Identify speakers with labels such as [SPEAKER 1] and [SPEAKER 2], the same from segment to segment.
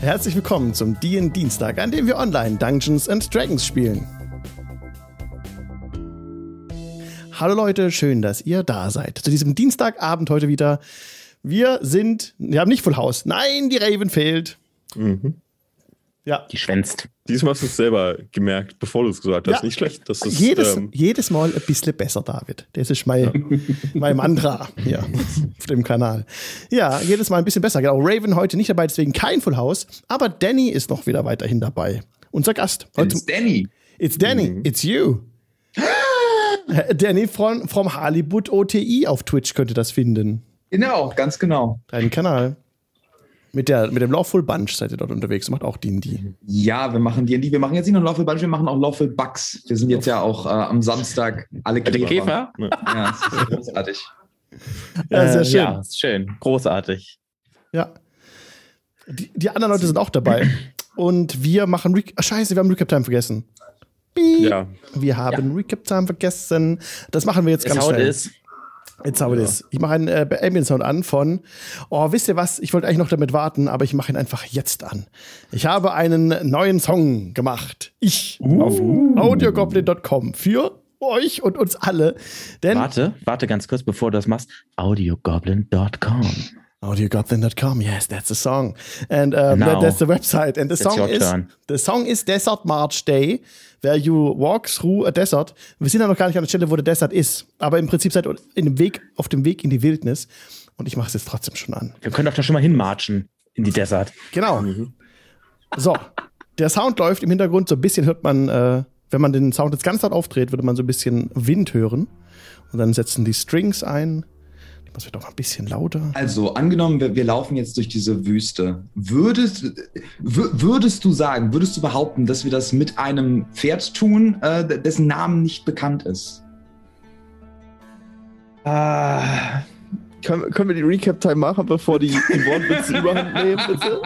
[SPEAKER 1] Herzlich willkommen zum DIN Dienstag, an dem wir online Dungeons and Dragons spielen. Hallo Leute, schön, dass ihr da seid. Zu diesem Dienstagabend heute wieder. Wir sind, wir haben nicht Full House. Nein, die Raven fehlt.
[SPEAKER 2] Mhm.
[SPEAKER 1] Ja,
[SPEAKER 3] Die schwänzt.
[SPEAKER 2] Diesmal hast du es selber gemerkt, bevor du es gesagt hast.
[SPEAKER 1] Ja.
[SPEAKER 2] Nicht schlecht. Das ist,
[SPEAKER 1] jedes,
[SPEAKER 2] ähm,
[SPEAKER 1] jedes Mal ein bisschen besser, David. Das ist mein, mein Mantra hier auf dem Kanal. Ja, jedes Mal ein bisschen besser. Genau, Raven heute nicht dabei, deswegen kein Full House. Aber Danny ist noch wieder weiterhin dabei. Unser Gast. Heute
[SPEAKER 3] It's Danny.
[SPEAKER 1] It's Danny.
[SPEAKER 2] Mhm.
[SPEAKER 1] It's you. Äh, Danny von vom Hollywood OTI auf Twitch könnt ihr das finden.
[SPEAKER 3] Genau, ganz genau.
[SPEAKER 1] Deinen Kanal. Mit, der, mit dem Lawful Bunch seid ihr dort unterwegs. Macht auch D&D.
[SPEAKER 3] Ja, wir machen D&D. Wir machen jetzt nicht nur Lawful Bunch, wir machen auch Lawful Bugs. Wir sind jetzt ja auch äh, am Samstag alle
[SPEAKER 4] Die Käfer?
[SPEAKER 3] Käfer. Ja, das ist großartig.
[SPEAKER 1] Ja, sehr
[SPEAKER 4] Äh,
[SPEAKER 1] schön.
[SPEAKER 4] Ja, ist schön. Großartig.
[SPEAKER 1] Ja. Die, die anderen Leute sind auch dabei. Und wir machen Re ah, Scheiße, wir haben Recap Time vergessen. Piep.
[SPEAKER 2] Ja.
[SPEAKER 1] Wir haben Recap Time vergessen. Das machen wir jetzt
[SPEAKER 4] Es
[SPEAKER 1] ganz
[SPEAKER 4] haut
[SPEAKER 1] schnell.
[SPEAKER 4] ist.
[SPEAKER 1] Jetzt habe ich das. Ich mache einen äh, Ambient-Sound an von, oh, wisst ihr was? Ich wollte eigentlich noch damit warten, aber ich mache ihn einfach jetzt an. Ich habe einen neuen Song gemacht. Ich auf audiogoblin.com für euch und uns alle. Denn
[SPEAKER 4] Warte, warte ganz kurz, bevor du das machst. Audiogoblin.com.
[SPEAKER 1] audiogoblin.com, yes, that's the song. And um,
[SPEAKER 4] Now.
[SPEAKER 1] that- that's the website. And the
[SPEAKER 4] Genau. It's
[SPEAKER 1] song
[SPEAKER 4] your
[SPEAKER 1] is
[SPEAKER 4] turn.
[SPEAKER 1] the song is Desert March Day, where you walk through a desert. Wir sind ja noch gar nicht an der Stelle, wo der Desert ist, aber im Prinzip seid ihr in dem Weg, auf dem Weg in die Wildnis. Und ich mache es jetzt trotzdem schon an.
[SPEAKER 4] Wir können doch da schon mal hinmarschen in die Desert.
[SPEAKER 1] Genau. So, der Sound läuft im Hintergrund. So ein bisschen hört man, äh, wenn man den Sound jetzt ganz laut aufdreht, würde man so ein bisschen Wind hören. Und dann setzen die Strings ein. Das wird auch mal ein bisschen lauter.
[SPEAKER 3] Also, angenommen, wir, wir laufen jetzt durch diese Wüste. Würdest, wür- würdest du sagen, würdest du behaupten, dass wir das mit einem Pferd tun, äh, d- dessen Namen nicht bekannt ist?
[SPEAKER 5] Ah, können, können wir die Recap-Time machen, bevor die, die Wortwitze überhand nehmen, bitte?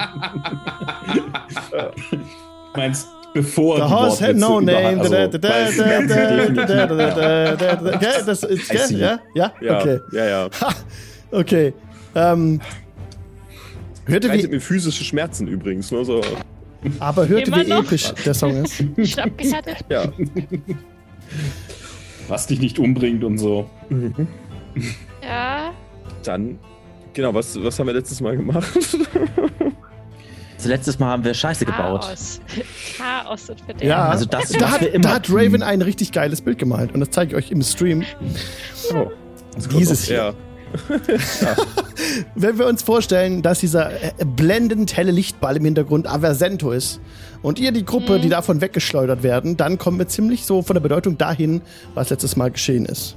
[SPEAKER 6] meinst, bevor
[SPEAKER 1] The
[SPEAKER 6] die
[SPEAKER 1] horse had
[SPEAKER 6] Wortwitze
[SPEAKER 1] no name.
[SPEAKER 6] überhand-
[SPEAKER 1] Da, da, da,
[SPEAKER 6] also, weil sie
[SPEAKER 1] da,
[SPEAKER 6] werden
[SPEAKER 1] da,
[SPEAKER 6] sie
[SPEAKER 1] da,
[SPEAKER 6] definitiv-
[SPEAKER 1] da, da, da, da. Gell, das ist,
[SPEAKER 3] I
[SPEAKER 1] gell,
[SPEAKER 3] see.
[SPEAKER 1] ja, ja,
[SPEAKER 2] Ja,
[SPEAKER 1] okay,
[SPEAKER 2] ja, ja.
[SPEAKER 1] okay. Ähm, hörte wie,
[SPEAKER 2] Reitet mir physische Schmerzen übrigens. Ne? So,
[SPEAKER 1] aber hörte
[SPEAKER 7] Immer
[SPEAKER 1] wie
[SPEAKER 7] noch.
[SPEAKER 1] episch der Song ist.
[SPEAKER 7] Nicht abgekartet.
[SPEAKER 2] ja.
[SPEAKER 6] Was dich nicht umbringt und so.
[SPEAKER 7] Ja.
[SPEAKER 2] Dann, genau, was, was haben wir letztes Mal gemacht?
[SPEAKER 4] Also letztes Mal haben wir Scheiße gebaut.
[SPEAKER 7] Chaos. Chaos und Verderben.
[SPEAKER 1] Ja,
[SPEAKER 4] Also das,
[SPEAKER 1] da
[SPEAKER 4] was
[SPEAKER 1] hat,
[SPEAKER 4] wir immer
[SPEAKER 1] da hat
[SPEAKER 4] tun.
[SPEAKER 1] Raven ein richtig geiles Bild gemalt und das zeige ich euch im Stream.
[SPEAKER 2] Oh.
[SPEAKER 1] Dieses hier.
[SPEAKER 2] ja.
[SPEAKER 1] Wenn wir uns vorstellen, dass dieser äh, blendend helle Lichtball im Hintergrund Aversento ist und ihr die Gruppe, die davon weggeschleudert werden, dann kommen wir ziemlich so von der Bedeutung dahin, was letztes Mal geschehen ist.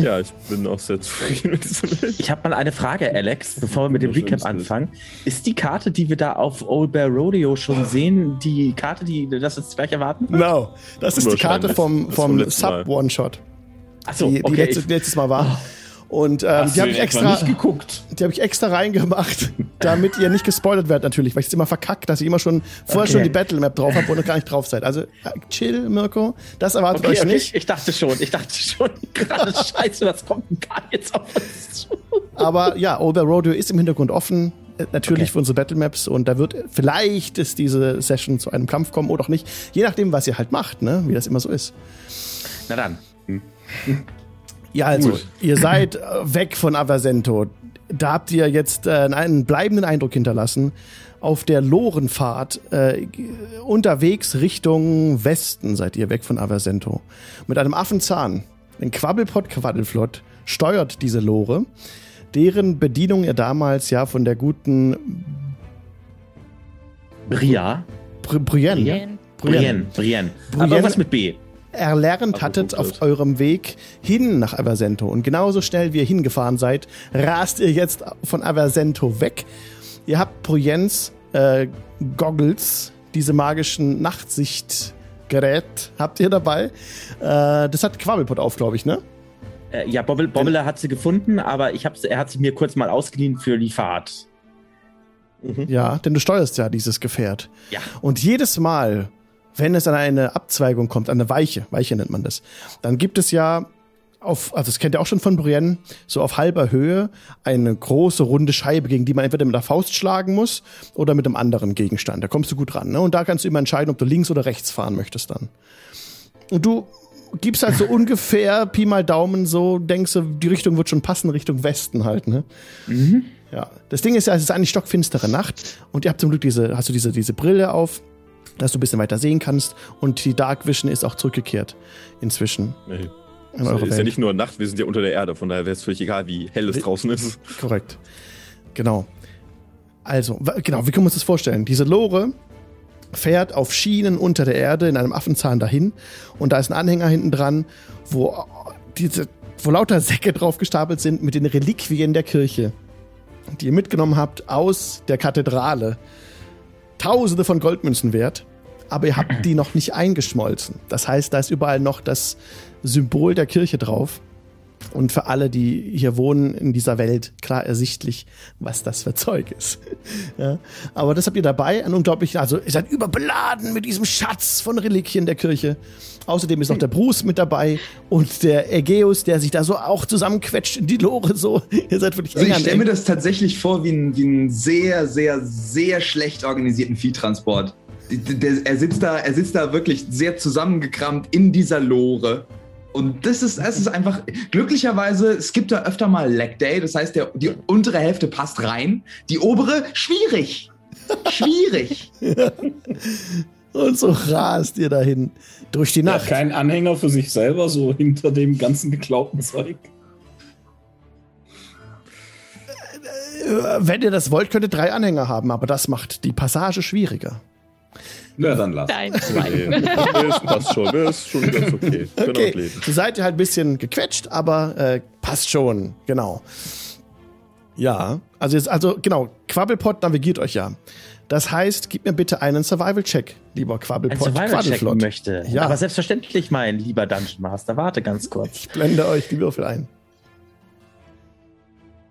[SPEAKER 2] ja, ich bin auch sehr zufrieden mit diesem Bild.
[SPEAKER 4] Ich habe mal eine Frage, Alex, bevor wir mit dem
[SPEAKER 2] Das Schlimmste
[SPEAKER 4] Recap
[SPEAKER 2] ist-
[SPEAKER 4] anfangen. Ist die Karte, die wir da auf Old Bear Rodeo
[SPEAKER 6] Ah.
[SPEAKER 4] schon sehen, die Karte, die das jetzt gleich erwarten?
[SPEAKER 1] No, Genau. das ist die Karte
[SPEAKER 2] Wahrscheinlich.
[SPEAKER 1] vom,
[SPEAKER 2] Das vom
[SPEAKER 1] vom
[SPEAKER 2] letzten Mal.
[SPEAKER 1] Sub-One-Shot,
[SPEAKER 4] Achso,
[SPEAKER 1] die, die
[SPEAKER 4] okay.
[SPEAKER 1] letzte, letztes Mal war. Und ähm,
[SPEAKER 6] Hast
[SPEAKER 1] die
[SPEAKER 6] du
[SPEAKER 1] habe ich,
[SPEAKER 6] den etwa
[SPEAKER 1] extra-
[SPEAKER 6] nicht geguckt.
[SPEAKER 1] die hab ich extra reingemacht, damit ihr nicht gespoilert werdet natürlich, weil ich es immer verkackt, dass ich immer schon vorher
[SPEAKER 4] Okay.
[SPEAKER 1] schon die Battle-Map drauf habe, wo ihr noch gar nicht drauf seid. Also äh, chill, Mirko, das erwartet
[SPEAKER 4] okay,
[SPEAKER 1] euch
[SPEAKER 4] okay,
[SPEAKER 1] nicht.
[SPEAKER 4] Ich dachte schon, ich dachte schon, gerade Scheiße, was kommt denn da jetzt auf uns zu?
[SPEAKER 1] Aber ja, Older Rodeo ist im Hintergrund offen. äh, Natürlich für unsere Battle Maps und da wird vielleicht ist diese Session zu einem Kampf kommen oder auch nicht. Je nachdem, was ihr halt macht, ne? wie das immer so ist.
[SPEAKER 4] Na dann.
[SPEAKER 1] Ja, also, ihr seid äh, weg von Aversento. Da habt ihr jetzt äh, einen bleibenden Eindruck hinterlassen. Auf der Lorenfahrt äh, g- unterwegs Richtung Westen seid ihr weg von Aversento. Mit einem Affenzahn, ein Quabbelpott-Quaddelflott, steuert diese Lore, deren Bedienung ihr damals ja von der guten
[SPEAKER 4] Bria.
[SPEAKER 1] Bri Brienne,
[SPEAKER 7] Brienne.
[SPEAKER 4] Brienne. Brienne.
[SPEAKER 1] Brienne.
[SPEAKER 4] Aber irgendwas mit B.
[SPEAKER 1] erlernt hattet auf eurem Weg hin nach Aversento. Und genauso schnell wie ihr hingefahren seid, rast ihr jetzt von Aversento weg. Ihr habt Briens äh, Goggles, diese magischen Nachtsichtgerät, habt ihr dabei. Äh, das hat Quabbelpot auf, glaube ich, ne?
[SPEAKER 4] Äh, ja, Bobbel, Bobbeler hat sie gefunden, aber ich hab's, er hat sie mir kurz mal ausgeliehen für die Fahrt.
[SPEAKER 1] Ja, denn du steuerst ja dieses Gefährt.
[SPEAKER 4] Ja.
[SPEAKER 1] Und jedes Mal, wenn es an eine Abzweigung kommt, an eine Weiche, Weiche nennt man das, dann gibt es ja auf, also das kennt ihr auch schon von Brienne, so auf halber Höhe eine große runde Scheibe, gegen die man entweder mit der Faust schlagen muss oder mit einem anderen Gegenstand. Da kommst du gut ran. Ne? Und da kannst du immer entscheiden, ob du links oder rechts fahren möchtest dann. Und du gibst halt so ungefähr Pi mal Daumen so, denkst du, die Richtung wird schon passen, Richtung Westen halt, ne?
[SPEAKER 2] Mhm.
[SPEAKER 1] Ja. Das Ding ist ja, es ist eigentlich stockfinstere Nacht und ihr habt zum Glück diese, hast du diese, diese Brille auf, dass du ein bisschen weiter sehen kannst und die Dark Vision ist auch zurückgekehrt inzwischen
[SPEAKER 2] Nee.
[SPEAKER 1] in
[SPEAKER 2] Ist,
[SPEAKER 1] eure
[SPEAKER 2] ist ja
[SPEAKER 1] Welt.
[SPEAKER 2] nicht nur Nacht, wir sind ja unter der Erde, von daher wäre es völlig egal, wie hell es draußen ist.
[SPEAKER 1] Korrekt. Genau. Also, wa- genau, wie können wir uns das vorstellen? Diese Lore fährt auf Schienen unter der Erde in einem Affenzahn dahin und da ist ein Anhänger hinten dran, wo äh, diese wo lauter Säcke drauf gestapelt sind mit den Reliquien der Kirche, die ihr mitgenommen habt aus der Kathedrale. Tausende von Goldmünzen wert, aber ihr habt die noch nicht eingeschmolzen. Das heißt, da ist überall noch das Symbol der Kirche drauf. Und für alle, die hier wohnen in dieser Welt, klar ersichtlich, was das für Zeug ist. ja. Aber das habt ihr dabei, ein unglaublichen, also ihr seid überbeladen mit diesem Schatz von Reliquien der Kirche. Außerdem ist noch der Bruce mit dabei und der Ägäus, der sich da so auch zusammenquetscht in die Lore so. Ihr seid wirklich
[SPEAKER 3] Also
[SPEAKER 1] eng
[SPEAKER 3] ich
[SPEAKER 1] an
[SPEAKER 3] stelle mir
[SPEAKER 1] eng.
[SPEAKER 3] das tatsächlich vor wie einen, wie einen sehr, sehr, sehr schlecht organisierten Viehtransport. D- d- Der, er, sitzt da, er sitzt da wirklich sehr zusammengekramt in dieser Lore. Und das ist, das ist einfach, glücklicherweise, es gibt da öfter mal Leg Day, das heißt, der, die untere Hälfte passt rein, die obere, schwierig. Schwierig.
[SPEAKER 1] Und so rast ihr dahin durch die
[SPEAKER 6] Er
[SPEAKER 1] Nacht.
[SPEAKER 6] hat keinen Anhänger für sich selber, so hinter dem ganzen geklauten Zeug.
[SPEAKER 1] Äh, Wenn ihr das wollt, könnt ihr drei Anhänger haben, aber das macht die Passage schwieriger.
[SPEAKER 6] Na, dann lass.
[SPEAKER 7] Nein,
[SPEAKER 2] Nee, nee, es passt schon, ne, ist schon ganz okay. Ich Kann
[SPEAKER 1] Okay,
[SPEAKER 2] auch leben.
[SPEAKER 1] so seid ihr halt ein bisschen gequetscht, aber äh, passt schon, genau. Ja, also jetzt, also genau, Quabbelpot navigiert euch ja. Das heißt, gib mir bitte einen Survival-Check, lieber
[SPEAKER 4] Ein
[SPEAKER 1] Quabbelpot.
[SPEAKER 4] Survival-Check
[SPEAKER 1] Quaddelflott.
[SPEAKER 4] möchte.
[SPEAKER 1] Ja.
[SPEAKER 4] Aber selbstverständlich, mein lieber Dungeon Master. Warte ganz kurz.
[SPEAKER 1] Ich blende euch die Würfel ein.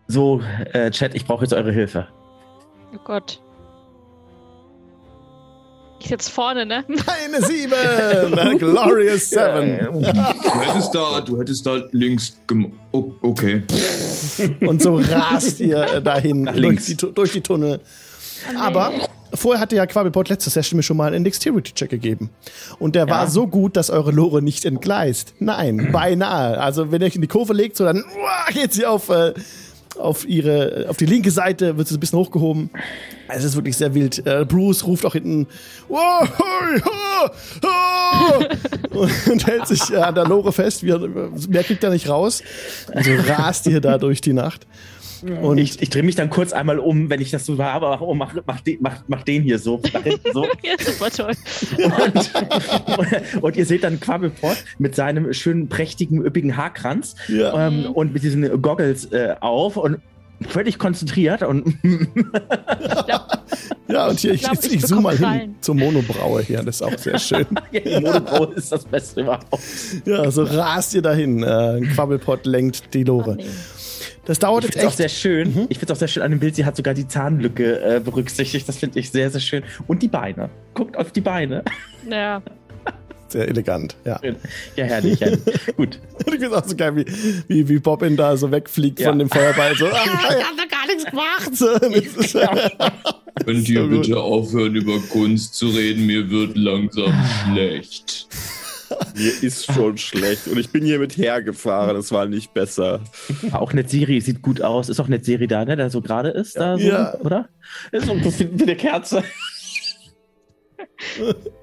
[SPEAKER 4] So, äh, Chat, ich brauche jetzt eure Hilfe.
[SPEAKER 7] Oh Gott. Ich sitze vorne, ne?
[SPEAKER 1] Eine Sieben! a glorious Seven!
[SPEAKER 3] Du hättest da, du hättest da links gem oh, Okay.
[SPEAKER 1] Und so rast ihr äh, dahin durch
[SPEAKER 3] links.
[SPEAKER 1] die, Tu- durch die Tunnel. Aber vorher hatte ja Quabbelpot letzte Session mir schon mal einen Dexterity-Check gegeben. Und der war so gut, dass eure Lore nicht entgleist. Nein, beinahe. Also wenn ihr euch in die Kurve legt, so dann uah, geht sie auf, äh, auf, ihre, auf die linke Seite, wird sie ein bisschen hochgehoben. Es ist wirklich sehr wild. Äh, Bruce ruft auch hinten "Wow, hoi, ho, ho!" und hält sich äh, an der Lore fest. Wie, er- mehr kriegt er nicht raus. Und so rast ihr da durch die Nacht. Und
[SPEAKER 4] Ich, ich drehe mich dann kurz einmal um, wenn ich das so habe. Mach, oh, mach, mach, den, mach, mach den hier so. Mach den so.
[SPEAKER 7] Ja, super toll.
[SPEAKER 4] und, und ihr seht dann Quabbelpot mit seinem schönen, prächtigen, üppigen Haarkranz
[SPEAKER 1] ja.
[SPEAKER 4] ähm, und mit diesen Goggles äh, auf und völlig konzentriert und
[SPEAKER 1] Ja, und hier, ich,
[SPEAKER 7] Ich glaub,
[SPEAKER 1] ich,
[SPEAKER 7] ich
[SPEAKER 1] ich zoome mal
[SPEAKER 7] bekomm
[SPEAKER 1] hin
[SPEAKER 7] Krallen.
[SPEAKER 1] zur Monobraue hier, das ist auch sehr schön.
[SPEAKER 4] Monobrot ist das Beste überhaupt.
[SPEAKER 1] ja, so rast ihr dahin. Äh, ein Quabbelpot lenkt die
[SPEAKER 7] Oh,
[SPEAKER 1] Lore.
[SPEAKER 7] nee.
[SPEAKER 1] Oh, Das dauert
[SPEAKER 4] Ich
[SPEAKER 1] jetzt
[SPEAKER 4] finde auch
[SPEAKER 1] echt. Mhm.
[SPEAKER 4] sehr schön. Ich finde auch sehr schön an dem Bild. Sie hat sogar die Zahnlücke äh, berücksichtigt. Das finde ich sehr, sehr schön. Und die Beine. Guckt auf die Beine.
[SPEAKER 7] Ja,
[SPEAKER 1] Sehr elegant, ja.
[SPEAKER 4] Ja, herrlich. herrlich. Gut.
[SPEAKER 1] Und ich finde auch so geil, wie, wie, wie Bobbin da so wegfliegt
[SPEAKER 4] Ja.
[SPEAKER 1] von dem Feuerball. So, ah, ich hab doch gar nichts gemacht. So, und es ist,
[SPEAKER 8] Könnt ihr
[SPEAKER 1] gut.
[SPEAKER 8] bitte aufhören, über Kunst zu reden? Mir wird langsam schlecht.
[SPEAKER 2] Mir ist schon schlecht und ich bin hier mit hergefahren, es war nicht besser.
[SPEAKER 4] Auch Ned Siri sieht gut aus. Ist auch Ned Siri da, ne? Der so gerade ist. Da so,
[SPEAKER 1] Ja.
[SPEAKER 4] Oder? Ist so ein bisschen wie eine Kerze.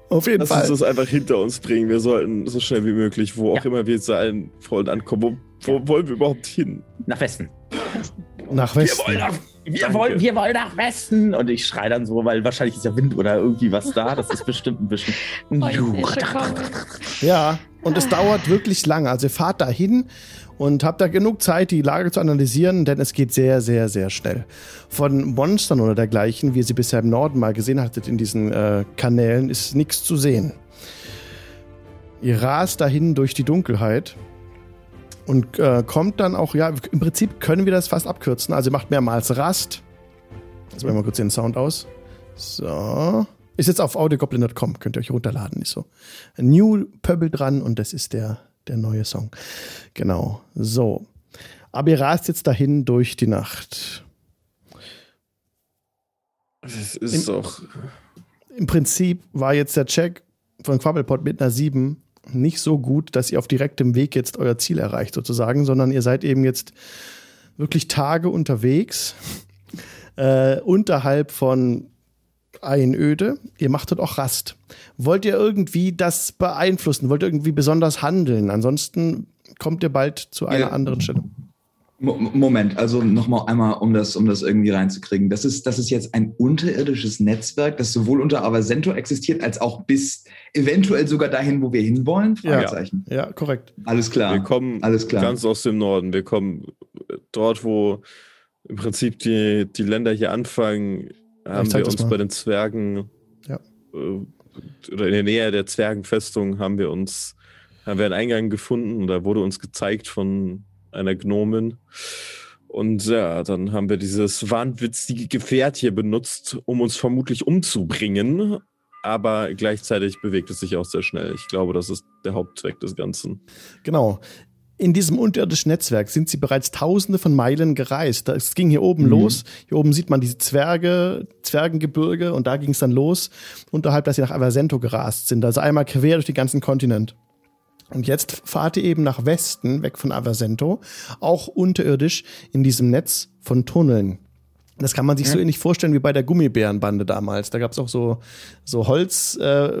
[SPEAKER 1] auf jeden
[SPEAKER 2] Lass uns
[SPEAKER 1] Fall.
[SPEAKER 2] das einfach hinter uns bringen. Wir sollten so schnell wie möglich, wo auch
[SPEAKER 4] Ja.
[SPEAKER 2] immer wir sein wollen, ankommen. Wo, wo wollen wir überhaupt hin?
[SPEAKER 4] Nach Westen.
[SPEAKER 1] Nach Westen.
[SPEAKER 4] Wir
[SPEAKER 2] Danke.
[SPEAKER 4] wollen, wir wollen nach Westen. Und ich schreie dann so, weil wahrscheinlich ist ja Wind oder irgendwie was da. Das ist bestimmt ein bisschen.
[SPEAKER 7] oh, ich seh schon kommen.
[SPEAKER 1] Ja, und es dauert wirklich lange. Also ihr fahrt dahin und habt da genug Zeit, die Lage zu analysieren, denn es geht sehr, sehr, sehr schnell. Von Monstern oder dergleichen, wie ihr sie bisher im Norden mal gesehen hattet in diesen äh, Kanälen, ist nichts zu sehen. Ihr rast dahin durch die Dunkelheit und äh, kommt dann auch, ja, im Prinzip können wir das fast abkürzen. Also ihr macht mehrmals Rast. Jetzt machen wir mal kurz den Sound aus. So. Ist jetzt auf audiogoblin.com, könnt ihr euch runterladen, ist so. New Pöbel dran und das ist der der neue Song. Genau. So. Aber ihr rast jetzt dahin durch die Nacht.
[SPEAKER 2] Das ist doch.
[SPEAKER 1] Im Prinzip war jetzt der Check von Quabbelpot mit einer 7 nicht so gut, dass ihr auf direktem Weg jetzt euer Ziel erreicht, sozusagen, sondern ihr seid eben jetzt wirklich Tage unterwegs, äh, unterhalb von Einöde. Ihr macht dort auch Rast. Wollt ihr irgendwie das beeinflussen? Wollt ihr irgendwie besonders handeln? Ansonsten kommt ihr bald zu einer
[SPEAKER 3] Ja.
[SPEAKER 1] anderen Stelle.
[SPEAKER 3] Mo- Moment, also nochmal einmal, um das, um das irgendwie reinzukriegen. Das ist, das ist jetzt ein unterirdisches Netzwerk, das sowohl unter Avasento existiert, als auch bis eventuell sogar dahin, wo wir hinwollen?
[SPEAKER 1] Ja.
[SPEAKER 3] Fragezeichen.
[SPEAKER 1] Ja, korrekt.
[SPEAKER 3] Alles
[SPEAKER 2] Wir
[SPEAKER 3] klar.
[SPEAKER 2] kommen
[SPEAKER 3] Alles klar.
[SPEAKER 2] ganz aus dem Norden. Wir kommen äh, dort, wo im Prinzip die, die Länder hier anfangen, haben
[SPEAKER 1] zeig
[SPEAKER 2] wir
[SPEAKER 1] das
[SPEAKER 2] uns
[SPEAKER 1] mal.
[SPEAKER 2] bei den Zwergen
[SPEAKER 1] Ja.
[SPEAKER 2] äh, oder in der Nähe der Zwergenfestung haben wir uns, haben wir einen Eingang gefunden und da wurde uns gezeigt von einer Gnomin. Und ja, dann haben wir dieses wahnwitzige Gefährt hier benutzt, um uns vermutlich umzubringen. Aber gleichzeitig bewegt es sich auch sehr schnell. Ich glaube, das ist der Hauptzweck des Ganzen.
[SPEAKER 1] Genau. In diesem unterirdischen Netzwerk sind sie bereits tausende von Meilen gereist. Da- Es ging hier oben los. Hier oben sieht man diese Zwerge, Zwergengebirge und da ging es dann los, unterhalb, dass sie nach Aversento gerast sind. Also einmal quer durch den ganzen Kontinent. Und jetzt fahrt ihr eben nach Westen, weg von Aversento, auch unterirdisch in diesem Netz von Tunneln. Das kann man sich so ähnlich vorstellen wie bei der Gummibärenbande damals. Da gab es auch so, so Holz, äh,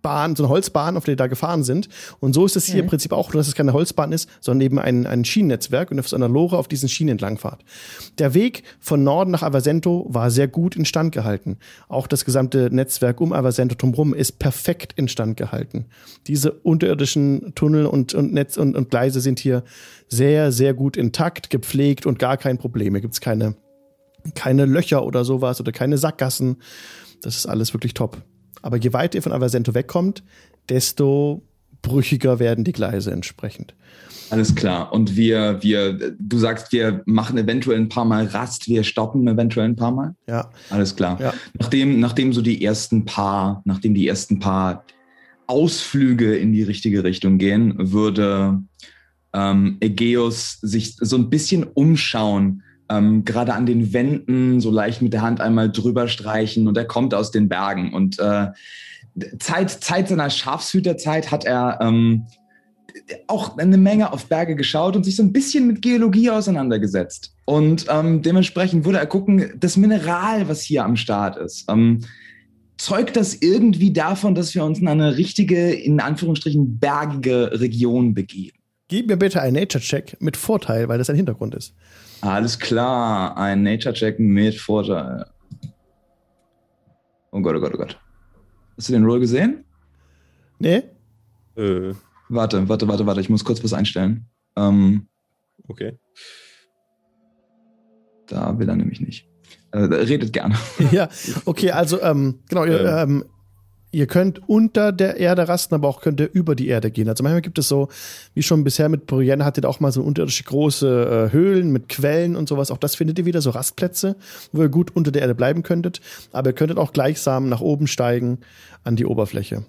[SPEAKER 1] Bahn, so eine Holzbahn, auf der die da gefahren sind. Und so ist es hier im Prinzip auch, nur dass es keine Holzbahn ist, sondern eben ein, ein Schienennetzwerk und auf so einer Lore auf diesen Schienen entlangfahrt. Der Weg von Norden nach Aversento war sehr gut instand gehalten. Auch das gesamte Netzwerk um Aversento drumherum ist perfekt instand gehalten. Diese unterirdischen Tunnel und, und Netz und, und Gleise sind hier sehr, sehr gut intakt, gepflegt und gar kein Problem. Hier gibt es keine, keine Löcher oder sowas oder keine Sackgassen. Das ist alles wirklich top. Aber je weiter ihr von Aversento wegkommt, desto brüchiger werden die Gleise entsprechend.
[SPEAKER 3] Alles klar. Und wir, wir, du sagst, wir machen eventuell ein paar Mal Rast, wir stoppen eventuell ein paar Mal.
[SPEAKER 1] Ja,
[SPEAKER 3] Alles klar.
[SPEAKER 1] Ja.
[SPEAKER 3] Nachdem, nachdem so die ersten paar, nachdem die ersten paar Ausflüge in die richtige Richtung gehen, würde ähm, Aegeus sich so ein bisschen umschauen, ähm, gerade an den Wänden so leicht mit der Hand einmal drüber streichen und er kommt aus den Bergen und äh, Zeit, Zeit seiner Schafshüterzeit hat er ähm, auch eine Menge auf Berge geschaut und sich so ein bisschen mit Geologie auseinandergesetzt. Und ähm, dementsprechend würde er gucken, das Mineral, was hier am Start ist, ähm, zeugt das irgendwie davon, dass wir uns in eine richtige, in Anführungsstrichen, bergige Region begeben.
[SPEAKER 1] gib mir bitte einen Nature-Check mit Vorteil, weil das ein Hintergrund ist.
[SPEAKER 3] Alles klar, ein Nature-Check mit Vorteil. Oh Gott, oh Gott, oh Gott. Hast du den Roll gesehen?
[SPEAKER 1] Nee?
[SPEAKER 2] Äh,
[SPEAKER 3] Warte, warte, warte, warte, ich muss kurz was einstellen. Ähm,
[SPEAKER 2] okay.
[SPEAKER 3] da will er nämlich nicht. Äh, redet gerne.
[SPEAKER 1] ja, okay, also ähm, genau, ihr, ähm, ihr könnt unter der Erde rasten, aber auch könnt ihr über die Erde gehen. Also manchmal gibt es so, wie schon bisher mit Brienne hattet ihr auch mal so unterirdische große äh, Höhlen mit Quellen und sowas. Auch das findet ihr wieder, so Rastplätze, wo ihr gut unter der Erde bleiben könntet. Aber ihr könntet auch gleichsam nach oben steigen an die Oberfläche.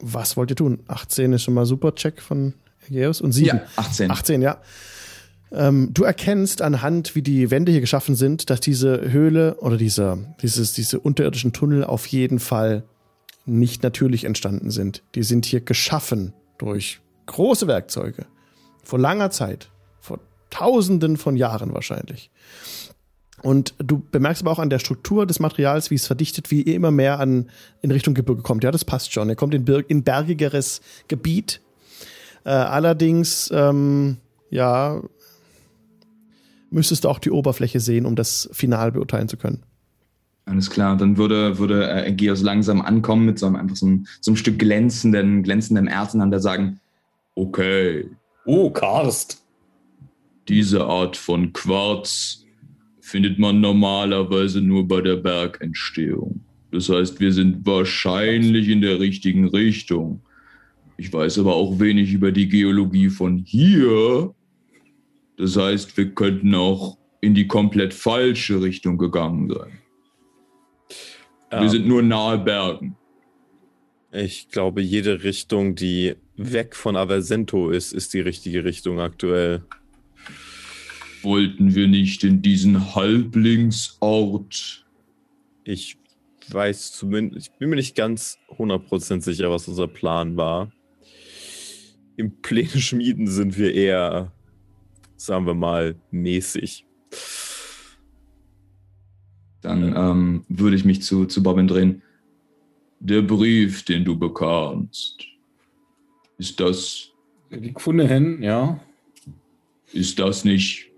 [SPEAKER 1] Was wollt ihr tun? 18 ist schon mal super Check von Aegeus und 7.
[SPEAKER 3] 18.
[SPEAKER 1] 18, ja. Ähm, du erkennst anhand, wie die Wände hier geschaffen sind, dass diese Höhle oder dieser, dieses, diese unterirdischen Tunnel auf jeden Fall nicht natürlich entstanden sind. Die sind hier geschaffen durch große Werkzeuge. Vor langer Zeit. Vor tausenden von Jahren wahrscheinlich. Und du bemerkst aber auch an der Struktur des Materials, wie es verdichtet, wie ihr immer mehr an, in Richtung Gebirge kommt. Ja, das passt schon. Ihr kommt in, Bir- in bergigeres Gebiet. Äh, allerdings, ähm, ja, müsstest du auch die Oberfläche sehen, um das final beurteilen zu können.
[SPEAKER 3] Alles klar, dann würde, würde äh, Geos langsam ankommen mit so einem, einfach so einem, so einem Stück glänzenden, glänzendem Erz in der Hand, der sagen,
[SPEAKER 8] Okay,
[SPEAKER 6] Oh, Karst.
[SPEAKER 8] diese Art von Quarz findet man normalerweise nur bei der Bergentstehung. Das heißt, wir sind wahrscheinlich in der richtigen Richtung. Ich weiß aber auch wenig über die Geologie von hier. Das heißt, wir könnten auch in die komplett falsche Richtung gegangen sein.
[SPEAKER 2] Ja.
[SPEAKER 8] Wir sind nur nahe Bergen.
[SPEAKER 2] Ähm, Ich glaube, jede Richtung, die weg von Aversento ist, ist die richtige Richtung aktuell.
[SPEAKER 3] Wollten wir nicht in diesen Halblingsort?
[SPEAKER 2] Ich weiß zumindest, ich bin mir nicht ganz 100% sicher, was unser Plan war. Im Pläne schmieden sind wir eher, sagen wir mal, mäßig.
[SPEAKER 3] Dann ähm, würde ich mich zu, zu Bobbin drehen. Der Brief, den du bekamst, ist das,
[SPEAKER 6] Die Kunde hin, ja.
[SPEAKER 3] ist das nicht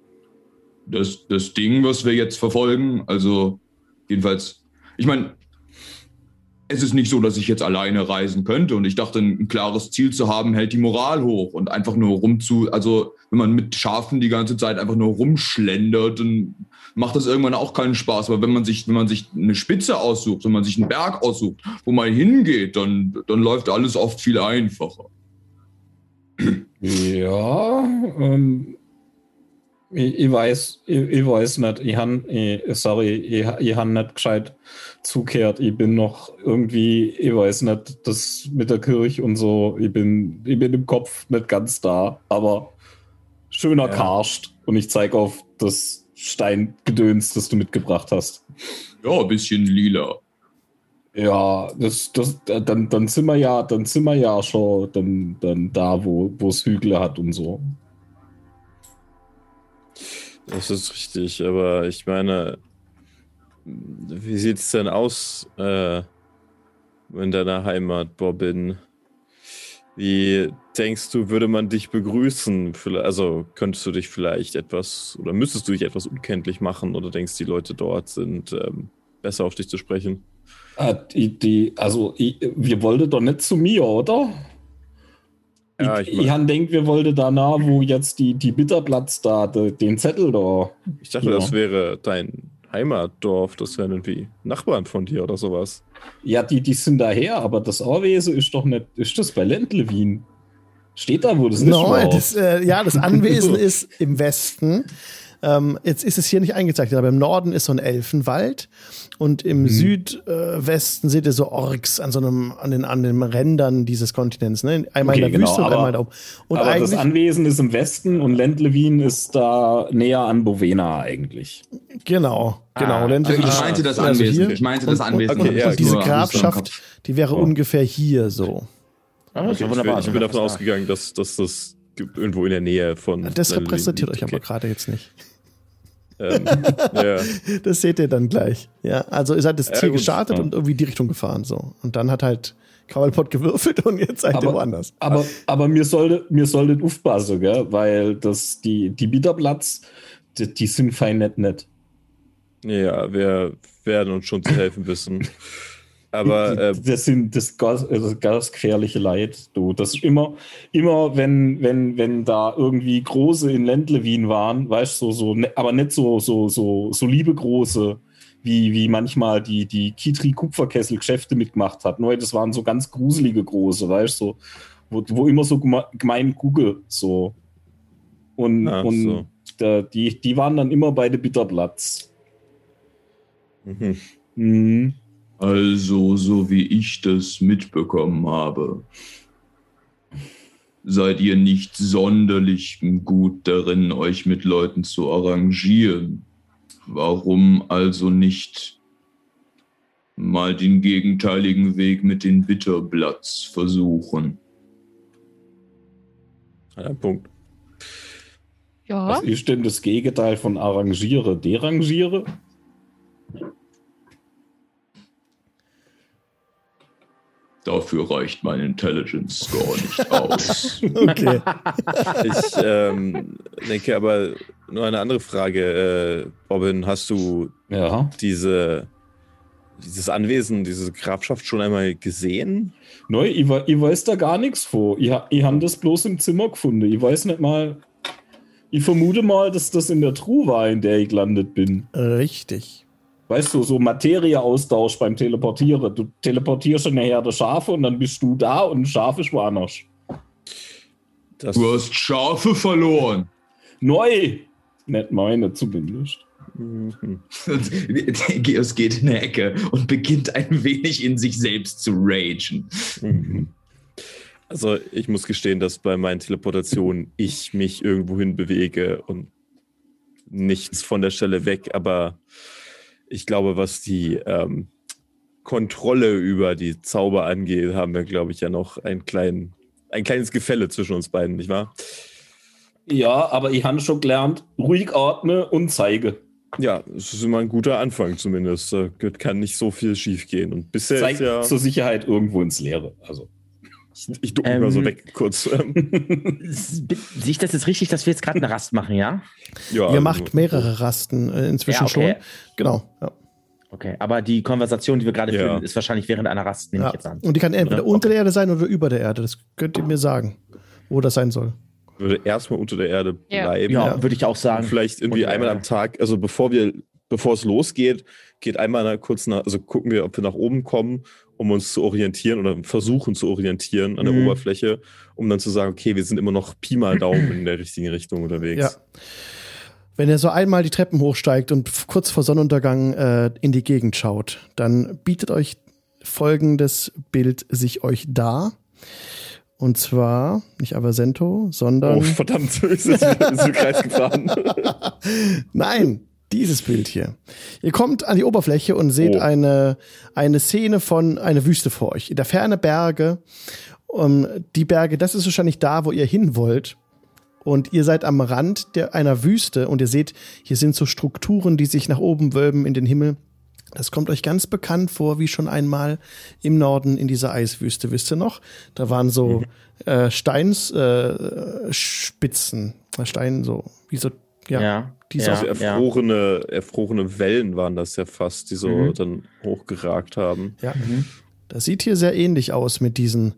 [SPEAKER 3] das, das Ding, was wir jetzt verfolgen? Also, jedenfalls, ich meine, es ist nicht so, dass ich jetzt alleine reisen könnte und ich dachte, ein, ein klares Ziel zu haben, hält die Moral hoch und einfach nur rumzu, also wenn man mit Schafen die ganze Zeit einfach nur rumschlendert, dann macht das irgendwann auch keinen Spaß. Aber wenn man sich, wenn man sich eine Spitze aussucht, wenn man sich einen Berg aussucht, wo man hingeht, dann, dann läuft alles oft viel einfacher.
[SPEAKER 6] Ja, ähm, ich, ich weiß, ich, ich weiß nicht, ich han, ich, sorry, ich, ich han nicht gescheit zugehört, ich bin noch irgendwie, ich weiß nicht, das mit der Kirche und so, ich bin, ich bin im Kopf nicht ganz da, aber schöner Karst und ich zeig auf das Steingedöns, das du mitgebracht hast.
[SPEAKER 3] Ja, ein bisschen lila.
[SPEAKER 6] Ja, das, das, dann, dann sind wir ja, dann sind wir ja schon dann, dann da, wo, wo es Hügel hat und so.
[SPEAKER 2] Das ist richtig, aber ich meine, wie sieht es denn aus äh, in deiner Heimat, Bobbin? Wie denkst du, würde man dich begrüßen? Vielleicht- Also könntest du dich vielleicht etwas oder müsstest du dich etwas unkenntlich machen oder denkst die Leute dort sind ähm, besser auf dich zu sprechen?
[SPEAKER 6] Ah, die, die, also, ich, wir wollten doch nicht zu mir, oder?
[SPEAKER 2] Ja,
[SPEAKER 6] ich
[SPEAKER 2] ich
[SPEAKER 6] ich,
[SPEAKER 2] mein-
[SPEAKER 6] han denkt, wir wollten danach, wo jetzt die, die Bitterplatz da, de, den Zettel da.
[SPEAKER 2] Ich dachte,
[SPEAKER 6] Ja.
[SPEAKER 2] das wäre dein Heimatdorf, das wären irgendwie Nachbarn von dir oder sowas.
[SPEAKER 6] Ja, die, die sind daher, aber das Auwesen ist doch nicht, ist das bei Ländle Wien? Steht da, wo das nicht
[SPEAKER 1] No,
[SPEAKER 6] war?
[SPEAKER 1] das, äh, ja, das Anwesen ist im Westen. Ähm, jetzt ist es hier nicht eingezeichnet, aber im Norden ist so ein Elfenwald und im Südwesten seht ihr so Orks an so einem, an den, an den Rändern dieses Kontinents. Ne? Einmal
[SPEAKER 6] Okay,
[SPEAKER 1] in der
[SPEAKER 6] genau,
[SPEAKER 1] Wüste
[SPEAKER 6] aber-
[SPEAKER 1] und einmal da oben. Und
[SPEAKER 6] aber das
[SPEAKER 1] eigentlich,
[SPEAKER 6] Anwesen ist im Westen und Ländle Wien ist da näher an Bovena eigentlich.
[SPEAKER 1] genau, genau.
[SPEAKER 6] Ah,
[SPEAKER 1] Ländle-
[SPEAKER 9] Also ich
[SPEAKER 1] Ah,
[SPEAKER 9] meinte das
[SPEAKER 1] also
[SPEAKER 9] Anwesen.
[SPEAKER 1] hier
[SPEAKER 9] ich meinte das
[SPEAKER 1] und-
[SPEAKER 9] Anwesen.
[SPEAKER 1] Und, und,
[SPEAKER 2] Okay, ja,
[SPEAKER 1] und diese
[SPEAKER 9] nur Angst im
[SPEAKER 1] Grafschaft, die wäre ungefähr hier so.
[SPEAKER 4] Ah, das ist ja
[SPEAKER 2] ich,
[SPEAKER 4] wunderbar.
[SPEAKER 2] bin, ich bin davon ausgegangen, dass, dass das ge- irgendwo in der Nähe von.
[SPEAKER 1] Das repräsentiert euch aber
[SPEAKER 2] Okay.
[SPEAKER 1] gerade jetzt nicht.
[SPEAKER 2] Ähm, ja.
[SPEAKER 1] Das seht ihr dann gleich. Ja, also ihr seid das
[SPEAKER 2] Ja,
[SPEAKER 1] Ziel
[SPEAKER 2] gut,
[SPEAKER 1] gestartet
[SPEAKER 2] ja.
[SPEAKER 1] und irgendwie die Richtung gefahren so. Und dann hat halt Krawallpott gewürfelt und jetzt seid ihr
[SPEAKER 6] Aber-
[SPEAKER 1] woanders.
[SPEAKER 6] Aber, aber mir sollte mir sollte aufpassen, gell? weil das die die Bieterplatz, die, die sind fein nett nett.
[SPEAKER 2] ja, wir werden uns schon zu helfen wissen. Aber äh,
[SPEAKER 6] Die- das sind das ganz, das ganz gefährliche Leid, du. Das ist immer immer wenn wenn wenn da irgendwie große in Ländle Wien waren, weißt du, so so ne- aber nicht so so so so liebe große. Wie, wie manchmal die, die Kitri Kupferkessel Geschäfte mitgemacht hat. Neu, das waren so ganz gruselige große, weißt du, so, wo, wo immer so geme- gemein Google so. Und,
[SPEAKER 2] Ach
[SPEAKER 6] und
[SPEAKER 2] so.
[SPEAKER 6] da, die, die waren dann immer beide Bitterplatz.
[SPEAKER 2] mhm.
[SPEAKER 6] Mhm.
[SPEAKER 3] Also, so wie ich das mitbekommen habe, seid ihr nicht sonderlich gut darin, euch mit Leuten zu arrangieren. Warum also nicht mal den gegenteiligen Weg mit den Bitterblatts versuchen?
[SPEAKER 2] hat einen Punkt.
[SPEAKER 10] Ja,
[SPEAKER 6] Was ist denn Also das Gegenteil von arrangiere, derangiere?
[SPEAKER 3] Dafür reicht mein Intelligence Score nicht aus.
[SPEAKER 1] Okay.
[SPEAKER 2] Ich ähm, denke aber nur eine andere Frage. Äh, Robin, hast du
[SPEAKER 6] Ja.
[SPEAKER 2] diese, dieses Anwesen, diese Grafschaft schon einmal gesehen?
[SPEAKER 6] Neu, ich, we- ich weiß da gar nichts vor. Ich, ha- ich habe das bloß im Zimmer gefunden. Ich weiß nicht mal. Ich vermute mal, dass das in der Truhe war, in der ich gelandet bin.
[SPEAKER 1] Richtig.
[SPEAKER 6] Weißt du, so Materieaustausch beim Teleportieren. Du teleportierst in eine Herde Schafe und dann bist du da und ein Schaf ist woanders.
[SPEAKER 2] Das
[SPEAKER 3] Du hast Schafe verloren.
[SPEAKER 6] Neu! Nicht meine zumindest.
[SPEAKER 2] Mhm.
[SPEAKER 3] Und Geos geht in eine Ecke und beginnt ein wenig in sich selbst zu ragen.
[SPEAKER 2] Also ich muss gestehen, dass bei meinen Teleportationen ich mich irgendwo hin bewege und nichts von der Stelle weg, aber ich glaube, was die ähm, Kontrolle über die Zauber angeht, haben wir, glaube ich, ja noch einen kleinen, ein kleines Gefälle zwischen uns beiden, nicht wahr?
[SPEAKER 6] Ja, aber ich habe schon gelernt, ruhig ordne und zeige.
[SPEAKER 2] Ja, es ist immer ein guter Anfang zumindest. Da kann nicht so viel schief gehen. Und bisher
[SPEAKER 6] Zeig
[SPEAKER 2] ist ja.
[SPEAKER 6] zur Sicherheit irgendwo ins Leere. Also.
[SPEAKER 2] Ich ducke ähm, mal so
[SPEAKER 4] Ähm,
[SPEAKER 2] weg kurz.
[SPEAKER 4] Sehe ich das jetzt richtig, dass wir jetzt gerade eine Rast machen, ja?
[SPEAKER 2] ja, also
[SPEAKER 1] Ihr macht mehrere Rasten äh, inzwischen
[SPEAKER 4] Ja, okay.
[SPEAKER 1] schon. Genau. Ja.
[SPEAKER 4] Okay, aber die Konversation, die wir gerade
[SPEAKER 2] Ja.
[SPEAKER 4] führen, ist wahrscheinlich während einer Rast, nehme
[SPEAKER 1] Ja.
[SPEAKER 4] ich jetzt an.
[SPEAKER 1] Und die kann entweder
[SPEAKER 4] Ja, okay.
[SPEAKER 1] unter der Erde sein oder über der Erde. Das könnt ihr mir sagen, wo das sein soll.
[SPEAKER 2] würde erstmal unter der Erde
[SPEAKER 7] Ja.
[SPEAKER 2] bleiben.
[SPEAKER 4] Ja,
[SPEAKER 1] Ja.
[SPEAKER 4] würde ich auch
[SPEAKER 2] Und
[SPEAKER 4] sagen.
[SPEAKER 2] Vielleicht irgendwie
[SPEAKER 4] Unter der
[SPEAKER 2] einmal
[SPEAKER 4] Erde.
[SPEAKER 2] am Tag, also bevor wir, bevor es losgeht, geht einmal na- kurz nach, also gucken wir, ob wir nach oben kommen, um uns zu orientieren oder versuchen zu orientieren an der
[SPEAKER 4] Mhm.
[SPEAKER 2] Oberfläche, um dann zu sagen, okay, wir sind immer noch Pi mal Daumen in der richtigen Richtung unterwegs.
[SPEAKER 1] Ja. Wenn er so einmal die Treppen hochsteigt und f- kurz vor Sonnenuntergang äh, in die Gegend schaut, dann bietet euch folgendes Bild sich euch dar. Und zwar nicht Aversento, sondern.
[SPEAKER 2] Oh, verdammt, ist es ist im Kreis gefahren.
[SPEAKER 1] Nein, dieses Bild hier. Ihr kommt an die Oberfläche und seht
[SPEAKER 2] Oh.
[SPEAKER 1] eine, eine Szene von einer Wüste vor euch. In der Ferne Berge. Um, die Berge, das ist wahrscheinlich da, wo ihr hin wollt. Und ihr seid am Rand der, einer Wüste und ihr seht, hier sind so Strukturen, die sich nach oben wölben in den Himmel. Das kommt euch ganz bekannt vor, wie schon einmal im Norden in dieser Eiswüste, wisst ihr noch? Da waren so äh, Steinsspitzen, äh, Spitzen. Stein so, wie so, ja,
[SPEAKER 4] ja.
[SPEAKER 1] die ist
[SPEAKER 4] ja,
[SPEAKER 1] auch
[SPEAKER 2] Also erfrorene, erfrorene Wellen waren das ja fast, die so
[SPEAKER 4] Mhm.
[SPEAKER 2] dann hochgeragt haben.
[SPEAKER 1] Ja. Das sieht hier sehr ähnlich aus mit diesen,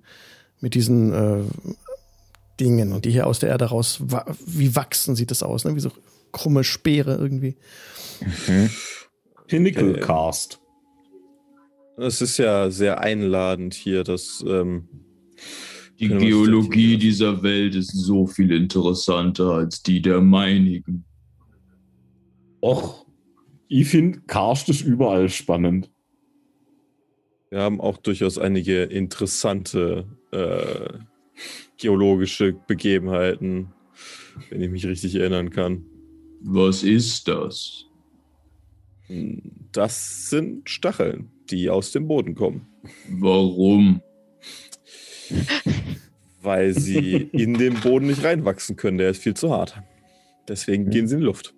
[SPEAKER 1] mit diesen äh, Dingen, die hier aus der Erde raus, wa wie wachsen sieht das aus, ne? wie so krumme Speere irgendwie.
[SPEAKER 6] Pinnacle
[SPEAKER 2] Okay.
[SPEAKER 6] Cast.
[SPEAKER 2] Es ist ja sehr einladend hier, dass ähm,
[SPEAKER 8] Die
[SPEAKER 2] Können wir uns
[SPEAKER 8] Geologie
[SPEAKER 2] dazu-
[SPEAKER 8] dieser Welt ist so viel interessanter als die der meinigen.
[SPEAKER 6] Och, ich finde Karst ist überall spannend.
[SPEAKER 2] Wir haben auch durchaus einige interessante äh, geologische Begebenheiten, wenn ich mich richtig erinnern kann.
[SPEAKER 8] Was ist das?
[SPEAKER 2] Das sind Stacheln, die aus dem Boden kommen,
[SPEAKER 8] Warum?
[SPEAKER 2] weil sie in den Boden nicht reinwachsen können. Der ist viel zu hart. Deswegen gehen sie in die Luft.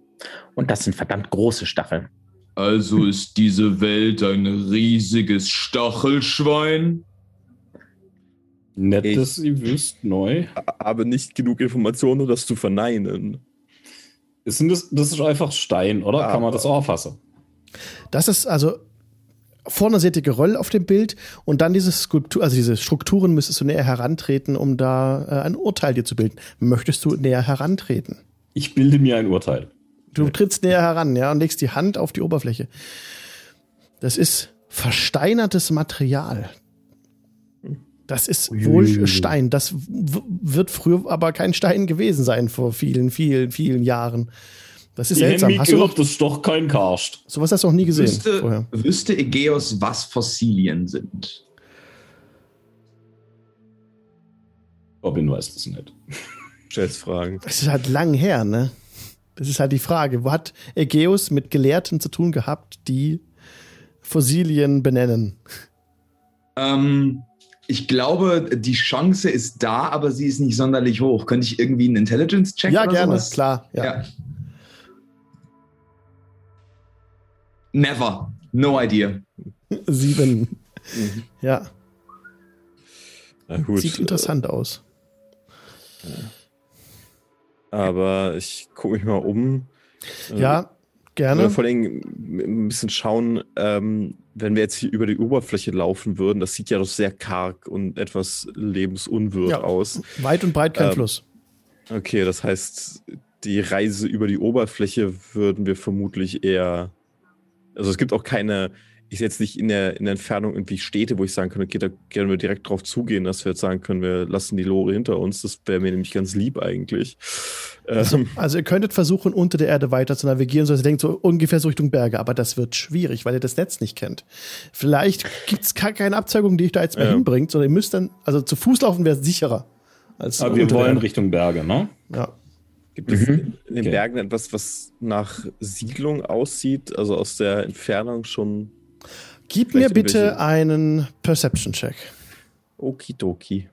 [SPEAKER 4] Und das sind verdammt große Stacheln.
[SPEAKER 8] Also ist diese Welt ein riesiges Stachelschwein?
[SPEAKER 6] Nett,
[SPEAKER 2] Ich-
[SPEAKER 6] dass ihr wisst, neu.
[SPEAKER 2] A- Aber nicht genug Informationen, um das zu verneinen.
[SPEAKER 6] Es Sind das, das ist einfach Stein, oder?
[SPEAKER 2] Ah.
[SPEAKER 6] Kann man das auch fassen?
[SPEAKER 1] Das ist also, vorne seht ihr Geröll auf dem Bild und dann diese Skulptur, also diese Strukturen müsstest du näher herantreten, um da äh, ein Urteil dir zu bilden. Möchtest du näher herantreten?
[SPEAKER 6] Ich bilde mir ein Urteil.
[SPEAKER 1] Du trittst näher heran, ja, und legst die Hand auf die Oberfläche. Das ist versteinertes Material. Das ist wohl Stein. Das w- wird früher aber kein Stein gewesen sein vor vielen, vielen, vielen Jahren. Das ist
[SPEAKER 6] Ich hätte
[SPEAKER 1] seltsam.
[SPEAKER 6] mich
[SPEAKER 1] Hast du
[SPEAKER 6] gehört,
[SPEAKER 1] noch,
[SPEAKER 6] das ist doch kein Karst.
[SPEAKER 1] sowas hast du noch nie gesehen
[SPEAKER 3] Wüsste,
[SPEAKER 1] vorher.
[SPEAKER 3] wüsste Egeos, was Fossilien sind?
[SPEAKER 6] Robin weiß das nicht.
[SPEAKER 2] Schätzfragen.
[SPEAKER 1] Es ist halt lang her, ne? Das ist halt die Frage. Wo hat Ägäus mit Gelehrten zu tun gehabt, die Fossilien benennen?
[SPEAKER 3] Ähm, ich glaube, die Chance ist da, aber sie ist nicht sonderlich hoch. Könnte ich irgendwie einen Intelligence-Check
[SPEAKER 1] ja,
[SPEAKER 3] oder
[SPEAKER 1] gerne,
[SPEAKER 3] sowas?
[SPEAKER 1] klar. Ja.
[SPEAKER 3] Ja. Never. No idea.
[SPEAKER 1] Sieben.
[SPEAKER 3] Mhm.
[SPEAKER 1] Ja,
[SPEAKER 2] Na gut.
[SPEAKER 1] sieht interessant aus.
[SPEAKER 2] Aber ich gucke mich mal um.
[SPEAKER 1] Ja,
[SPEAKER 2] Oder
[SPEAKER 1] gerne.
[SPEAKER 2] vor allem ein bisschen schauen, ähm, wenn wir jetzt hier über die Oberfläche laufen würden, das sieht ja doch sehr karg und etwas lebensunwürdig
[SPEAKER 1] Ja.
[SPEAKER 2] aus.
[SPEAKER 1] Weit und breit kein
[SPEAKER 2] Ähm,
[SPEAKER 1] Fluss.
[SPEAKER 2] Okay, das heißt, die Reise über die Oberfläche würden wir vermutlich eher. Also es gibt auch keine ist jetzt nicht in der, in der Entfernung irgendwie Städte, wo ich sagen könnte, okay, da können wir direkt drauf zugehen, dass wir jetzt sagen können, wir lassen die Lore hinter uns. Das wäre mir nämlich ganz lieb eigentlich. Ähm,
[SPEAKER 1] Also ihr könntet versuchen, unter der Erde weiter zu navigieren, so dass ihr denkt, so ungefähr so Richtung Berge, aber das wird schwierig, weil ihr das Netz nicht kennt. Vielleicht gibt es gar keine Abzweigung, die euch da jetzt mal
[SPEAKER 2] Ja.
[SPEAKER 1] hinbringt, sondern ihr müsst dann, also zu Fuß laufen wäre sicherer. Als
[SPEAKER 6] Aber wir
[SPEAKER 1] unter der
[SPEAKER 6] wollen
[SPEAKER 1] Erde.
[SPEAKER 6] Richtung Berge, ne?
[SPEAKER 1] Ja.
[SPEAKER 2] Gibt es in den
[SPEAKER 6] Okay.
[SPEAKER 2] Bergen etwas, was nach Siedlung aussieht, also aus der Entfernung schon
[SPEAKER 1] Gib
[SPEAKER 2] Vielleicht
[SPEAKER 1] mir bitte
[SPEAKER 2] irgendwelche-
[SPEAKER 1] einen Perception-Check.
[SPEAKER 2] okidoki?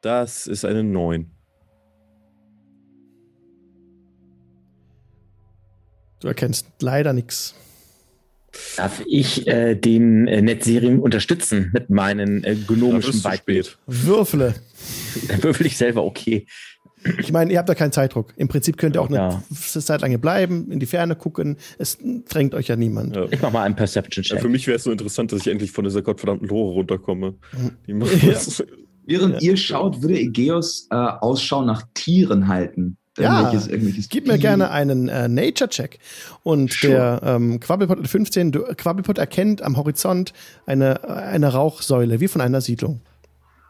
[SPEAKER 2] Das ist eine 9.
[SPEAKER 1] Du erkennst leider nichts.
[SPEAKER 4] Darf ich äh, den äh, Netzserien unterstützen mit meinen äh, gnomischen Weitbild?
[SPEAKER 1] Würfle.
[SPEAKER 4] Dann würfel ich selber, okay.
[SPEAKER 1] Ich meine, ihr habt da keinen Zeitdruck. Im Prinzip könnt ihr auch eine
[SPEAKER 4] Ja.
[SPEAKER 1] Zeit lang hier bleiben, in die Ferne gucken. Es drängt euch ja niemand.
[SPEAKER 2] Ja.
[SPEAKER 4] Ich mach mal einen Perception-Check.
[SPEAKER 2] für mich wäre es so interessant, dass ich endlich von dieser gottverdammten Lore runterkomme. Die macht
[SPEAKER 1] Ja.
[SPEAKER 2] das.
[SPEAKER 3] Während ihr schaut, würde Aegeus äh, Ausschau nach Tieren halten.
[SPEAKER 1] Ja,
[SPEAKER 3] irgendwelches
[SPEAKER 1] Gib mir
[SPEAKER 3] Vieh.
[SPEAKER 1] gerne einen äh, Nature-Check. Und der ähm, Quabbelpot hat 15, du, Quabbelpot erkennt am Horizont eine, eine Rauchsäule, wie von einer Siedlung.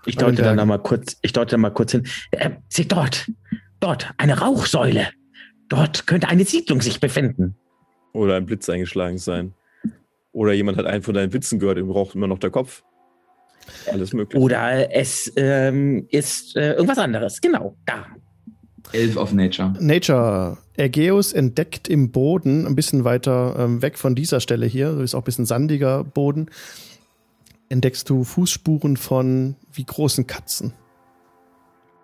[SPEAKER 4] Ich deute dann
[SPEAKER 1] Bergen.
[SPEAKER 4] da mal kurz, ich deute dann mal kurz hin. Äh, seht dort, dort, eine Rauchsäule. Dort könnte eine Siedlung sich befinden.
[SPEAKER 2] Oder ein Blitz eingeschlagen sein. Oder jemand hat einen von deinen Witzen gehört, ihm raucht immer noch der Kopf. Alles möglich.
[SPEAKER 4] Oder es ähm, ist äh, irgendwas anderes. Genau, da.
[SPEAKER 3] Elf of Nature.
[SPEAKER 1] Nature. Ägäus entdeckt im Boden, ein bisschen weiter ähm, weg von dieser Stelle hier, so ist auch ein bisschen sandiger Boden, entdeckst du Fußspuren von wie großen Katzen.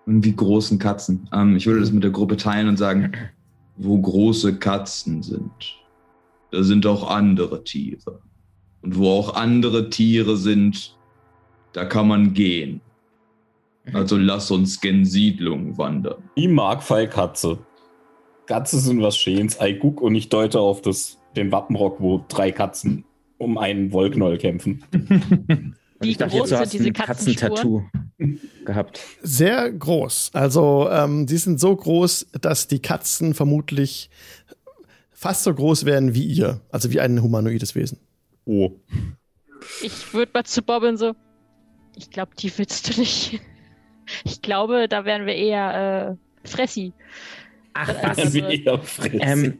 [SPEAKER 3] Und wie großen Katzen. Ähm, ich würde das mit der Gruppe teilen und sagen, wo große Katzen sind, da sind auch andere Tiere. Und wo auch andere Tiere sind, da kann man gehen. Also lass uns gen Siedlung wandern.
[SPEAKER 6] Die Markfall Katze. Katze sind was Schönes. Ei guck und ich deute auf das, den Wappenrock, wo drei Katzen um einen Wollknäuel kämpfen.
[SPEAKER 7] Wie
[SPEAKER 4] ich dachte,
[SPEAKER 7] groß
[SPEAKER 4] jetzt, du
[SPEAKER 7] sind
[SPEAKER 4] hast
[SPEAKER 7] diese
[SPEAKER 4] ein
[SPEAKER 7] Katzenspuren?
[SPEAKER 4] Katzentattoo gehabt.
[SPEAKER 1] Sehr groß. Also ähm, die sind so groß, dass die Katzen vermutlich fast so groß wären wie ihr, also wie ein humanoides Wesen.
[SPEAKER 2] Oh.
[SPEAKER 7] Ich würde mal zu Bobbin so. Ich glaube, die willst du nicht. Ich glaube, da wären wir eher äh, Fressi.
[SPEAKER 4] Ach was.
[SPEAKER 7] Also-
[SPEAKER 6] Wehe, Fresse.
[SPEAKER 4] Ähm,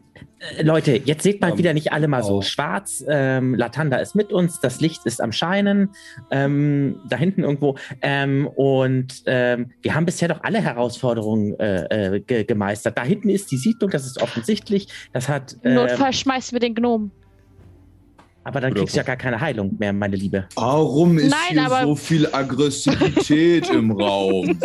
[SPEAKER 4] äh, Leute, jetzt seht mal
[SPEAKER 6] Ähm,
[SPEAKER 4] wieder nicht alle mal so
[SPEAKER 6] auch.
[SPEAKER 4] schwarz. Ähm, Latanda ist mit uns, das Licht ist am Scheinen, ähm, da hinten irgendwo. Ähm, und ähm, wir haben bisher doch alle Herausforderungen äh, äh, ge gemeistert. Da hinten ist die Siedlung, das ist offensichtlich. Das hat.
[SPEAKER 7] Im
[SPEAKER 4] ähm,
[SPEAKER 7] Notfall schmeißen wir den Gnom.
[SPEAKER 4] aber dann
[SPEAKER 2] Oder-
[SPEAKER 4] kriegst du ja gar keine Heilung mehr, meine Liebe.
[SPEAKER 3] Warum ist
[SPEAKER 7] Nein,
[SPEAKER 3] hier
[SPEAKER 7] aber-
[SPEAKER 3] so viel Aggressivität im Raum?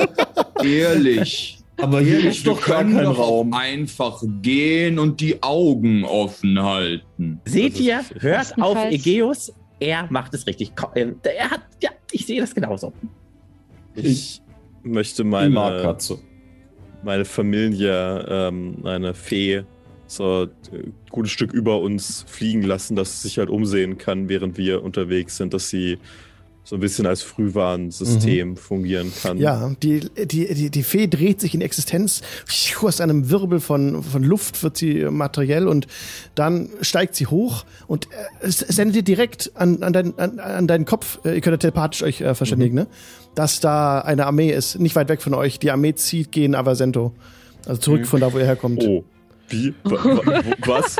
[SPEAKER 3] Ehrlich.
[SPEAKER 6] aber
[SPEAKER 3] Ehrlich, wir können doch auch einfach gehen und die Augen offen halten.
[SPEAKER 4] Seht ihr, hört auf
[SPEAKER 7] Bestenfalls.
[SPEAKER 4] Egeus, er macht es richtig. Ko- ähm, Er hat, ja, ich sehe das genauso.
[SPEAKER 2] Ich möchte
[SPEAKER 6] Die mag
[SPEAKER 2] meine,
[SPEAKER 6] Katze.
[SPEAKER 2] meine Familie, ähm, eine Fee, so ein gutes Stück über uns fliegen lassen, dass sie sich halt umsehen kann, während wir unterwegs sind, dass sie so ein bisschen als Frühwarnsystem fungieren kann.
[SPEAKER 1] Mhm. Ja, die, die, die, die Fee dreht sich in Existenz. Aus einem Wirbel von, von Luft wird sie materiell und dann steigt sie hoch und äh, es sendet dir direkt an, an, dein, an, an deinen Kopf, äh, ihr könnt ja telepathisch euch äh, verständigen,
[SPEAKER 2] Mhm.
[SPEAKER 1] ne? dass da eine Armee ist, nicht weit weg von euch. Die Armee zieht gegen Avasento. Also zurück von da, wo ihr herkommt.
[SPEAKER 2] Mhm. Oh, wie? Wa- wa- wo- Was?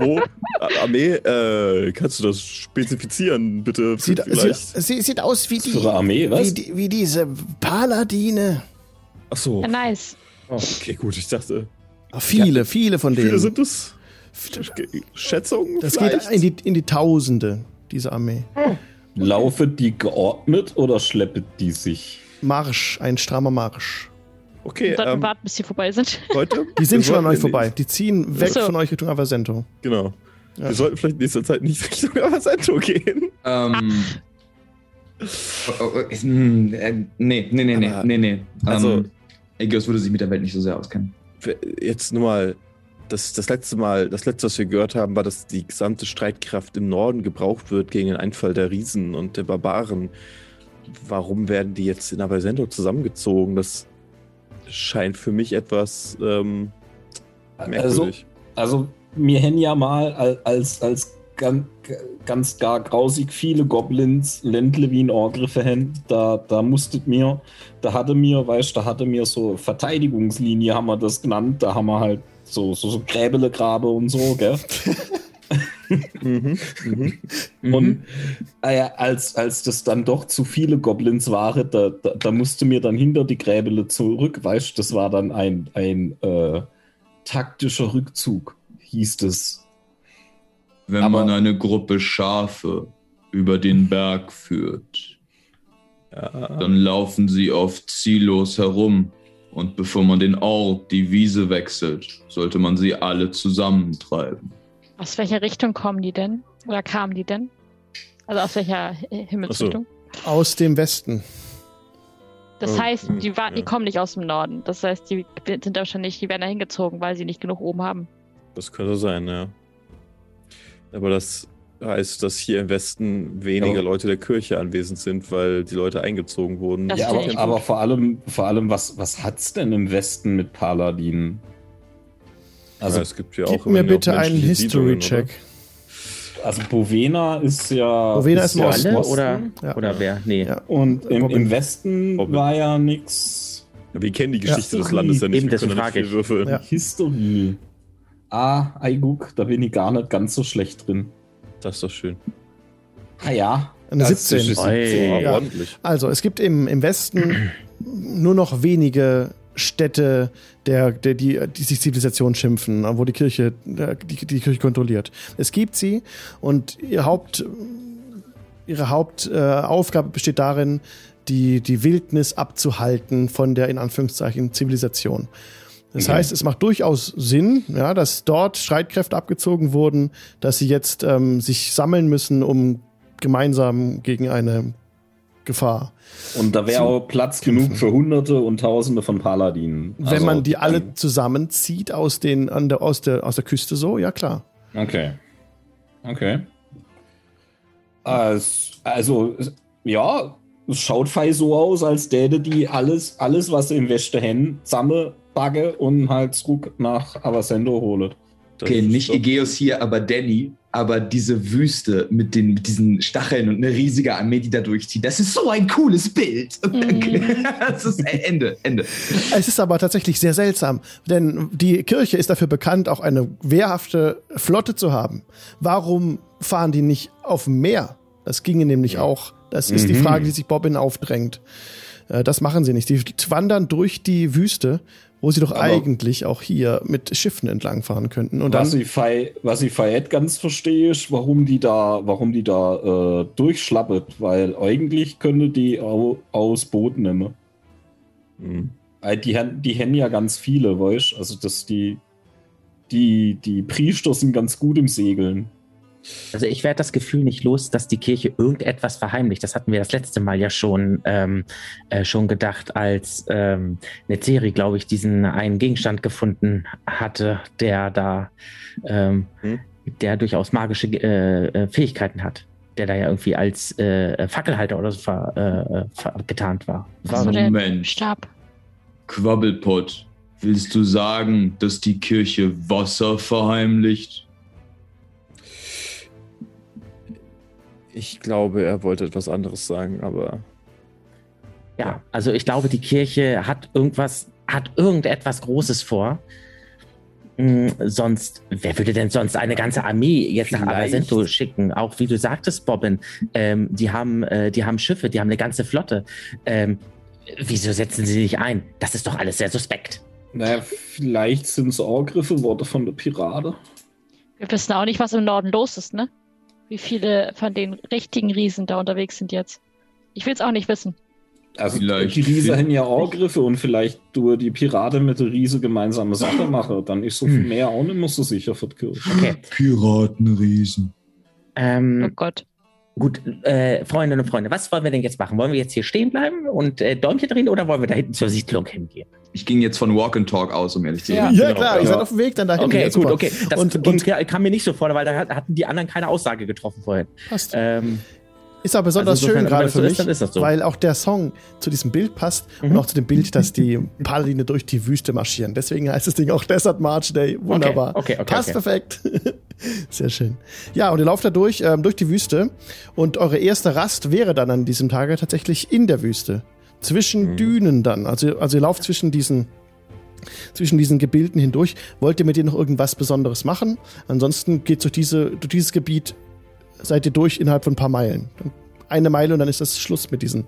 [SPEAKER 2] Wo? A- Armee, äh, kannst du das spezifizieren, bitte?
[SPEAKER 1] Sieht, sieht,
[SPEAKER 2] Vielleicht?
[SPEAKER 1] sie sieht aus wie die,
[SPEAKER 6] Für Armee,
[SPEAKER 1] wie,
[SPEAKER 6] was?
[SPEAKER 1] die, wie diese Paladine.
[SPEAKER 2] Ach so.
[SPEAKER 7] Ja, nice.
[SPEAKER 2] Okay, gut, ich dachte,
[SPEAKER 1] Ah, Viele, viele von
[SPEAKER 2] wie viele
[SPEAKER 1] denen.
[SPEAKER 2] sind es? Schätzungen?
[SPEAKER 1] das geht
[SPEAKER 2] vielleicht?
[SPEAKER 1] in die, in die Tausende, diese Armee.
[SPEAKER 6] Laufe die geordnet oder schleppet die sich?
[SPEAKER 1] Marsch, ein strammer Marsch.
[SPEAKER 2] Okay,
[SPEAKER 7] Wir sollten
[SPEAKER 2] ähm,
[SPEAKER 7] warten, bis sie vorbei sind.
[SPEAKER 2] Leute.
[SPEAKER 1] Die sind
[SPEAKER 2] wir
[SPEAKER 1] schon an
[SPEAKER 2] sollten
[SPEAKER 1] euch
[SPEAKER 2] in-
[SPEAKER 1] vorbei. Die ziehen weg
[SPEAKER 7] Ach so.
[SPEAKER 1] von euch Richtung Aversento.
[SPEAKER 2] Genau.
[SPEAKER 1] Ja.
[SPEAKER 2] Wir sollten vielleicht in nächster Zeit nicht Richtung Avasento gehen.
[SPEAKER 3] Ähm. oh, oh, ist- hm, äh, nee, nee, nee, nee,
[SPEAKER 2] Aber-
[SPEAKER 3] nee, nee.
[SPEAKER 2] also-
[SPEAKER 3] ähm, Aegeus würde sich mit der Welt nicht so sehr auskennen.
[SPEAKER 2] Jetzt nur mal, das, das letzte Mal, das letzte, was wir gehört haben, war, dass die gesamte Streitkraft im Norden gebraucht wird gegen den Einfall der Riesen und der Barbaren. Warum werden die jetzt in Avasento zusammengezogen? Das scheint für mich etwas ähm, merkwürdig.
[SPEAKER 6] Also, also, wir haben ja mal al- als, als ganz, ganz gar grausig viele Goblins Ländle wie in Ohrgriffe hin. Da, da musstet mir, da hatte mir, weißt da hatte mir so Verteidigungslinie, haben wir das genannt. Da haben wir halt so, so, so Gräbele, Grabe und so, gell?
[SPEAKER 2] Mhm, mhm.
[SPEAKER 6] Und äh, als, als das dann doch zu viele Goblins waren, da, da, da musste mir dann hinter die Gräbele zurück, weißt das war dann ein, ein äh, taktischer Rückzug, hieß es.
[SPEAKER 8] Wenn
[SPEAKER 6] Aber-
[SPEAKER 8] man eine Gruppe Schafe über den Berg führt,
[SPEAKER 2] Ja.
[SPEAKER 8] dann laufen sie oft ziellos herum. Und bevor man den Ort, die Wiese wechselt, sollte man sie alle zusammentreiben.
[SPEAKER 7] Aus welcher Richtung kommen die denn? Oder kamen die denn? Also aus welcher Hi- Himmelsrichtung?
[SPEAKER 1] Aus dem Westen.
[SPEAKER 7] Das
[SPEAKER 2] Oh,
[SPEAKER 7] heißt,
[SPEAKER 2] hm,
[SPEAKER 7] die, wa- die
[SPEAKER 2] ja.
[SPEAKER 7] kommen nicht aus dem Norden. Das heißt, die sind wahrscheinlich, die werden da hingezogen, weil sie nicht genug oben haben.
[SPEAKER 2] Das könnte sein, ja. Aber das heißt, dass hier im Westen weniger
[SPEAKER 6] Ja.
[SPEAKER 2] Leute der Kirche anwesend sind, weil die Leute eingezogen wurden.
[SPEAKER 7] Das
[SPEAKER 6] ja,
[SPEAKER 7] finde ich
[SPEAKER 6] aber, aber vor allem, vor allem was, was hat's denn im Westen mit Paladinen?
[SPEAKER 2] also,
[SPEAKER 6] Also,
[SPEAKER 2] ja, es gibt ja auch
[SPEAKER 1] Gib mir
[SPEAKER 2] immerhin auch
[SPEAKER 1] bitte einen
[SPEAKER 2] menschliche Siedlungen,
[SPEAKER 1] History-Check.
[SPEAKER 6] also Bovena ist ja.
[SPEAKER 1] Bovena ist im
[SPEAKER 6] ja
[SPEAKER 1] Osten.
[SPEAKER 6] im
[SPEAKER 4] Alle
[SPEAKER 6] Osten.
[SPEAKER 4] oder,
[SPEAKER 1] Ja.
[SPEAKER 4] oder wer? Nee.
[SPEAKER 1] Ja.
[SPEAKER 6] Und im,
[SPEAKER 1] Hobbit.
[SPEAKER 6] im Westen
[SPEAKER 2] Hobbit.
[SPEAKER 6] war ja nix
[SPEAKER 2] oder? Wir kennen die Geschichte
[SPEAKER 6] Ja.
[SPEAKER 2] des Landes ja nicht.
[SPEAKER 4] Eben,
[SPEAKER 2] wir
[SPEAKER 4] deswegen
[SPEAKER 2] können da nicht
[SPEAKER 4] frage
[SPEAKER 2] viel würfeln.
[SPEAKER 1] Ja.
[SPEAKER 6] History. Ah, ei, guck, da bin ich gar nicht ganz so schlecht drin.
[SPEAKER 2] Das ist doch schön.
[SPEAKER 6] Ah ja.
[SPEAKER 1] Eine
[SPEAKER 6] Das
[SPEAKER 1] 17.
[SPEAKER 6] ist-
[SPEAKER 4] Oi.
[SPEAKER 1] Ja.
[SPEAKER 2] ordentlich.
[SPEAKER 1] Also, es gibt im, im Westen nur noch wenige Städte, der, der, die, die sich Zivilisation schimpfen, wo die Kirche äh, die, die Kirche kontrolliert. Es gibt sie und ihr Haupt, ihre Hauptaufgabe äh, Aufgabe besteht darin, die, die Wildnis abzuhalten von der in Anführungszeichen Zivilisation. Das heißt, es macht durchaus Sinn, ja, dass dort Streitkräfte abgezogen wurden, dass sie jetzt ähm, sich sammeln müssen, um gemeinsam gegen eine Gefahr
[SPEAKER 6] Und da wäre auch Platz genug für Hunderte und Tausende von Paladinen.
[SPEAKER 1] Wenn
[SPEAKER 6] Also,
[SPEAKER 1] man die alle
[SPEAKER 6] dann-
[SPEAKER 1] zusammenzieht aus, den, an der, aus, der, aus der Küste so, ja klar.
[SPEAKER 6] Okay. Okay. Also, also ja, es schaut fei so aus, als täte die alles, alles was sie im Westen hätten, samme, bagge und halt zurück nach Avasendo holet.
[SPEAKER 2] Das
[SPEAKER 3] Okay,
[SPEAKER 2] ist
[SPEAKER 3] nicht
[SPEAKER 2] doch-
[SPEAKER 3] Egeus hier, aber Danny. Aber diese Wüste mit, den, mit diesen Stacheln und eine riesige Armee, die da durchzieht, das ist so ein cooles Bild. Danke. Das ist äh, Ende, Ende.
[SPEAKER 1] Es ist aber tatsächlich sehr seltsam, denn die Kirche ist dafür bekannt, auch eine wehrhafte Flotte zu haben. Warum fahren die nicht auf dem Meer? Das ginge nämlich auch. Das ist die
[SPEAKER 6] Mhm.
[SPEAKER 1] Frage, die sich Bobbin aufdrängt. Äh, Das machen sie nicht. Die wandern durch die Wüste, wo sie doch eigentlich auch hier mit Schiffen entlangfahren könnten. Und dann
[SPEAKER 6] was ich fei, was ich fei et ganz verstehe, ist, warum die da, warum die da äh, durchschlappet, weil eigentlich könnte die au, aus Boot nehmen.
[SPEAKER 2] Mhm.
[SPEAKER 6] Äh, Die, hän- die hätten ja ganz viele, weißt du? Also dass die, die, die Priester sind ganz gut im Segeln.
[SPEAKER 4] Also ich werde das Gefühl nicht los, dass die Kirche irgendetwas verheimlicht. Das hatten wir das letzte Mal ja schon, ähm, äh, schon gedacht, als ähm, Netzeri, glaube ich, diesen einen Gegenstand gefunden hatte, der da, ähm,
[SPEAKER 2] Hm?
[SPEAKER 4] der durchaus magische äh, äh, Fähigkeiten hat. Der da ja irgendwie als äh, Fackelhalter oder so ver, äh, äh, ver, getarnt war.
[SPEAKER 7] Achso, der
[SPEAKER 8] Moment.
[SPEAKER 7] Stab.
[SPEAKER 8] Quabbelpott, willst du sagen, dass die Kirche Wasser verheimlicht?
[SPEAKER 2] Ich glaube, er wollte etwas anderes sagen, aber
[SPEAKER 4] Ja, also ich glaube, die Kirche hat irgendwas, hat irgendetwas Großes vor. Mm, Sonst, wer würde denn sonst eine ganze Armee jetzt nach
[SPEAKER 3] Vielleicht.
[SPEAKER 4] Avasento schicken? Auch wie du sagtest, Bobbin, ähm, die, haben, äh, die haben Schiffe, die haben eine ganze Flotte. Ähm, wieso setzen sie nicht ein? Das ist doch alles sehr suspekt.
[SPEAKER 6] Naja, vielleicht sind es Ohrgriffe, Worte von der Pirate.
[SPEAKER 7] Wir wissen auch nicht, was im Norden los ist, ne? Wie viele von den richtigen Riesen da unterwegs sind jetzt. Ich will's auch nicht wissen.
[SPEAKER 6] Also
[SPEAKER 8] Vielleicht
[SPEAKER 6] die Riese
[SPEAKER 8] find-
[SPEAKER 6] haben ja Ohrgriffe und vielleicht durch die Pirate mit der Riese gemeinsame Sache mache, dann ist so viel
[SPEAKER 4] Hm.
[SPEAKER 6] mehr auch nicht mehr so sicher für die Kirche.
[SPEAKER 4] Okay.
[SPEAKER 8] Piratenriesen.
[SPEAKER 2] Hm.
[SPEAKER 7] Oh
[SPEAKER 4] Ähm,
[SPEAKER 7] Gott.
[SPEAKER 4] gut, äh, Freundinnen und Freunde, was wollen wir denn jetzt machen? Wollen wir jetzt hier stehen bleiben und äh, Däumchen drehen oder wollen wir da hinten zur Siedlung hingehen?
[SPEAKER 3] Ich ging jetzt von Walk and Talk aus, um ehrlich zu sein.
[SPEAKER 1] ja,
[SPEAKER 2] genau,
[SPEAKER 1] klar, ihr
[SPEAKER 2] ja.
[SPEAKER 1] seid auf dem Weg dann dahin.
[SPEAKER 4] Okay,
[SPEAKER 1] Ja,
[SPEAKER 4] gut,
[SPEAKER 1] super.
[SPEAKER 4] okay. Das
[SPEAKER 1] Und-
[SPEAKER 4] ging,
[SPEAKER 1] und-
[SPEAKER 4] kam mir nicht so vor, weil da hat- hatten die anderen keine Aussage getroffen vorhin.
[SPEAKER 1] Passt.
[SPEAKER 4] Ähm,
[SPEAKER 1] Ist aber besonders
[SPEAKER 4] Also insofern,
[SPEAKER 1] schön
[SPEAKER 4] wenn
[SPEAKER 1] gerade
[SPEAKER 4] das so
[SPEAKER 1] für
[SPEAKER 4] ist,
[SPEAKER 1] mich,
[SPEAKER 4] dann ist das so.
[SPEAKER 1] weil auch der Song zu diesem Bild passt und
[SPEAKER 4] Mhm.
[SPEAKER 1] auch zu dem Bild, dass die Paladine durch die Wüste marschieren. Deswegen heißt das Ding auch Desert March Day. Wunderbar.
[SPEAKER 4] okay, okay,
[SPEAKER 1] passt
[SPEAKER 4] okay.
[SPEAKER 1] perfekt. Sehr schön. Ja, und ihr lauft da durch, ähm, durch die Wüste. Und eure erste Rast wäre dann an diesem Tage tatsächlich in der Wüste. Zwischen
[SPEAKER 4] Mhm.
[SPEAKER 1] Dünen dann. Also, also ihr lauft zwischen diesen, zwischen diesen Gebilden hindurch. Wollt ihr mit denen noch irgendwas Besonderes machen? Ansonsten geht durch, diese, durch dieses Gebiet, seid ihr durch innerhalb von ein paar Meilen. Eine Meile und dann ist das Schluss mit diesen,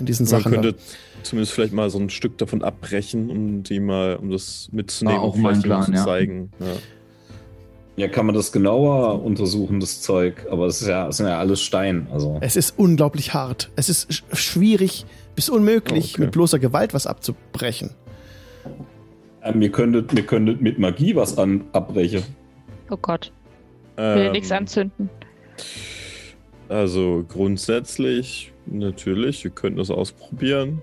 [SPEAKER 1] mit diesen
[SPEAKER 2] Man
[SPEAKER 1] Sachen.
[SPEAKER 2] könnte zumindest vielleicht mal so ein Stück davon abbrechen, um die mal, um das mitzunehmen
[SPEAKER 3] War auch
[SPEAKER 2] und
[SPEAKER 3] mein
[SPEAKER 2] vielleicht jemandem
[SPEAKER 3] Plan, ja.
[SPEAKER 2] zu zeigen. Ja.
[SPEAKER 6] Ja, kann man das genauer untersuchen, das Zeug. Aber das ist ja, das sind ja alles Stein. Also.
[SPEAKER 1] Es ist unglaublich hart. Es ist sch schwierig bis unmöglich,
[SPEAKER 2] Oh, okay.
[SPEAKER 1] mit bloßer Gewalt was abzubrechen.
[SPEAKER 6] Ähm, ihr, könntet, ihr könntet mit Magie was an, abbrechen.
[SPEAKER 7] Oh Gott, ich will
[SPEAKER 2] Ähm,
[SPEAKER 7] nichts anzünden.
[SPEAKER 2] Also grundsätzlich, natürlich, wir könnten das ausprobieren.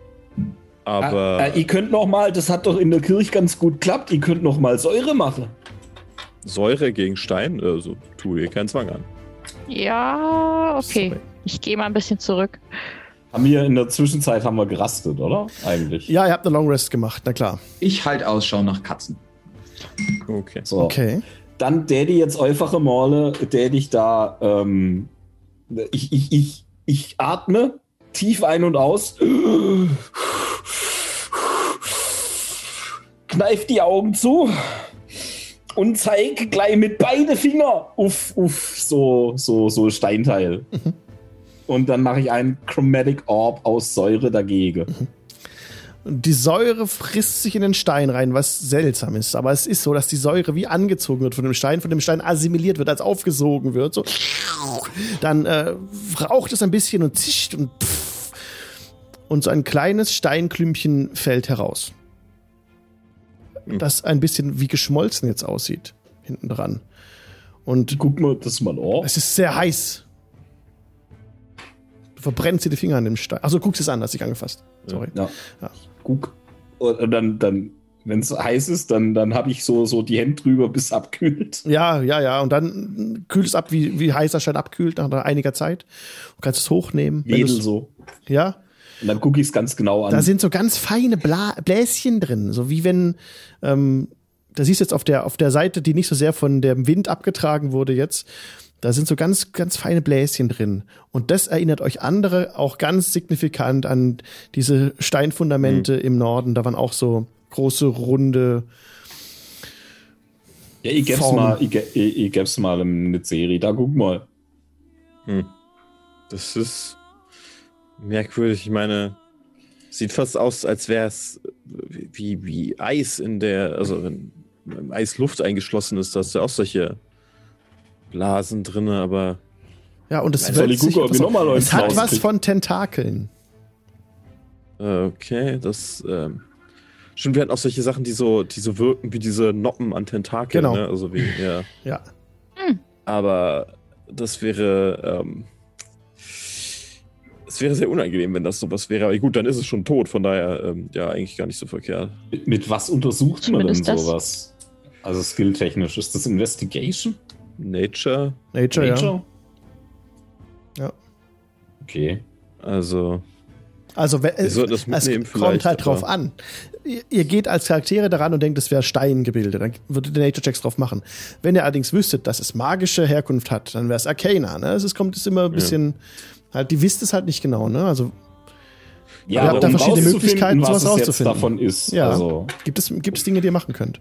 [SPEAKER 2] Aber
[SPEAKER 6] Ah, ah, ihr könnt noch mal, das hat doch in der Kirche ganz gut klappt, ihr könnt noch mal Säure machen.
[SPEAKER 2] Säure gegen Stein, also tu dir keinen Zwang an.
[SPEAKER 7] Ja, okay. Ich gehe mal ein bisschen zurück.
[SPEAKER 6] Haben wir in der Zwischenzeit haben wir gerastet, oder? Eigentlich.
[SPEAKER 1] Ja, ihr habt eine Long Rest gemacht, na klar.
[SPEAKER 3] Ich halt Ausschau nach Katzen.
[SPEAKER 2] Okay.
[SPEAKER 6] So.
[SPEAKER 1] Okay.
[SPEAKER 6] Dann der die jetzt einfache Male, der dich da ähm, ich, ich, ich, ich atme tief ein und aus. Kneif die Augen zu und zeig gleich mit beide Finger uff uff so so so Steinteil. Und dann mache ich einen Chromatic Orb aus Säure dagegen.
[SPEAKER 1] Die Säure frisst sich in den Stein rein, was seltsam ist. Aber es ist so, dass die Säure wie angezogen wird von dem Stein, von dem Stein assimiliert wird, als aufgesogen wird. So. Dann äh, raucht es ein bisschen und zischt und pff. Und so ein kleines Steinklümpchen fällt heraus. Das ein bisschen wie geschmolzen jetzt aussieht, hinten dran. Und
[SPEAKER 6] Guck mal, das ist mal ein Orb.
[SPEAKER 1] es ist sehr heiß. Du verbrennst dir die Finger an dem Stein. Also guckst es an, hast dich angefasst. Sorry.
[SPEAKER 6] Ja.
[SPEAKER 1] Ja.
[SPEAKER 6] Guck. Und und dann, dann wenn es heiß ist, dann, dann habe ich so, so die Hände drüber, bis abkühlt.
[SPEAKER 1] Ja, ja, ja. Und dann mm, kühlt es ab, wie, wie heißer Stein abkühlt nach einiger Zeit. Du kannst es hochnehmen. wenn
[SPEAKER 6] Wedel
[SPEAKER 1] du's-
[SPEAKER 6] so.
[SPEAKER 1] Ja.
[SPEAKER 6] Und dann gucke ich es ganz genau an.
[SPEAKER 1] Da sind so ganz feine Bla Bläschen drin. So wie wenn, ähm, da siehst du jetzt auf der, auf der Seite, die nicht so sehr von dem Wind abgetragen wurde jetzt. Da sind so ganz, ganz feine Bläschen drin. Und das erinnert euch andere auch ganz signifikant an diese Steinfundamente
[SPEAKER 6] Mhm.
[SPEAKER 1] im Norden. Da waren auch so große, runde,
[SPEAKER 6] ja, ich geb's
[SPEAKER 1] Formen.
[SPEAKER 6] mal, ich, ge- ich, ich geb's mal eine Serie. Da guck mal.
[SPEAKER 2] Hm. Das ist merkwürdig. Ich meine, sieht fast aus, als wäre es wie, wie Eis in der, also wenn im Eis Luft eingeschlossen ist, da ist ja auch solche Blasen drin, aber
[SPEAKER 1] ja, und es
[SPEAKER 6] Soll
[SPEAKER 1] wölbt
[SPEAKER 6] ich gucken,
[SPEAKER 1] sich
[SPEAKER 6] ob
[SPEAKER 1] etwas
[SPEAKER 6] ich noch
[SPEAKER 1] auf.
[SPEAKER 6] mal Leute
[SPEAKER 1] Es hat was
[SPEAKER 6] rauskrieg?
[SPEAKER 1] von Tentakeln.
[SPEAKER 2] äh, okay, das ähm, stimmt. Wir hatten auch solche Sachen, die so, die so wirken wie diese Noppen an Tentakeln,
[SPEAKER 1] Genau.
[SPEAKER 2] ne? Also wie, ja.
[SPEAKER 1] Ja.
[SPEAKER 2] Aber das wäre. Ähm, es wäre sehr unangenehm, wenn das sowas wäre. Aber gut, dann ist es schon tot, von daher ähm, ja eigentlich gar nicht so verkehrt.
[SPEAKER 6] Mit, mit was untersucht man denn
[SPEAKER 7] Zumindest das.
[SPEAKER 6] sowas? Also skilltechnisch. Ist das Investigation?
[SPEAKER 2] Nature,
[SPEAKER 1] Nature, ja. Ja.
[SPEAKER 6] Okay.
[SPEAKER 2] also
[SPEAKER 1] Also we-
[SPEAKER 2] Wir
[SPEAKER 1] es,
[SPEAKER 2] sollten das
[SPEAKER 1] es
[SPEAKER 2] mitnehmen
[SPEAKER 1] kommt
[SPEAKER 2] vielleicht,
[SPEAKER 1] halt drauf
[SPEAKER 2] aber-
[SPEAKER 1] an. Ihr, ihr geht als Charaktere daran und denkt, es wäre Steingebilde. Dann würdet ihr Nature-Checks drauf machen. Wenn ihr allerdings wüsstet, dass es magische Herkunft hat, dann wäre es Arcana. Ne? Es ist, kommt es immer ein bisschen... Halt, die wisst es halt nicht genau. Ne? Also Ihr
[SPEAKER 6] Ja,
[SPEAKER 1] habt
[SPEAKER 6] aber
[SPEAKER 1] da
[SPEAKER 6] um
[SPEAKER 1] verschiedene
[SPEAKER 6] rauszufinden,
[SPEAKER 1] Möglichkeiten,
[SPEAKER 6] was
[SPEAKER 1] sowas
[SPEAKER 6] es jetzt
[SPEAKER 1] rauszufinden.
[SPEAKER 6] davon ist.
[SPEAKER 1] Ja.
[SPEAKER 6] Also,
[SPEAKER 1] gibt es, gibt es Dinge, die ihr machen könnt.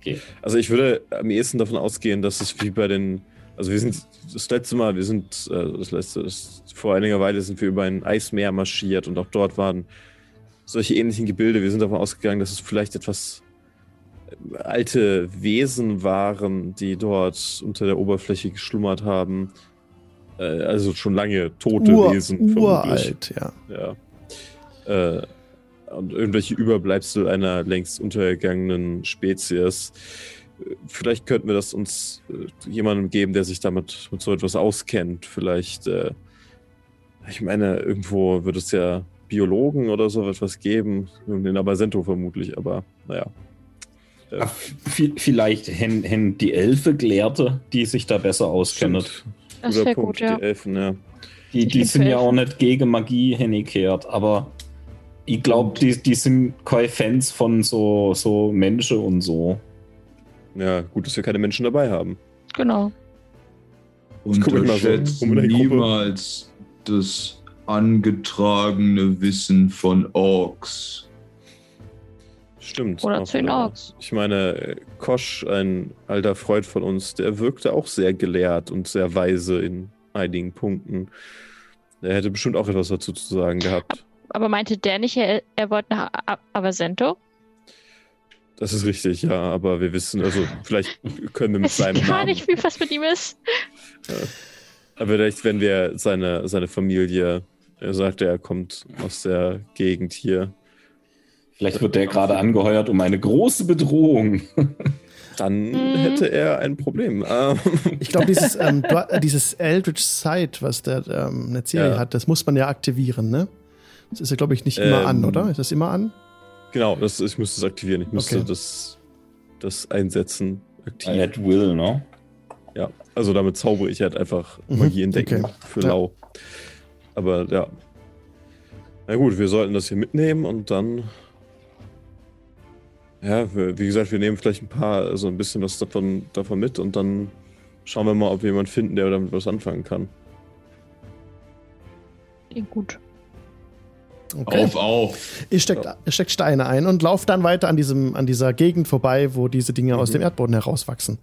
[SPEAKER 6] okay.
[SPEAKER 2] Also ich würde am ehesten davon ausgehen, dass es wie bei den. Also wir sind das letzte Mal, wir sind äh, das letzte, das, vor einiger Weile sind wir über ein Eismeer marschiert und auch dort waren solche ähnlichen Gebilde. Wir sind davon ausgegangen, dass es vielleicht etwas äh, alte Wesen waren, die dort unter der Oberfläche geschlummert haben. Äh, also schon lange tote
[SPEAKER 1] Ur,
[SPEAKER 2] Wesen. vermutlich.
[SPEAKER 1] uralt, ja.
[SPEAKER 2] Ja. Äh, und irgendwelche Überbleibsel einer längst untergegangenen Spezies. Äh, Vielleicht könnten wir das uns äh, jemandem geben, der sich damit mit so etwas auskennt. Vielleicht, äh, ich meine, irgendwo wird es ja Biologen oder so etwas geben. In Abasento vermutlich, aber naja.
[SPEAKER 6] Ah, vi- Vielleicht hen, hen die Elfe Gelehrte, die sich da besser auskennen.
[SPEAKER 7] Das
[SPEAKER 2] Guter
[SPEAKER 7] wäre gut, ja.
[SPEAKER 2] Die Elfen, ja.
[SPEAKER 6] Die,
[SPEAKER 7] Ich
[SPEAKER 6] die
[SPEAKER 7] bin
[SPEAKER 6] sind
[SPEAKER 7] für
[SPEAKER 6] ja
[SPEAKER 7] Elfen.
[SPEAKER 6] auch nicht gegen Magie hingekehrt, aber ich glaube, die, die sind keine Fans von so, so Menschen und so.
[SPEAKER 2] Ja, gut, dass wir keine Menschen dabei haben.
[SPEAKER 7] Genau.
[SPEAKER 2] Ich guck mich mal so
[SPEAKER 8] Unterschätzt
[SPEAKER 2] um in der Gruppe.
[SPEAKER 8] niemals das angetragene Wissen von Orks.
[SPEAKER 2] Stimmt.
[SPEAKER 7] Oder
[SPEAKER 2] auch
[SPEAKER 7] zehn
[SPEAKER 2] genau.
[SPEAKER 7] Orks.
[SPEAKER 2] Ich meine, Kosch, ein alter Freund von uns, der wirkte auch sehr gelehrt und sehr weise in einigen Punkten. Er hätte bestimmt auch etwas dazu zu sagen gehabt.
[SPEAKER 7] Aber meinte der nicht, er, er wollte nach A- A- Avasento?
[SPEAKER 2] Das ist richtig, ja, aber wir wissen, also vielleicht können wir mit
[SPEAKER 7] Es ist
[SPEAKER 2] seinem
[SPEAKER 7] gar
[SPEAKER 2] Namen.
[SPEAKER 7] nicht viel, was mit ihm ist.
[SPEAKER 2] Aber vielleicht, wenn wir seine, seine Familie, er sagte, er kommt aus der Gegend hier,
[SPEAKER 6] Vielleicht wird der gerade angeheuert um eine große Bedrohung.
[SPEAKER 2] dann
[SPEAKER 7] Mhm.
[SPEAKER 2] hätte er ein Problem. Ähm,
[SPEAKER 1] Ich glaube, dieses, ähm, Dra- äh, dieses Eldritch Sight, was der ähm, Netzeri
[SPEAKER 2] Ja.
[SPEAKER 1] hat, das muss man ja aktivieren, ne? Das ist ja, glaube ich, nicht immer
[SPEAKER 2] Ähm.
[SPEAKER 1] an, oder? Ist das immer an?
[SPEAKER 2] genau, das, ich müsste es aktivieren. Ich müsste
[SPEAKER 1] Okay.
[SPEAKER 2] das, das einsetzen. Aktiv.
[SPEAKER 6] At will, ne?
[SPEAKER 2] Ja, also damit zaubere ich halt einfach
[SPEAKER 1] Mhm,
[SPEAKER 2] Magie entdecken
[SPEAKER 1] okay.
[SPEAKER 2] für
[SPEAKER 1] Ja.
[SPEAKER 2] lau. Aber ja. Na gut, wir sollten das hier mitnehmen und dann. Ja, wir, wie gesagt, wir nehmen vielleicht ein paar, also ein bisschen was davon, davon mit und dann schauen wir mal, ob wir jemanden finden, der damit was anfangen kann.
[SPEAKER 7] Klingt gut.
[SPEAKER 1] Okay.
[SPEAKER 8] Auf, auf.
[SPEAKER 1] Ihr steckt, ihr steckt Steine ein und lauft dann weiter an, diesem, an dieser Gegend vorbei, wo diese Dinge aus dem Erdboden herauswachsen.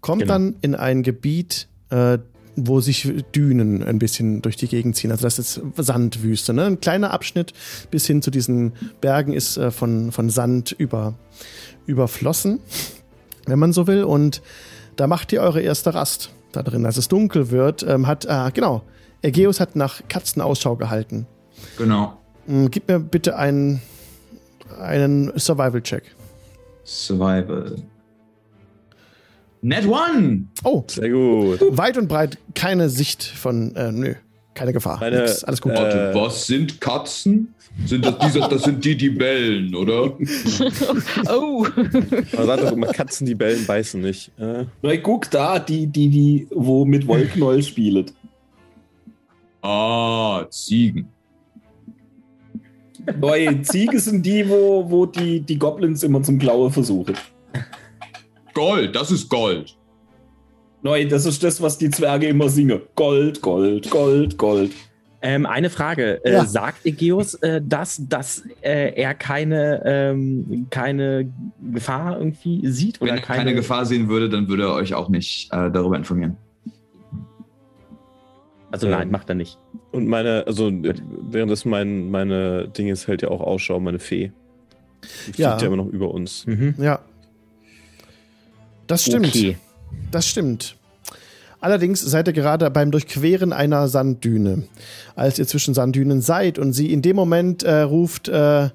[SPEAKER 1] Kommt
[SPEAKER 6] Genau.
[SPEAKER 1] dann in ein Gebiet, äh, wo sich Dünen ein bisschen durch die Gegend ziehen. Also das ist Sandwüste. Ne? Ein kleiner Abschnitt bis hin zu diesen Bergen ist äh, von, von Sand über, überflossen, wenn man so will. Und da macht ihr eure erste Rast da drin. Als es dunkel wird, ähm, hat, ah, genau, Ägäus hat nach Katzen Ausschau gehalten.
[SPEAKER 8] Genau.
[SPEAKER 1] Mm, Gib mir bitte einen, einen Survival-Check.
[SPEAKER 8] Survival. Net One!
[SPEAKER 1] Oh,
[SPEAKER 2] Sehr gut.
[SPEAKER 1] weit und breit keine Sicht von, äh, nö, keine Gefahr.
[SPEAKER 2] Meine,
[SPEAKER 1] Nix, alles gut.
[SPEAKER 2] äh,
[SPEAKER 8] Warte, was sind Katzen? Sind das, diese, das sind die, die bellen, oder?
[SPEAKER 7] Oh,
[SPEAKER 2] Man sagt doch immer, Katzen, die bellen, beißen nicht. Äh,
[SPEAKER 6] Na, guck da, die, die, die, wo mit Wollknoll spielt.
[SPEAKER 8] Ah, Ziegen.
[SPEAKER 6] Neue Ziege sind die, wo, wo die, die Goblins immer zum Klaue versuchen.
[SPEAKER 8] Gold, das ist Gold.
[SPEAKER 6] Neu, das ist das, was die Zwerge immer singen. Gold, Gold, Gold, Gold.
[SPEAKER 4] Ähm, eine Frage. Äh,
[SPEAKER 1] Ja.
[SPEAKER 4] Sagt Egeus, äh, dass, dass äh, er keine, ähm, keine Gefahr irgendwie sieht?
[SPEAKER 8] Wenn
[SPEAKER 4] Oder
[SPEAKER 8] er keine, Gefahr sehen würde, dann würde er euch auch nicht äh, darüber informieren.
[SPEAKER 4] Also nein,
[SPEAKER 2] Ähm,
[SPEAKER 4] macht er nicht.
[SPEAKER 2] und meine, also äh, währenddessen mein, meine Dinges hält ja auch Ausschau, meine Fee. Die fliegt
[SPEAKER 1] Ja.
[SPEAKER 2] ja immer noch über uns.
[SPEAKER 4] Mhm.
[SPEAKER 1] ja. Das stimmt.
[SPEAKER 4] Okay.
[SPEAKER 1] Das stimmt. Allerdings seid ihr gerade beim Durchqueren einer Sanddüne. Als ihr zwischen Sanddünen seid und sie in dem Moment äh, ruft, äh,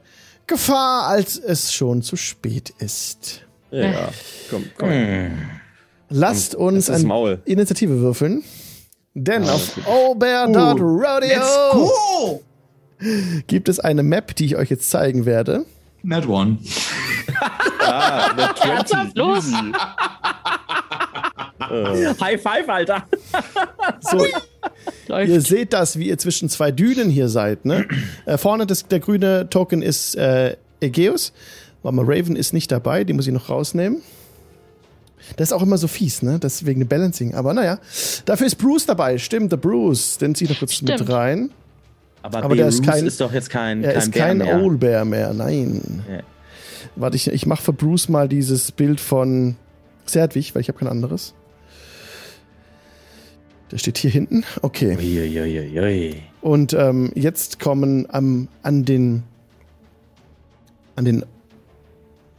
[SPEAKER 1] Gefahr, als es schon zu spät ist.
[SPEAKER 2] Ja, ja. komm, komm.
[SPEAKER 1] Hm. Lasst uns
[SPEAKER 2] Das Hm, ist
[SPEAKER 1] an
[SPEAKER 2] Maul.
[SPEAKER 1] Initiative würfeln. Denn auf obear.rodeo
[SPEAKER 3] go!
[SPEAKER 1] gibt es eine Map, die ich euch jetzt zeigen werde.
[SPEAKER 8] Net One.
[SPEAKER 2] Ah, der 20.
[SPEAKER 7] los!
[SPEAKER 2] Äh,
[SPEAKER 4] High Five, Alter.
[SPEAKER 1] So,
[SPEAKER 7] Läuft.
[SPEAKER 1] ihr seht das, wie ihr zwischen zwei Dünen hier seid. Ne? Äh, vorne das, der grüne Token ist äh, Aegeus. Warte mal, Raven ist nicht dabei, die muss ich noch rausnehmen. Das ist auch immer so fies, ne? Das wegen dem Balancing. Aber naja, dafür ist Bruce dabei. Stimmt, der Bruce. Den ziehe ich noch kurz mit
[SPEAKER 7] Stimmt.
[SPEAKER 1] rein.
[SPEAKER 4] Aber,
[SPEAKER 1] Aber der ist
[SPEAKER 4] Beerus
[SPEAKER 1] kein-
[SPEAKER 4] ist doch jetzt kein,
[SPEAKER 1] Er
[SPEAKER 4] kein
[SPEAKER 1] ist kein
[SPEAKER 4] Bär mehr.
[SPEAKER 1] Old Bear mehr, nein.
[SPEAKER 4] Ja.
[SPEAKER 1] Warte, ich, ich mache für Bruce mal dieses Bild von Serdwig, weil ich habe kein anderes. Der steht hier hinten. Okay.
[SPEAKER 4] Uiuiuiui.
[SPEAKER 1] Und ähm, jetzt kommen am, an den an den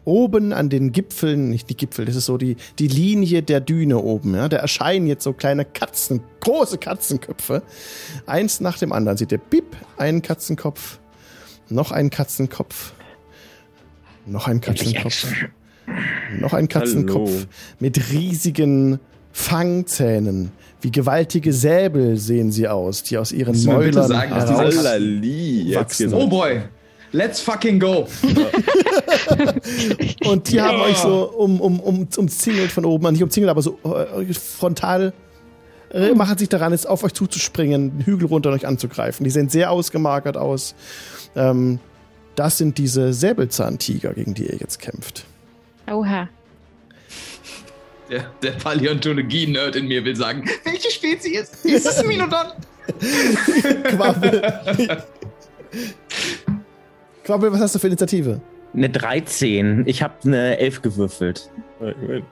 [SPEAKER 1] oben an den Gipfeln, nicht die Gipfel, das ist so die, die Linie der Düne oben, ja. Da erscheinen jetzt so kleine Katzen, große Katzenköpfe. Eins nach dem anderen. Seht ihr, bip, einen Katzenkopf, noch einen Katzenkopf, noch einen Katzenkopf, noch einen Katzenkopf
[SPEAKER 2] Hallo.
[SPEAKER 1] mit riesigen Fangzähnen. Wie gewaltige Säbel sehen sie aus, die aus ihren
[SPEAKER 3] Kannst du mir bitte
[SPEAKER 1] Mäulern
[SPEAKER 3] sagen, dass diese-
[SPEAKER 1] heraus.
[SPEAKER 2] Alali, jetzt
[SPEAKER 1] Wachsen.
[SPEAKER 2] geht's
[SPEAKER 3] Oh
[SPEAKER 2] ab.
[SPEAKER 3] boy! Let's fucking go!
[SPEAKER 1] Und die haben euch so um, um, um, umzingelt von oben, nicht umzingelt, aber so äh, frontal
[SPEAKER 3] Hm.
[SPEAKER 1] äh, machen sich daran, jetzt auf euch zuzuspringen, den Hügel runter und euch anzugreifen. Die sehen sehr ausgemarkert aus. Ähm, das sind diese Säbelzahntiger, gegen die ihr jetzt kämpft.
[SPEAKER 7] Oha.
[SPEAKER 3] Der, der Paläontologie-Nerd in mir will sagen, welche Spezies? Ist es ein Minodon?
[SPEAKER 1] Quabbel. Quabbel, was hast du für Initiative?
[SPEAKER 4] Eine 13. Ich habe eine 11 gewürfelt.
[SPEAKER 2] Ja, ich mein,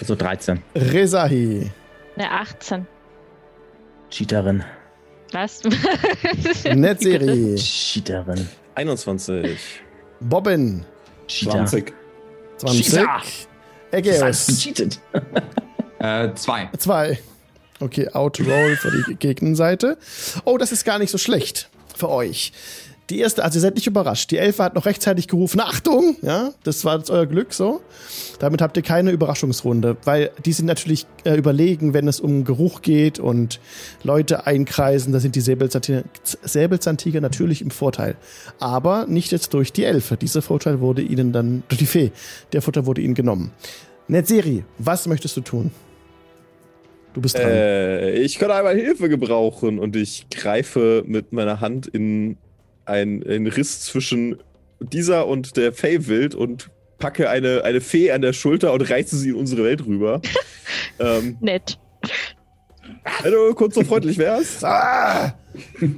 [SPEAKER 4] Also 13.
[SPEAKER 1] Rezahi.
[SPEAKER 7] Eine 18.
[SPEAKER 4] Cheaterin.
[SPEAKER 7] Was?
[SPEAKER 1] Netzeri.
[SPEAKER 4] Cheaterin.
[SPEAKER 2] 21.
[SPEAKER 1] Bobbin.
[SPEAKER 4] Cheater.
[SPEAKER 6] 20.
[SPEAKER 1] 20.
[SPEAKER 4] Cheater.
[SPEAKER 1] Egeus.
[SPEAKER 4] Cheated.
[SPEAKER 3] Äh, zwei.
[SPEAKER 1] 2. Okay, Outroll für die Gegenseite. Oh, das ist gar nicht so schlecht für euch. Die erste, also ihr seid nicht überrascht. Die Elfe hat noch rechtzeitig gerufen, Achtung! Ja, das war jetzt euer Glück so. Damit habt ihr keine Überraschungsrunde, weil die sind natürlich äh, überlegen, wenn es um Geruch geht und Leute einkreisen, da sind die Säbelzahntiger, Säbelzahntiger natürlich im Vorteil. Aber nicht jetzt durch die Elfe. Dieser Vorteil wurde ihnen dann, durch die Fee, der Vorteil wurde ihnen genommen. Netzeri, was möchtest du tun? Du bist dran.
[SPEAKER 2] Äh, ich kann einmal Hilfe gebrauchen und ich greife mit meiner Hand in ein- einen Riss zwischen dieser und der Feywild und packe eine, eine Fee an der Schulter und reiße sie in unsere Welt rüber. ähm,
[SPEAKER 7] Nett.
[SPEAKER 2] wenn du kurz so freundlich wärst.
[SPEAKER 1] Ah!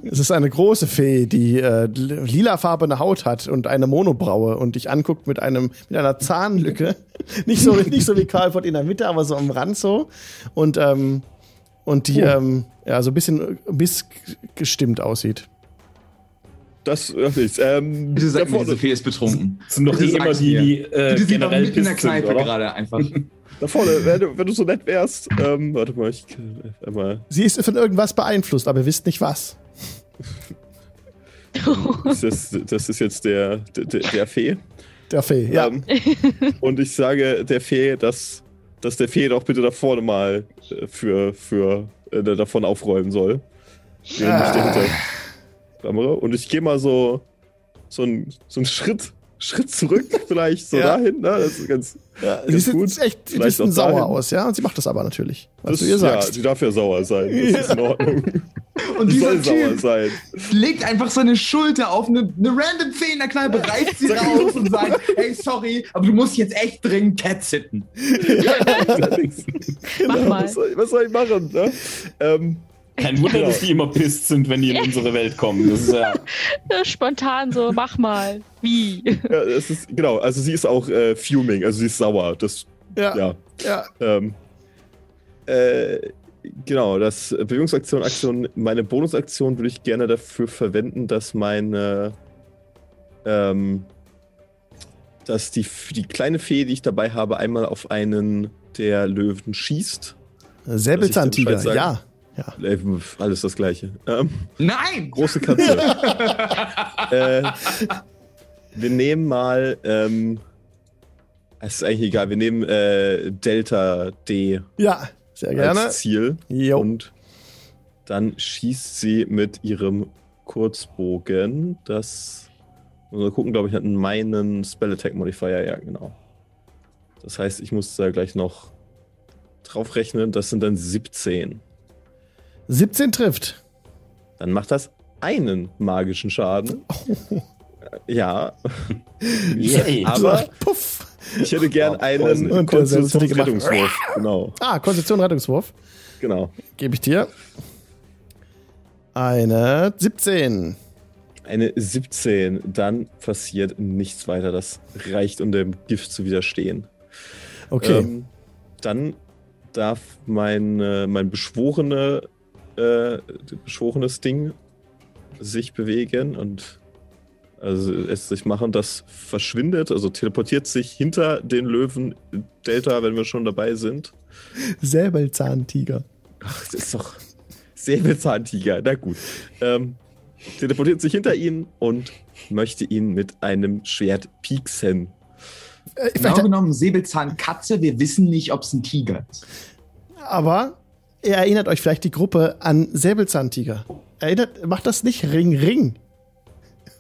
[SPEAKER 1] Es ist eine große Fee, die äh, li- lilafarbene Haut hat und eine Monobraue und dich anguckt mit einem mit einer Zahnlücke. Nicht so, nicht so wie Karlpott in der Mitte, aber so am Rand so. Und, ähm, und
[SPEAKER 2] Oh.
[SPEAKER 1] die ähm, ja, so ein bisschen missgestimmt aussieht.
[SPEAKER 2] Das ist nichts. Ähm,
[SPEAKER 3] Bitte sag
[SPEAKER 2] da
[SPEAKER 3] mir,
[SPEAKER 2] vorne-
[SPEAKER 3] diese Fee ist betrunken.
[SPEAKER 6] Das sind doch
[SPEAKER 3] Bitte
[SPEAKER 6] eh immer
[SPEAKER 3] sag's
[SPEAKER 6] die,
[SPEAKER 3] mir.
[SPEAKER 6] die äh,
[SPEAKER 3] Die sind doch
[SPEAKER 6] generell
[SPEAKER 3] mitten in der
[SPEAKER 6] pisst sind,
[SPEAKER 3] Kneipe
[SPEAKER 6] oder?
[SPEAKER 3] gerade einfach.
[SPEAKER 2] Da vorne, wenn du, wenn du so nett wärst. Ähm, warte mal, ich kann einmal.
[SPEAKER 1] Sie ist von irgendwas beeinflusst, aber ihr wisst nicht was.
[SPEAKER 2] Das ist, das ist jetzt der, der, der Fee.
[SPEAKER 1] Der Fee, ja.
[SPEAKER 2] Ähm, und ich sage der Fee, dass, dass der Fee doch bitte da vorne mal äh, für, für äh, da- davon aufräumen soll.
[SPEAKER 1] Ah.
[SPEAKER 2] Während ich dahinter klammere. Und ich gehe mal so, so einen so einen Schritt, Schritt zurück, vielleicht so
[SPEAKER 1] Ja.
[SPEAKER 2] dahin. Ne? Das ist ganz.
[SPEAKER 1] ja sie
[SPEAKER 2] ist
[SPEAKER 1] sieht
[SPEAKER 2] gut.
[SPEAKER 1] jetzt echt ein
[SPEAKER 2] Vielleicht
[SPEAKER 1] bisschen
[SPEAKER 2] auch dahin.
[SPEAKER 1] sauer aus, ja. Und sie macht das aber natürlich, was
[SPEAKER 2] Das,
[SPEAKER 1] du ihr
[SPEAKER 2] ja,
[SPEAKER 1] sagst.
[SPEAKER 2] die darf ja sauer sein. Das ist in Ordnung.
[SPEAKER 3] Und
[SPEAKER 2] Die
[SPEAKER 3] dieser
[SPEAKER 2] soll sauer
[SPEAKER 3] Typ
[SPEAKER 2] sein.
[SPEAKER 3] legt einfach seine Schulter auf eine, eine random Fee in der Kneipe, reißt sie raus und sagt, hey, sorry, aber du musst jetzt echt dringend Cat sitten.
[SPEAKER 2] Genau
[SPEAKER 7] Mach mal.
[SPEAKER 2] Was soll, was soll ich machen? Ne? Ähm,
[SPEAKER 6] Kein Wunder, dass die immer pisst sind, wenn die in unsere Welt kommen. Das ist ja.
[SPEAKER 7] Spontan so, mach mal. Wie?
[SPEAKER 2] ja, das ist, genau, also sie ist auch äh, fuming, also sie ist sauer. Das,
[SPEAKER 1] Ja, ja.
[SPEAKER 2] ja. Ähm, äh, genau, das Bewegungsaktion, Aktion, meine Bonusaktion würde ich gerne dafür verwenden, dass meine, ähm, dass die, die kleine Fee, die ich dabei habe, einmal auf einen der Löwen schießt.
[SPEAKER 1] Säbelzahntiger,
[SPEAKER 2] Bescheid sagen.
[SPEAKER 1] ja.
[SPEAKER 2] Äh, alles das Gleiche. Ähm,
[SPEAKER 3] Nein!
[SPEAKER 2] große Katze. äh, wir nehmen mal, ähm, es ist eigentlich egal, wir nehmen äh, Delta D
[SPEAKER 1] Ja, sehr gerne.
[SPEAKER 2] als Ziel.
[SPEAKER 1] Jo.
[SPEAKER 2] Und dann schießt sie mit ihrem Kurzbogen. Das. Mal gucken, glaube ich, hat meinen Spell Attack Modifier. Ja, genau. Das heißt, ich muss da gleich noch drauf rechnen. Das sind dann 17.
[SPEAKER 1] 17 trifft.
[SPEAKER 2] Dann macht das einen magischen Schaden.
[SPEAKER 1] Oh.
[SPEAKER 2] Ja.
[SPEAKER 6] Yay.
[SPEAKER 2] Aber
[SPEAKER 1] Puff.
[SPEAKER 2] ich hätte gern einen
[SPEAKER 1] Und der selbst hätte gemacht.
[SPEAKER 2] Konstitutionsrettungswurf. Genau,
[SPEAKER 1] Ah, Konstitution Rettungswurf.
[SPEAKER 2] genau.
[SPEAKER 1] Gebe ich dir. Eine 17.
[SPEAKER 2] Eine 17, dann passiert nichts weiter. Das reicht, um dem Gift zu widerstehen.
[SPEAKER 1] Okay.
[SPEAKER 2] Ähm, dann darf mein, äh, mein beschworene, äh, beschworenes Ding sich bewegen und also es sich machen. Das verschwindet, also teleportiert sich hinter den Löwen Delta, wenn wir schon dabei sind.
[SPEAKER 1] Säbelzahntiger.
[SPEAKER 2] Ach, das ist doch Säbelzahntiger. Na gut. Ähm, teleportiert sich hinter ihn und möchte ihn mit einem Schwert pieksen.
[SPEAKER 1] Äh,
[SPEAKER 3] Genau
[SPEAKER 1] vielleicht-
[SPEAKER 3] genommen Säbelzahnkatze, wir wissen nicht, ob es ein Tiger ist.
[SPEAKER 1] Aber ihr erinnert euch vielleicht die Gruppe an Säbelzahntiger. Erinnert, macht das nicht Ring Ring.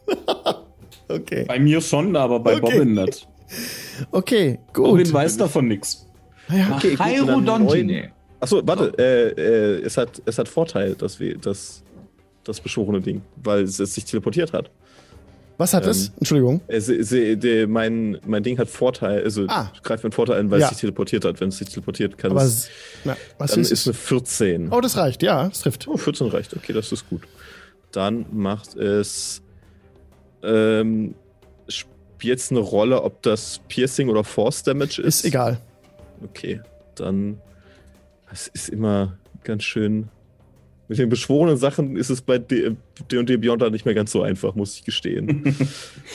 [SPEAKER 1] okay.
[SPEAKER 6] Bei mir schon, aber bei
[SPEAKER 1] Okay.
[SPEAKER 6] Bobbin nicht.
[SPEAKER 1] Okay, gut.
[SPEAKER 6] Bobbin weiß davon nichts.
[SPEAKER 1] Ja,
[SPEAKER 2] Okay, gut, dann
[SPEAKER 3] Chirodontine.
[SPEAKER 2] Achso, warte,
[SPEAKER 1] Genau.
[SPEAKER 2] äh, äh, es, hat, es hat Vorteil, dass wir das, das beschworene Ding, weil es, es sich teleportiert hat.
[SPEAKER 1] Was hat
[SPEAKER 2] Ähm,
[SPEAKER 1] es? Entschuldigung.
[SPEAKER 2] Es, es, der- mein, mein Ding hat Vorteil, also
[SPEAKER 1] Ah.
[SPEAKER 2] greift mit Vorteil an, weil
[SPEAKER 1] Ja.
[SPEAKER 2] es sich teleportiert hat. Wenn es sich teleportiert, kann
[SPEAKER 1] Aber
[SPEAKER 2] es.
[SPEAKER 1] s- na, was
[SPEAKER 2] Dann
[SPEAKER 1] ist,
[SPEAKER 2] ist,
[SPEAKER 1] es?
[SPEAKER 2] eine 14.
[SPEAKER 1] Oh, das reicht, ja, es trifft.
[SPEAKER 2] Oh, 14 reicht, okay, das ist gut. Dann macht es. Ähm, spielt jetzt eine Rolle, ob das Piercing oder Force Damage ist.
[SPEAKER 1] Ist egal.
[SPEAKER 2] Okay, dann. Es ist immer ganz schön. Mit den beschworenen Sachen ist es bei D&D D&D Beyond dann nicht mehr ganz so einfach, muss ich gestehen.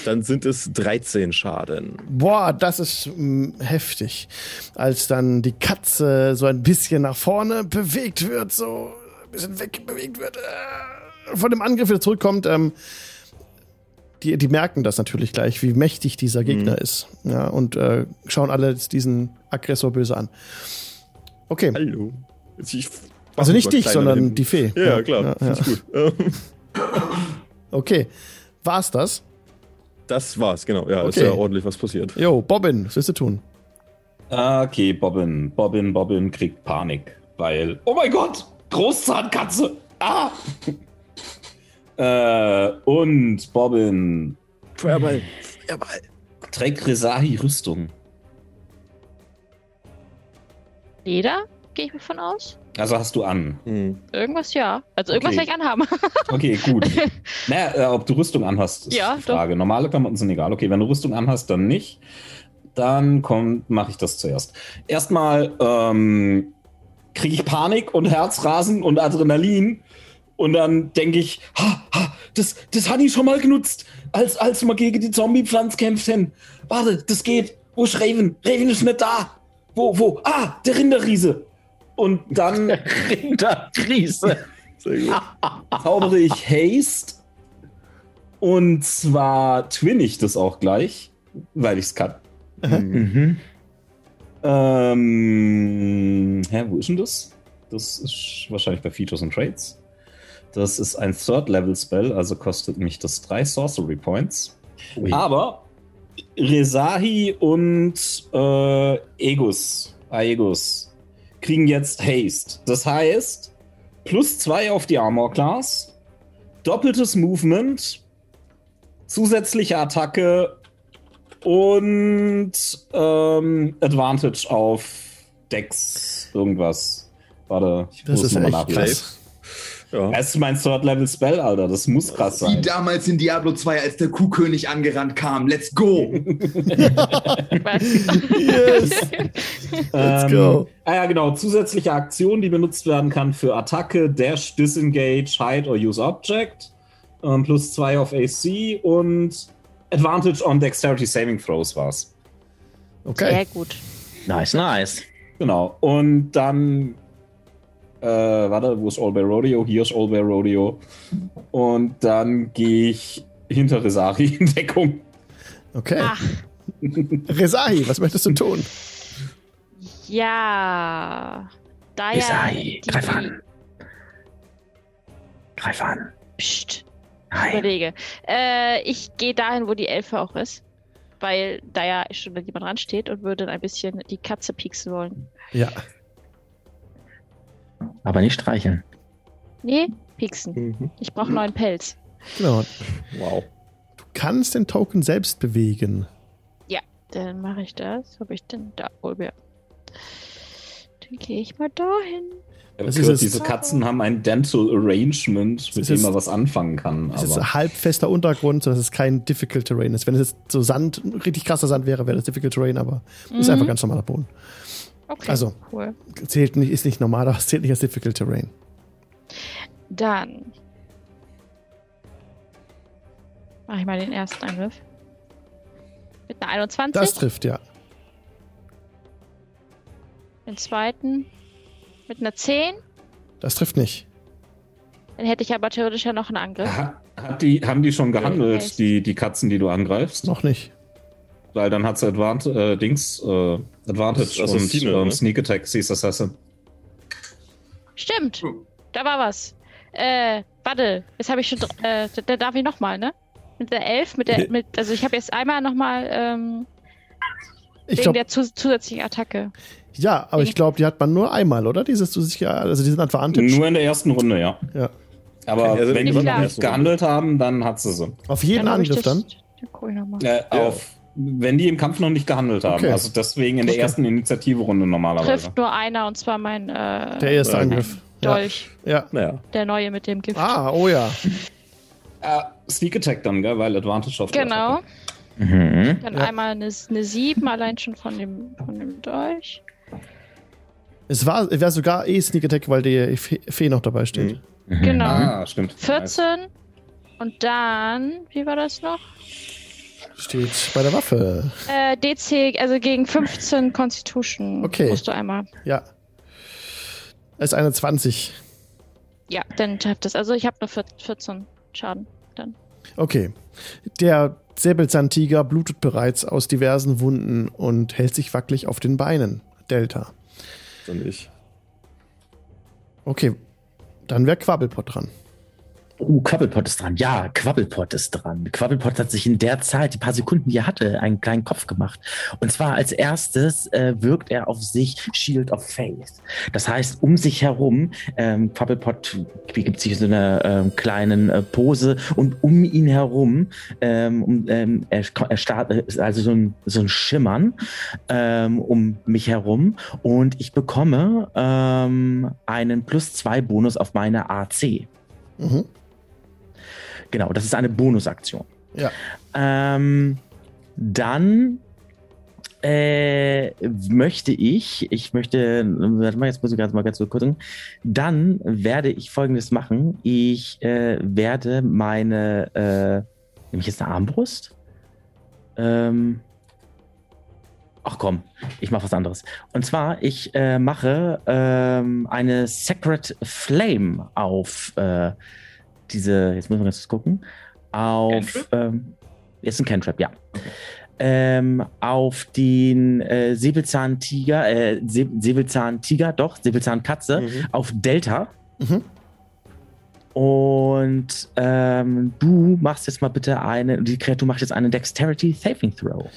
[SPEAKER 2] dann sind es 13 Schaden.
[SPEAKER 1] Boah, das ist mm, heftig. Als dann die Katze so ein bisschen nach vorne bewegt wird, so ein bisschen wegbewegt wird, äh, von dem Angriff wieder zurückkommt, ähm, die, die merken das natürlich gleich, wie mächtig
[SPEAKER 6] Mhm.
[SPEAKER 1] dieser Gegner ist. Ja, und äh, schauen alle jetzt diesen Aggressor böse an. Okay.
[SPEAKER 2] Hallo. Ich mach
[SPEAKER 1] Also nicht
[SPEAKER 2] mal
[SPEAKER 1] dich,
[SPEAKER 2] kleiner
[SPEAKER 1] sondern
[SPEAKER 2] hin.
[SPEAKER 1] die Fee.
[SPEAKER 2] Ja,
[SPEAKER 1] Ja,
[SPEAKER 2] klar.
[SPEAKER 1] ja, ja.
[SPEAKER 2] Finde ich gut. Ähm,
[SPEAKER 1] Okay. War's das?
[SPEAKER 2] Das war's, genau. Ja, ist
[SPEAKER 1] Okay.
[SPEAKER 2] ja ordentlich was passiert.
[SPEAKER 1] Jo, Bobbin, was willst du tun?
[SPEAKER 6] Okay, Bobbin. Bobbin, Bobbin kriegt Panik, weil. Oh mein Gott! Großzahnkatze! Ah! äh, und Bobbin
[SPEAKER 2] Feuerball.
[SPEAKER 6] trägt Resahi Rüstung.
[SPEAKER 7] Leder? Gehe ich mir von aus?
[SPEAKER 6] Also hast du an.
[SPEAKER 2] Hm.
[SPEAKER 7] Irgendwas ja. Also irgendwas
[SPEAKER 6] Okay.
[SPEAKER 7] werde ich anhaben.
[SPEAKER 6] Okay, gut. naja, äh, ob du Rüstung anhast, ist
[SPEAKER 7] Ja,
[SPEAKER 6] die Frage. Normale Klamotten sind egal. Okay, wenn du Rüstung anhast, dann nicht. Dann kommt, mache ich das zuerst. Erstmal ähm, kriege ich Panik und Herzrasen und Adrenalin. Und dann denke ich, ha, ha, das, das hatte ich schon mal genutzt, als, als wir gegen die Zombie-Pflanze kämpften. Warte, das geht. Wo ist Raven? Raven ist nicht da. Wo, wo? Ah, der Rinderriese. Und dann
[SPEAKER 4] Rinderkrise.
[SPEAKER 2] Sehr gut.
[SPEAKER 6] zaubere ich Haste. Und zwar twinne ich das auch gleich, weil ich es kann.
[SPEAKER 2] Hm.
[SPEAKER 4] Mhm.
[SPEAKER 6] Ähm, hä, wo ist denn das? Das ist wahrscheinlich bei Features und Trades. Das ist ein Third-Level-Spell, also kostet mich das drei Sorcery Points. Aber Resahi und äh, Egus, Aegus kriegen jetzt Haste. Das heißt, plus zwei auf die Armor-Class, doppeltes Movement, zusätzliche Attacke und ähm, Advantage auf Decks irgendwas. Warte, ich
[SPEAKER 1] Das ist
[SPEAKER 6] nochmal
[SPEAKER 1] echt
[SPEAKER 6] nachlesen.
[SPEAKER 1] krass.
[SPEAKER 2] Ja.
[SPEAKER 6] Das ist mein Third-Level-Spell, Alter. Das muss krass
[SPEAKER 3] Wie
[SPEAKER 6] sein.
[SPEAKER 3] damals in Diablo 2, als der Kuhkönig angerannt kam. Let's go!
[SPEAKER 7] Was?
[SPEAKER 1] Yes! Let's go.
[SPEAKER 6] Ah ja, genau. Zusätzliche Aktion, die benutzt werden kann für Attacke, Dash, Disengage, Hide or Use Object. Ähm, plus 2 auf AC und Advantage on Dexterity Saving Throws war's.
[SPEAKER 1] Okay.
[SPEAKER 7] Sehr gut.
[SPEAKER 4] Nice, nice.
[SPEAKER 6] Genau. Und dann. Äh, warte, wo ist All Bay Rodeo? Hier ist All Bay Rodeo. Und dann gehe ich hinter Resari in Deckung.
[SPEAKER 1] Okay.
[SPEAKER 7] Ach,
[SPEAKER 1] Resahi, was möchtest du tun?
[SPEAKER 7] ja. Da Ah, ja.
[SPEAKER 4] Isai, greif an. Greif an.
[SPEAKER 7] Psst,
[SPEAKER 4] Nein.
[SPEAKER 7] überlege. Äh, ich gehe dahin, wo die Elfe auch ist. Weil da ja schon jemand ransteht und würde dann ein bisschen die Katze pieksen wollen.
[SPEAKER 1] Ja.
[SPEAKER 4] Aber nicht streicheln.
[SPEAKER 7] Nee, pieksen.
[SPEAKER 2] Mhm.
[SPEAKER 7] Ich brauche neuen Pelz.
[SPEAKER 1] Genau.
[SPEAKER 2] Wow.
[SPEAKER 1] Du kannst den Token selbst bewegen.
[SPEAKER 7] Dann mache ich das. Habe ich denn da? Oh, ja. Dann gehe ich mal dahin.
[SPEAKER 1] Das
[SPEAKER 6] Das
[SPEAKER 1] ist es.
[SPEAKER 6] diese Katzen haben ein Dental Arrangement, mit
[SPEAKER 1] ist
[SPEAKER 6] dem
[SPEAKER 1] es.
[SPEAKER 6] man was anfangen kann.
[SPEAKER 1] Es ist
[SPEAKER 6] Aber
[SPEAKER 1] ein halbfester Untergrund, sodass es kein Difficult Terrain ist. Wenn es jetzt so Sand, richtig krasser Sand wäre, wäre das Difficult Terrain, aber ist
[SPEAKER 7] Mhm.
[SPEAKER 1] einfach ganz normaler Boden.
[SPEAKER 7] Okay,
[SPEAKER 1] also.
[SPEAKER 7] cool.
[SPEAKER 1] Zählt nicht, ist nicht normal, aber es zählt nicht als Difficult Terrain.
[SPEAKER 7] Dann mache ich mal den ersten Angriff. Mit einer 21.
[SPEAKER 1] Das trifft, ja.
[SPEAKER 7] Den zweiten mit einer 10.
[SPEAKER 1] Das trifft nicht.
[SPEAKER 7] Dann hätte ich aber theoretisch ja noch einen Angriff.
[SPEAKER 6] ha, hat die, haben die schon gehandelt,
[SPEAKER 7] Okay.
[SPEAKER 6] die, die Katzen, die du angreifst?
[SPEAKER 1] Noch nicht.
[SPEAKER 6] Weil dann hat sie Advant, äh, Dings, äh, Advantage
[SPEAKER 2] Das ist
[SPEAKER 6] und
[SPEAKER 2] Assassine,
[SPEAKER 6] ähm,
[SPEAKER 2] ne?
[SPEAKER 6] Sneak Attack, siehst das heißt,
[SPEAKER 7] Stimmt,
[SPEAKER 1] Hm.
[SPEAKER 7] da war was. Äh, warte, jetzt habe ich schon. dr- Äh, da, da darf ich nochmal, ne? Mit der 11, mit der. Mit, also ich habe jetzt einmal nochmal ähm,
[SPEAKER 1] Ich
[SPEAKER 7] wegen
[SPEAKER 1] glaube,
[SPEAKER 7] der zus zusätzlichen Attacke.
[SPEAKER 1] ja, aber ich glaube, die hat man nur einmal, oder? Dieses, du sicher, also diesen Advantage.
[SPEAKER 6] Nur in der ersten Runde, ja.
[SPEAKER 1] Ja.
[SPEAKER 6] Aber
[SPEAKER 2] Also
[SPEAKER 6] wenn
[SPEAKER 2] nicht
[SPEAKER 6] die
[SPEAKER 7] klar.
[SPEAKER 6] nicht gehandelt haben, dann hat sie sie.
[SPEAKER 1] Auf jeden
[SPEAKER 7] hab ich
[SPEAKER 1] Angriff
[SPEAKER 7] das-
[SPEAKER 1] dann?
[SPEAKER 7] den Kohl nochmal.
[SPEAKER 6] Äh, Auf, wenn die im Kampf noch nicht gehandelt haben.
[SPEAKER 1] Okay.
[SPEAKER 6] Also deswegen in der
[SPEAKER 1] Okay.
[SPEAKER 6] ersten Initiativrunde normalerweise.
[SPEAKER 7] Trifft nur einer und zwar mein äh,
[SPEAKER 1] Der erste
[SPEAKER 2] Äh,
[SPEAKER 1] Angriff. Ja.
[SPEAKER 7] Dolch,
[SPEAKER 1] ja.
[SPEAKER 2] Naja,
[SPEAKER 7] der neue mit dem Gift.
[SPEAKER 1] Ah, oh ja.
[SPEAKER 6] Äh, Sneak Attack dann, gell? Weil Advantage auf die
[SPEAKER 7] genau.
[SPEAKER 6] Attacke.
[SPEAKER 4] Mhm.
[SPEAKER 7] Dann
[SPEAKER 1] Ja.
[SPEAKER 7] einmal eine, eine 7, allein schon von dem, von dem Dolch.
[SPEAKER 1] Es war, wäre sogar eh Sneak Attack, weil die Fee Fee noch dabei steht.
[SPEAKER 2] Mhm.
[SPEAKER 7] Genau.
[SPEAKER 6] Ah, stimmt.
[SPEAKER 7] 14. Und dann, wie war das noch?
[SPEAKER 1] Steht bei der Waffe.
[SPEAKER 7] Äh, DC, also gegen 15 Constitution
[SPEAKER 1] Okay.
[SPEAKER 7] musst du einmal.
[SPEAKER 1] Ja. Es ist eine 20.
[SPEAKER 7] Ja, dann schafft das. Also ich habe nur 14 Schaden.
[SPEAKER 1] Okay. Der Säbelzahntiger blutet bereits aus diversen Wunden und hält sich wackelig auf den Beinen. Delta.
[SPEAKER 2] dann ich.
[SPEAKER 1] Okay. Dann wäre Quabbelpott dran.
[SPEAKER 4] Uh, Quabbelpott ist dran. Ja, Quabbelpott ist dran. Quabbelpott hat sich in der Zeit, die paar Sekunden, die er hatte, einen kleinen Kopf gemacht. Und zwar als erstes äh, wirkt er auf sich Shield of Faith. Das heißt, um sich herum, ähm, Quabbelpott begibt sich in so einer ähm, kleinen äh, Pose und um ihn herum, ähm, um, ähm, er, er start, äh, ist also so ein, so ein Schimmern ähm, um mich herum. Und ich bekomme ähm, einen plus zwei Bonus auf meine AC.
[SPEAKER 1] Mhm.
[SPEAKER 4] Genau, das ist eine Bonusaktion.
[SPEAKER 1] Ja.
[SPEAKER 4] Ähm, dann äh, möchte ich, ich möchte, warte mal, jetzt muss ich ganz mal ganz kurz gucken. Dann werde ich folgendes machen. Ich äh, werde meine, äh, nehme ich jetzt eine Armbrust? Ähm, ach komm, ich mache was anderes. Und zwar, ich äh, mache ähm, eine Sacred Flame auf äh, diese, jetzt müssen wir ganz kurz gucken, auf,
[SPEAKER 8] Cantrip?
[SPEAKER 4] ähm, ist ein Cantrip, ja. Ähm, auf den äh, Säbelzahntiger, äh, Sä Säbelzahntiger, doch, Säbelzahnkatze, auf Delta.
[SPEAKER 1] Mhm.
[SPEAKER 4] Und ähm, du machst jetzt mal bitte eine, die Kreatur macht jetzt einen Dexterity Saving Throw.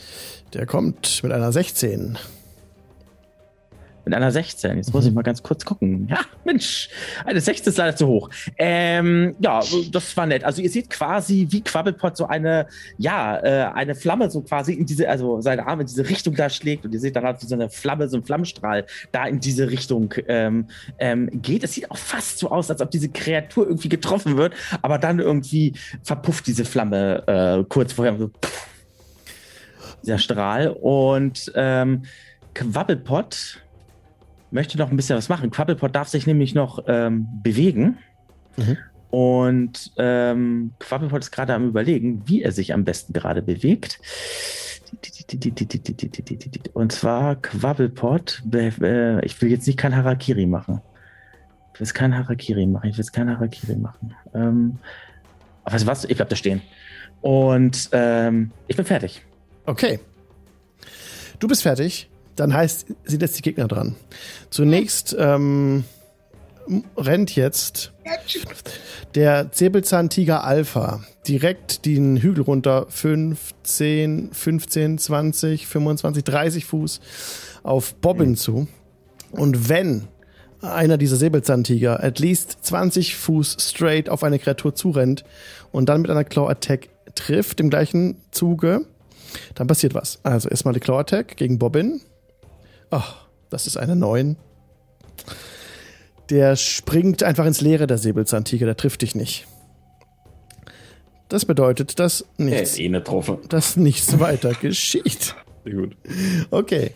[SPEAKER 1] Der kommt mit einer 16.
[SPEAKER 4] Mit einer 16. Jetzt muss ich mal ganz kurz gucken. Ja, Mensch, eine 16 ist leider zu hoch. Ähm, ja, das war nett. Also ihr seht quasi, wie Quabbelpot so eine, ja, äh, eine Flamme so quasi in diese, also seine Arme in diese Richtung da schlägt und ihr seht dann halt wie so eine Flamme, so ein Flammenstrahl da in diese Richtung ähm, ähm, geht. Es sieht auch fast so aus, als ob diese Kreatur irgendwie getroffen wird, aber dann irgendwie verpufft diese Flamme äh, kurz vorher so pff, dieser Strahl und ähm, Quabbelpot möchte noch ein bisschen was machen. Quabbelpot darf sich nämlich noch ähm, bewegen.
[SPEAKER 1] Mhm.
[SPEAKER 4] Und ähm, Quabbelpot ist gerade am überlegen, wie er sich am besten gerade bewegt. Und zwar Quabbelpot, be- äh, ich will jetzt nicht kein Harakiri machen. Ich will jetzt kein Harakiri machen. Ich will jetzt kein Harakiri machen. Ähm, aber weißt du was? Ich bleib da stehen. Und ähm, ich bin fertig.
[SPEAKER 1] Okay. Du bist fertig. Dann heißt, sind jetzt die Gegner dran. Zunächst ähm, m- rennt jetzt der Säbelzahntiger Alpha direkt den Hügel runter. 15, 15, 20, 25, 30 Fuß auf Bobbin zu. Und wenn einer dieser Säbelzahntiger at least 20 Fuß straight auf eine Kreatur zurennt und dann mit einer Claw Attack trifft im gleichen Zuge, dann passiert was. Also erstmal die Claw Attack gegen Bobbin. Ach, das ist eine 9. Der springt einfach ins Leere, der Säbelzahntiger, der trifft dich nicht. Das bedeutet, dass
[SPEAKER 6] Er ist
[SPEAKER 1] nichts,
[SPEAKER 6] eh eine Trophe.
[SPEAKER 1] dass nichts weiter geschieht.
[SPEAKER 2] Sehr gut.
[SPEAKER 1] Okay.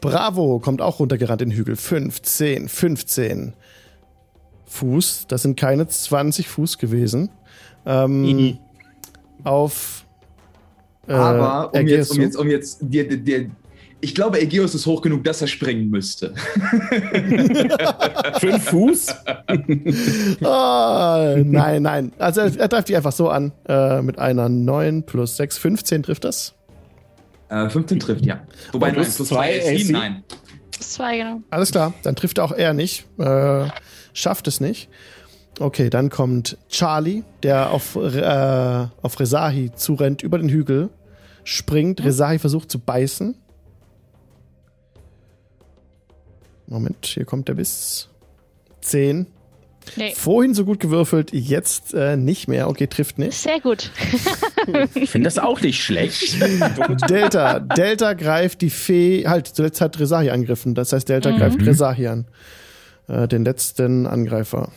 [SPEAKER 1] Bravo kommt auch runtergerannt den Hügel. 15, 15 Fuß. Das sind keine 20 Fuß gewesen.
[SPEAKER 3] Mhm.
[SPEAKER 1] Ähm, auf. äh,
[SPEAKER 3] Aber um
[SPEAKER 1] Aegeus
[SPEAKER 3] jetzt, um jetzt, um jetzt, dir, dir, dir, ich glaube, Aegeus ist hoch genug, dass er springen müsste.
[SPEAKER 6] Fünf Fuß?
[SPEAKER 1] zu- Ah, nein, nein. Also er, er trifft die einfach so an. Äh, mit einer 9 plus 6, 15 trifft das.
[SPEAKER 3] Äh, 15 trifft, ja. Wobei,
[SPEAKER 6] Plus
[SPEAKER 3] nein, plus
[SPEAKER 6] zwei
[SPEAKER 3] 2 AC,
[SPEAKER 6] AC?
[SPEAKER 3] nein.
[SPEAKER 7] Das war genau.
[SPEAKER 1] Alles klar. Dann trifft auch er nicht. Äh, schafft es nicht. Okay, dann kommt Charlie, der auf, äh, auf Rezahi zurennt, über den Hügel springt. Rezahi versucht zu beißen. Moment, hier kommt der Biss. 10
[SPEAKER 7] Nee,
[SPEAKER 1] Vorhin so gut gewürfelt, jetzt äh, nicht mehr. Okay, trifft nicht.
[SPEAKER 7] sehr gut.
[SPEAKER 4] Ich finde das auch nicht schlecht.
[SPEAKER 1] Delta. Delta greift die Fee. Halt, zuletzt hat Resahi angegriffen. Das heißt, Delta greift Resahi an. Äh, den letzten Angreifer.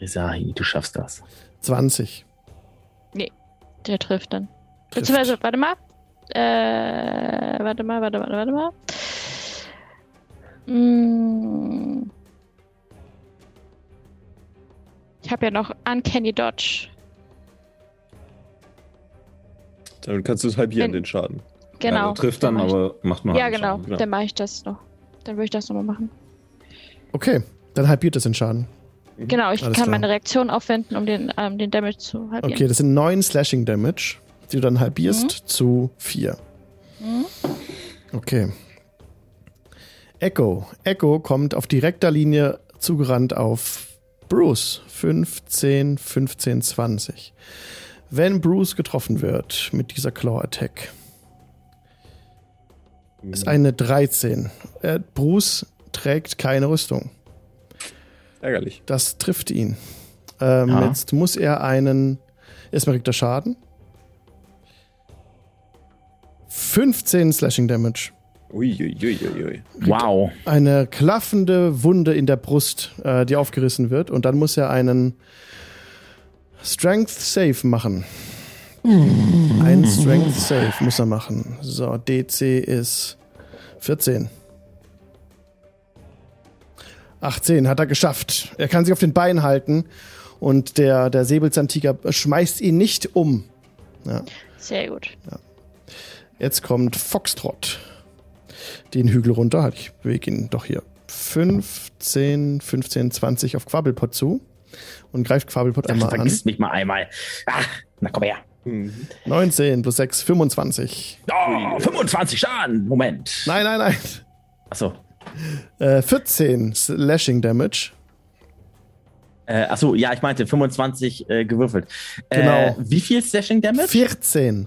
[SPEAKER 4] Resahi, du schaffst das.
[SPEAKER 1] 20.
[SPEAKER 7] Der trifft dann. Beziehungsweise, warte mal. Äh, warte mal, warte mal, warte mal. Mm. Ich habe ja noch Uncanny Dodge.
[SPEAKER 2] Damit kannst du es halbieren,
[SPEAKER 7] Wenn-
[SPEAKER 2] den Schaden.
[SPEAKER 7] Genau.
[SPEAKER 6] Also trifft dann,
[SPEAKER 7] mach ich-
[SPEAKER 6] aber macht nur
[SPEAKER 7] Ja,
[SPEAKER 6] halben
[SPEAKER 7] genau.
[SPEAKER 6] Schaden.
[SPEAKER 7] Dann mache ich das noch. Dann würde ich das nochmal machen.
[SPEAKER 1] Okay, dann halbiert es den Schaden.
[SPEAKER 7] Genau,
[SPEAKER 1] Alles
[SPEAKER 7] ich kann
[SPEAKER 1] klar.
[SPEAKER 7] meine Reaktion aufwenden, um den, ähm, den Damage zu halbieren.
[SPEAKER 1] Okay, das sind 9 Slashing Damage, die du dann halbierst zu 4. Okay. Echo. Echo kommt auf direkter Linie zugerannt auf Bruce. 15, 15, 20. Wenn Bruce getroffen wird mit dieser Claw Attack, ist eine 13. Äh, Bruce trägt keine Rüstung.
[SPEAKER 2] Ärgerlich.
[SPEAKER 1] Das trifft ihn. Ähm,
[SPEAKER 4] Ja.
[SPEAKER 1] Jetzt muss er einen. Erstmal kriegt er Schaden. 15 Slashing Damage.
[SPEAKER 2] Uiuiuiui.
[SPEAKER 4] Wow.
[SPEAKER 1] Eine klaffende Wunde in der Brust, äh, die aufgerissen wird. Und dann muss er einen Strength Save machen. Ein Strength Save muss er machen. So, DC ist 14. 18 hat er geschafft. Er kann sich auf den Beinen halten und der, der Säbelzahntiger schmeißt ihn nicht um.
[SPEAKER 7] Sehr gut.
[SPEAKER 1] Jetzt kommt Foxtrot. Den Hügel runter. Halt, Ich bewege ihn doch hier. 15, 15, 20 auf Quabbelpot zu. Und greift Quabbelpot
[SPEAKER 4] Ach,
[SPEAKER 1] einmal an.
[SPEAKER 4] Also vergiss mich mal einmal. Ah, na komm her.
[SPEAKER 1] 19 plus 6, 25.
[SPEAKER 4] Oh, 25 Schaden. Moment.
[SPEAKER 1] Nein, nein, nein.
[SPEAKER 4] Achso.
[SPEAKER 1] Äh, 14 Slashing Damage.
[SPEAKER 4] Äh, achso, ja, ich meinte 25 äh, gewürfelt. Äh,
[SPEAKER 1] Genau.
[SPEAKER 4] wie viel Slashing Damage?
[SPEAKER 1] 14.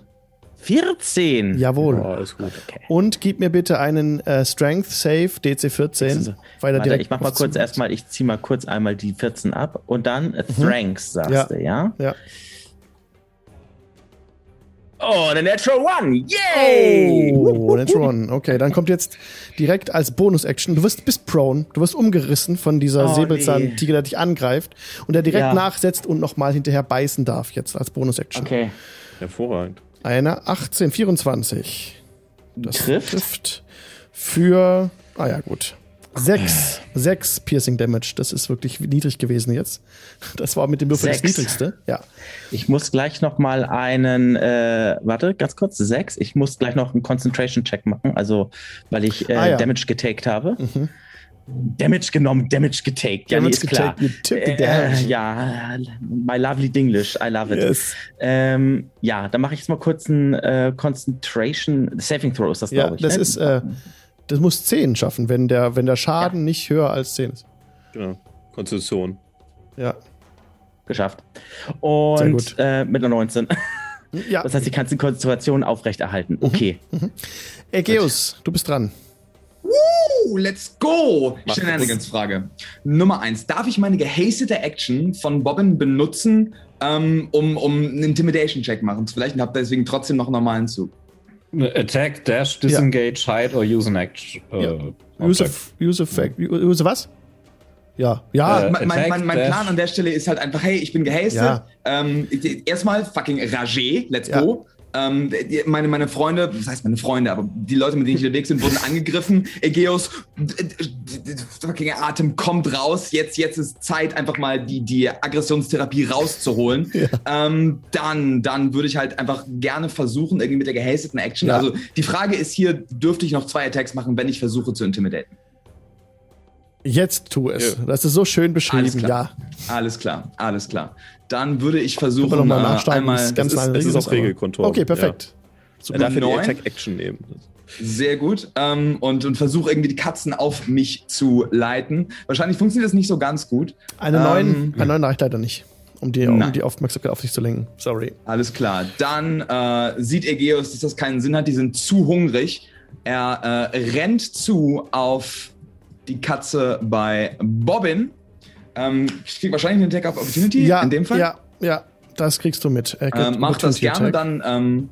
[SPEAKER 4] 14.
[SPEAKER 1] Jawohl.
[SPEAKER 2] Oh, ist gut.
[SPEAKER 4] Okay.
[SPEAKER 1] Und gib mir bitte einen äh, Strength Save, DC 14. Weil er
[SPEAKER 4] Warte,
[SPEAKER 1] direkt
[SPEAKER 4] ich mach mal
[SPEAKER 1] auf-
[SPEAKER 4] kurz erstmal, ich zieh mal kurz einmal die 14 ab und dann äh, Strength, sagst
[SPEAKER 1] Mhm. Ja.
[SPEAKER 4] du, ja?
[SPEAKER 1] Ja.
[SPEAKER 4] Oh, der Natural One! Yay!
[SPEAKER 1] Oh, Natural One. Okay, dann kommt jetzt direkt als Bonus-Action. Du wirst bist prone, du wirst umgerissen von dieser
[SPEAKER 4] Oh,
[SPEAKER 1] Säbelzahntiger, der dich angreift und der direkt
[SPEAKER 4] Ja.
[SPEAKER 1] nachsetzt und nochmal hinterher beißen darf jetzt als Bonus-Action.
[SPEAKER 4] Okay.
[SPEAKER 2] Hervorragend.
[SPEAKER 1] Einer 18, 24. Das
[SPEAKER 4] Trifft?
[SPEAKER 1] Für, ah ja, gut. Sechs, sechs Piercing Damage. Das ist wirklich niedrig gewesen jetzt. Das war mit dem Würfel das
[SPEAKER 4] Sechs.
[SPEAKER 1] niedrigste. Ja.
[SPEAKER 4] Ich muss gleich noch mal einen, äh, warte, ganz kurz, sechs. Ich muss gleich noch einen Concentration-Check machen, also weil ich äh,
[SPEAKER 1] Ah, ja. Mhm.
[SPEAKER 4] Damage getaked habe. Damage genommen, Damage getaked. Ja, nee,
[SPEAKER 1] Damage
[SPEAKER 4] ist klar.
[SPEAKER 1] getaked, you took the
[SPEAKER 4] Äh, äh,
[SPEAKER 1] damage.
[SPEAKER 4] ja, my lovely Dinglish, I love it.
[SPEAKER 1] Yes.
[SPEAKER 4] Ähm, ja, dann mache ich jetzt mal kurz einen äh, Concentration Saving Throw, ist das,
[SPEAKER 1] Ja,
[SPEAKER 4] glaube ich.
[SPEAKER 1] das
[SPEAKER 4] ne?
[SPEAKER 1] ist, äh, das muss 10 schaffen, wenn der, wenn der Schaden nicht höher als 10 ist.
[SPEAKER 2] Genau. Konzession.
[SPEAKER 1] Ja.
[SPEAKER 4] geschafft.
[SPEAKER 1] Sehr
[SPEAKER 4] Und
[SPEAKER 1] gut.
[SPEAKER 4] äh, mit einer 19.
[SPEAKER 1] Ja,
[SPEAKER 4] Das heißt, die kannst die Konzentration aufrechterhalten.
[SPEAKER 1] Mhm.
[SPEAKER 4] Okay.
[SPEAKER 1] Egeus, du bist dran.
[SPEAKER 3] Uh, let's go!
[SPEAKER 2] Mach
[SPEAKER 3] Shenanigans-Frage. Nummer eins. Darf ich meine gehastete Action von Bobbin benutzen, ähm, um, um einen Intimidation-Check machen zu vielleicht und hab deswegen trotzdem noch einen normalen Zug?
[SPEAKER 6] Attack, Dash, Disengage, Hide or Use an Action. Äh,
[SPEAKER 1] Ja. Use,
[SPEAKER 6] Object.
[SPEAKER 1] use, fact, use was? Ja, ja,
[SPEAKER 6] Äh,
[SPEAKER 3] mein, mein, mein, mein
[SPEAKER 6] Attack,
[SPEAKER 3] Plan an der Stelle ist halt einfach, hey, ich bin gehastet.
[SPEAKER 1] Ja.
[SPEAKER 3] Ähm, ich- erstmal fucking Rage, let's
[SPEAKER 1] Ja.
[SPEAKER 3] go. Ähm, die- meine, meine Freunde, was heißt meine Freunde, aber die Leute, mit denen ich unterwegs bin, wurden angegriffen. Ägäus, d- d- d- fucking Atem kommt raus. Jetzt, jetzt ist Zeit, einfach mal die, die Aggressionstherapie rauszuholen. Ähm, dann, dann würde ich halt einfach gerne versuchen, irgendwie mit der gehasteten Action.
[SPEAKER 1] Ja.
[SPEAKER 3] Also die Frage ist hier, dürfte ich noch zwei Attacks machen, wenn ich versuche zu intimidaten?
[SPEAKER 1] jetzt tu es.
[SPEAKER 2] Ja.
[SPEAKER 1] Das ist so schön
[SPEAKER 3] Alles
[SPEAKER 1] beschrieben, ja.
[SPEAKER 3] klar. Alles klar, alles klar. Dann würde ich versuchen,
[SPEAKER 1] Können wir noch mal
[SPEAKER 3] äh,
[SPEAKER 1] nachschlagen,
[SPEAKER 3] einmal
[SPEAKER 1] ist ganz
[SPEAKER 2] es ist,
[SPEAKER 1] lange
[SPEAKER 2] es ist
[SPEAKER 1] Regel,
[SPEAKER 2] auf
[SPEAKER 1] aber-
[SPEAKER 2] Regelkontor.
[SPEAKER 1] Okay, perfekt.
[SPEAKER 2] Ja. Er darf ja die
[SPEAKER 3] Neun.
[SPEAKER 2] Attack-Action nehmen.
[SPEAKER 3] sehr gut ähm, und, und versuche irgendwie die Katzen auf mich zu leiten. Wahrscheinlich funktioniert das nicht so ganz gut.
[SPEAKER 1] Eine
[SPEAKER 3] Ähm,
[SPEAKER 1] neun, eine neun reicht leider nicht, um die, um
[SPEAKER 3] Nein.
[SPEAKER 1] die Aufmerksamkeit auf sich zu lenken. Sorry.
[SPEAKER 3] Alles klar. Dann äh, sieht Ägäus, dass das keinen Sinn hat. Die sind zu hungrig. Er äh, rennt zu auf die Katze bei Bobbin. Äh, Ähm, ich krieg wahrscheinlich einen Attack of Opportunity
[SPEAKER 1] Ja,
[SPEAKER 3] in dem Fall.
[SPEAKER 1] ja, ja, das kriegst du mit. Er
[SPEAKER 3] Ähm,
[SPEAKER 1] kriegt
[SPEAKER 3] mach das
[SPEAKER 1] Opportunity
[SPEAKER 3] gerne,
[SPEAKER 1] Attack.
[SPEAKER 3] dann ähm,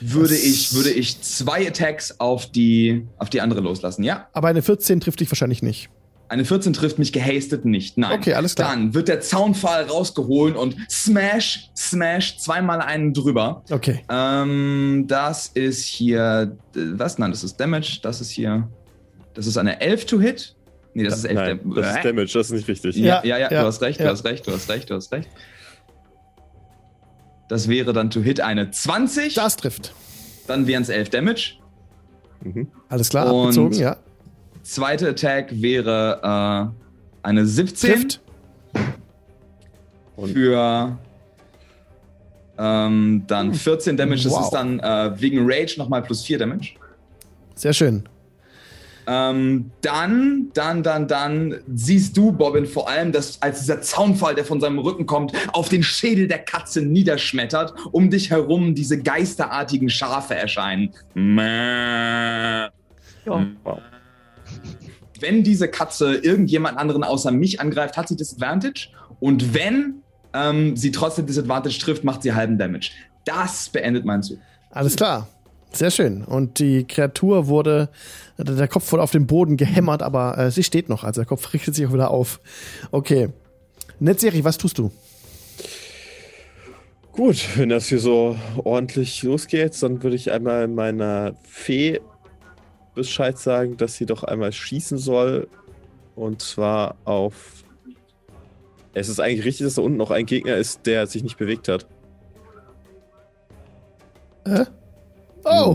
[SPEAKER 3] würde,
[SPEAKER 1] Das-
[SPEAKER 3] ich, würde ich zwei Attacks auf die, auf die andere loslassen. Ja,
[SPEAKER 1] Aber eine 14 trifft dich wahrscheinlich nicht.
[SPEAKER 3] eine 14 trifft mich gehastet nicht. Nein.
[SPEAKER 1] Okay, alles klar.
[SPEAKER 3] Dann wird der Zaunpfahl rausgeholt und smash, smash, zweimal einen drüber.
[SPEAKER 1] Okay.
[SPEAKER 3] Ähm, das ist hier. äh, Was? Nein, das ist Damage. Das ist hier. Das ist eine 11 to Hit. Nee, das ist 11
[SPEAKER 2] Nein,
[SPEAKER 3] Dam-
[SPEAKER 2] das ist
[SPEAKER 3] Äh?
[SPEAKER 2] Damage, das ist nicht richtig.
[SPEAKER 3] Ja, ja, ja,
[SPEAKER 1] Ja,
[SPEAKER 3] du hast recht, du
[SPEAKER 1] ja.
[SPEAKER 3] hast recht, du hast recht, du hast recht. Das wäre dann to Hit eine 20.
[SPEAKER 1] Das trifft.
[SPEAKER 3] Dann wären es 11 Damage.
[SPEAKER 1] Alles klar,
[SPEAKER 3] Und-
[SPEAKER 1] abgezogen, ja.
[SPEAKER 3] Zweite Attack wäre äh, eine 17
[SPEAKER 1] Trifft.
[SPEAKER 3] für ähm, dann 14 Damage. Das
[SPEAKER 1] Wow.
[SPEAKER 3] ist dann äh, wegen Rage nochmal plus 4 Damage.
[SPEAKER 1] Sehr schön.
[SPEAKER 3] Ähm, dann, dann, dann, dann siehst du, Bobbin, vor allem, dass als dieser Zaunfall, der von seinem Rücken kommt, auf den Schädel der Katze niederschmettert, um dich herum diese geisterartigen Schafe erscheinen. Mäh.
[SPEAKER 7] Ja.
[SPEAKER 3] Wenn diese Katze irgendjemand anderen außer mich angreift, hat sie Disadvantage. Und wenn ähm, sie trotzdem Disadvantage trifft, macht sie halben Damage. Das beendet meinen Zug.
[SPEAKER 1] Alles klar. Sehr schön. Und die Kreatur wurde, der Kopf wurde auf den Boden gehämmert, aber äh, sie steht noch. Also der Kopf richtet sich auch wieder auf. Okay. Netzeri, was tust du?
[SPEAKER 2] Gut, wenn das hier so ordentlich losgeht, dann würde ich einmal meiner Fee Bescheid sagen, dass sie doch einmal schießen soll. Und zwar auf. Es ist eigentlich richtig, dass da unten noch ein Gegner ist, der sich nicht bewegt hat.
[SPEAKER 1] Oh! oh!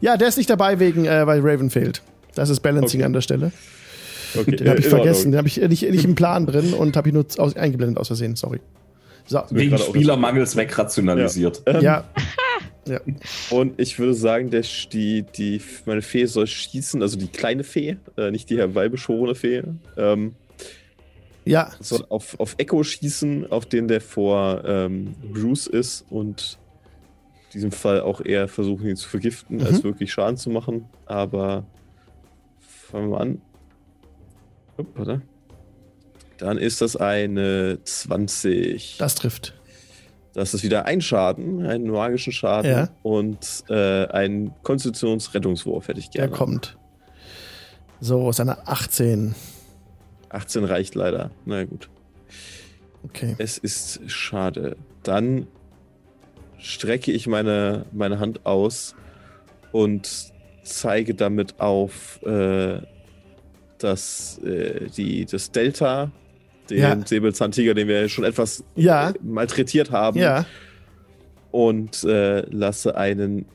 [SPEAKER 1] Ja, der ist nicht dabei, wegen, äh, weil Raven fehlt. Das ist Balancing
[SPEAKER 2] Okay.
[SPEAKER 1] an der Stelle.
[SPEAKER 2] Okay,
[SPEAKER 1] Den habe ich
[SPEAKER 2] in
[SPEAKER 1] vergessen.
[SPEAKER 2] Ordnung.
[SPEAKER 1] Den habe ich äh, nicht, nicht im Plan drin und habe ihn nur aus, eingeblendet aus Versehen. Sorry. So.
[SPEAKER 6] Wegen
[SPEAKER 2] gerade auch
[SPEAKER 6] Spielermangels wegrationalisiert.
[SPEAKER 2] ähm?
[SPEAKER 1] Ja,
[SPEAKER 2] Und ich würde sagen, der, Sch- die, die, meine Fee soll schießen, also die kleine Fee, äh, nicht die herbeibeschworene Fee. Ähm,
[SPEAKER 1] ja.
[SPEAKER 2] soll auf, auf Echo schießen, auf den der vor ähm, Bruce ist und in diesem Fall auch eher versuchen, ihn zu vergiften,
[SPEAKER 1] Mhm.
[SPEAKER 2] als wirklich Schaden zu machen. Aber fangen wir an. Upp, warte. Dann ist das eine 20.
[SPEAKER 1] Das trifft.
[SPEAKER 2] Das ist wieder ein Schaden, einen magischen Schaden
[SPEAKER 1] Ja.
[SPEAKER 2] und äh, ein Konstitutionsrettungswurf hätte ich
[SPEAKER 1] Der
[SPEAKER 2] gerne.
[SPEAKER 1] kommt. So, ist eine 18.
[SPEAKER 2] 18 reicht leider. Na gut.
[SPEAKER 1] Okay.
[SPEAKER 2] Es ist schade. Dann strecke ich meine, meine Hand aus und zeige damit auf äh, das, äh, die, das Delta, den
[SPEAKER 1] Ja.
[SPEAKER 2] Säbelzahntiger, den wir schon etwas äh,
[SPEAKER 1] Ja,
[SPEAKER 2] malträtiert haben,
[SPEAKER 1] ja.
[SPEAKER 2] und äh, lasse einen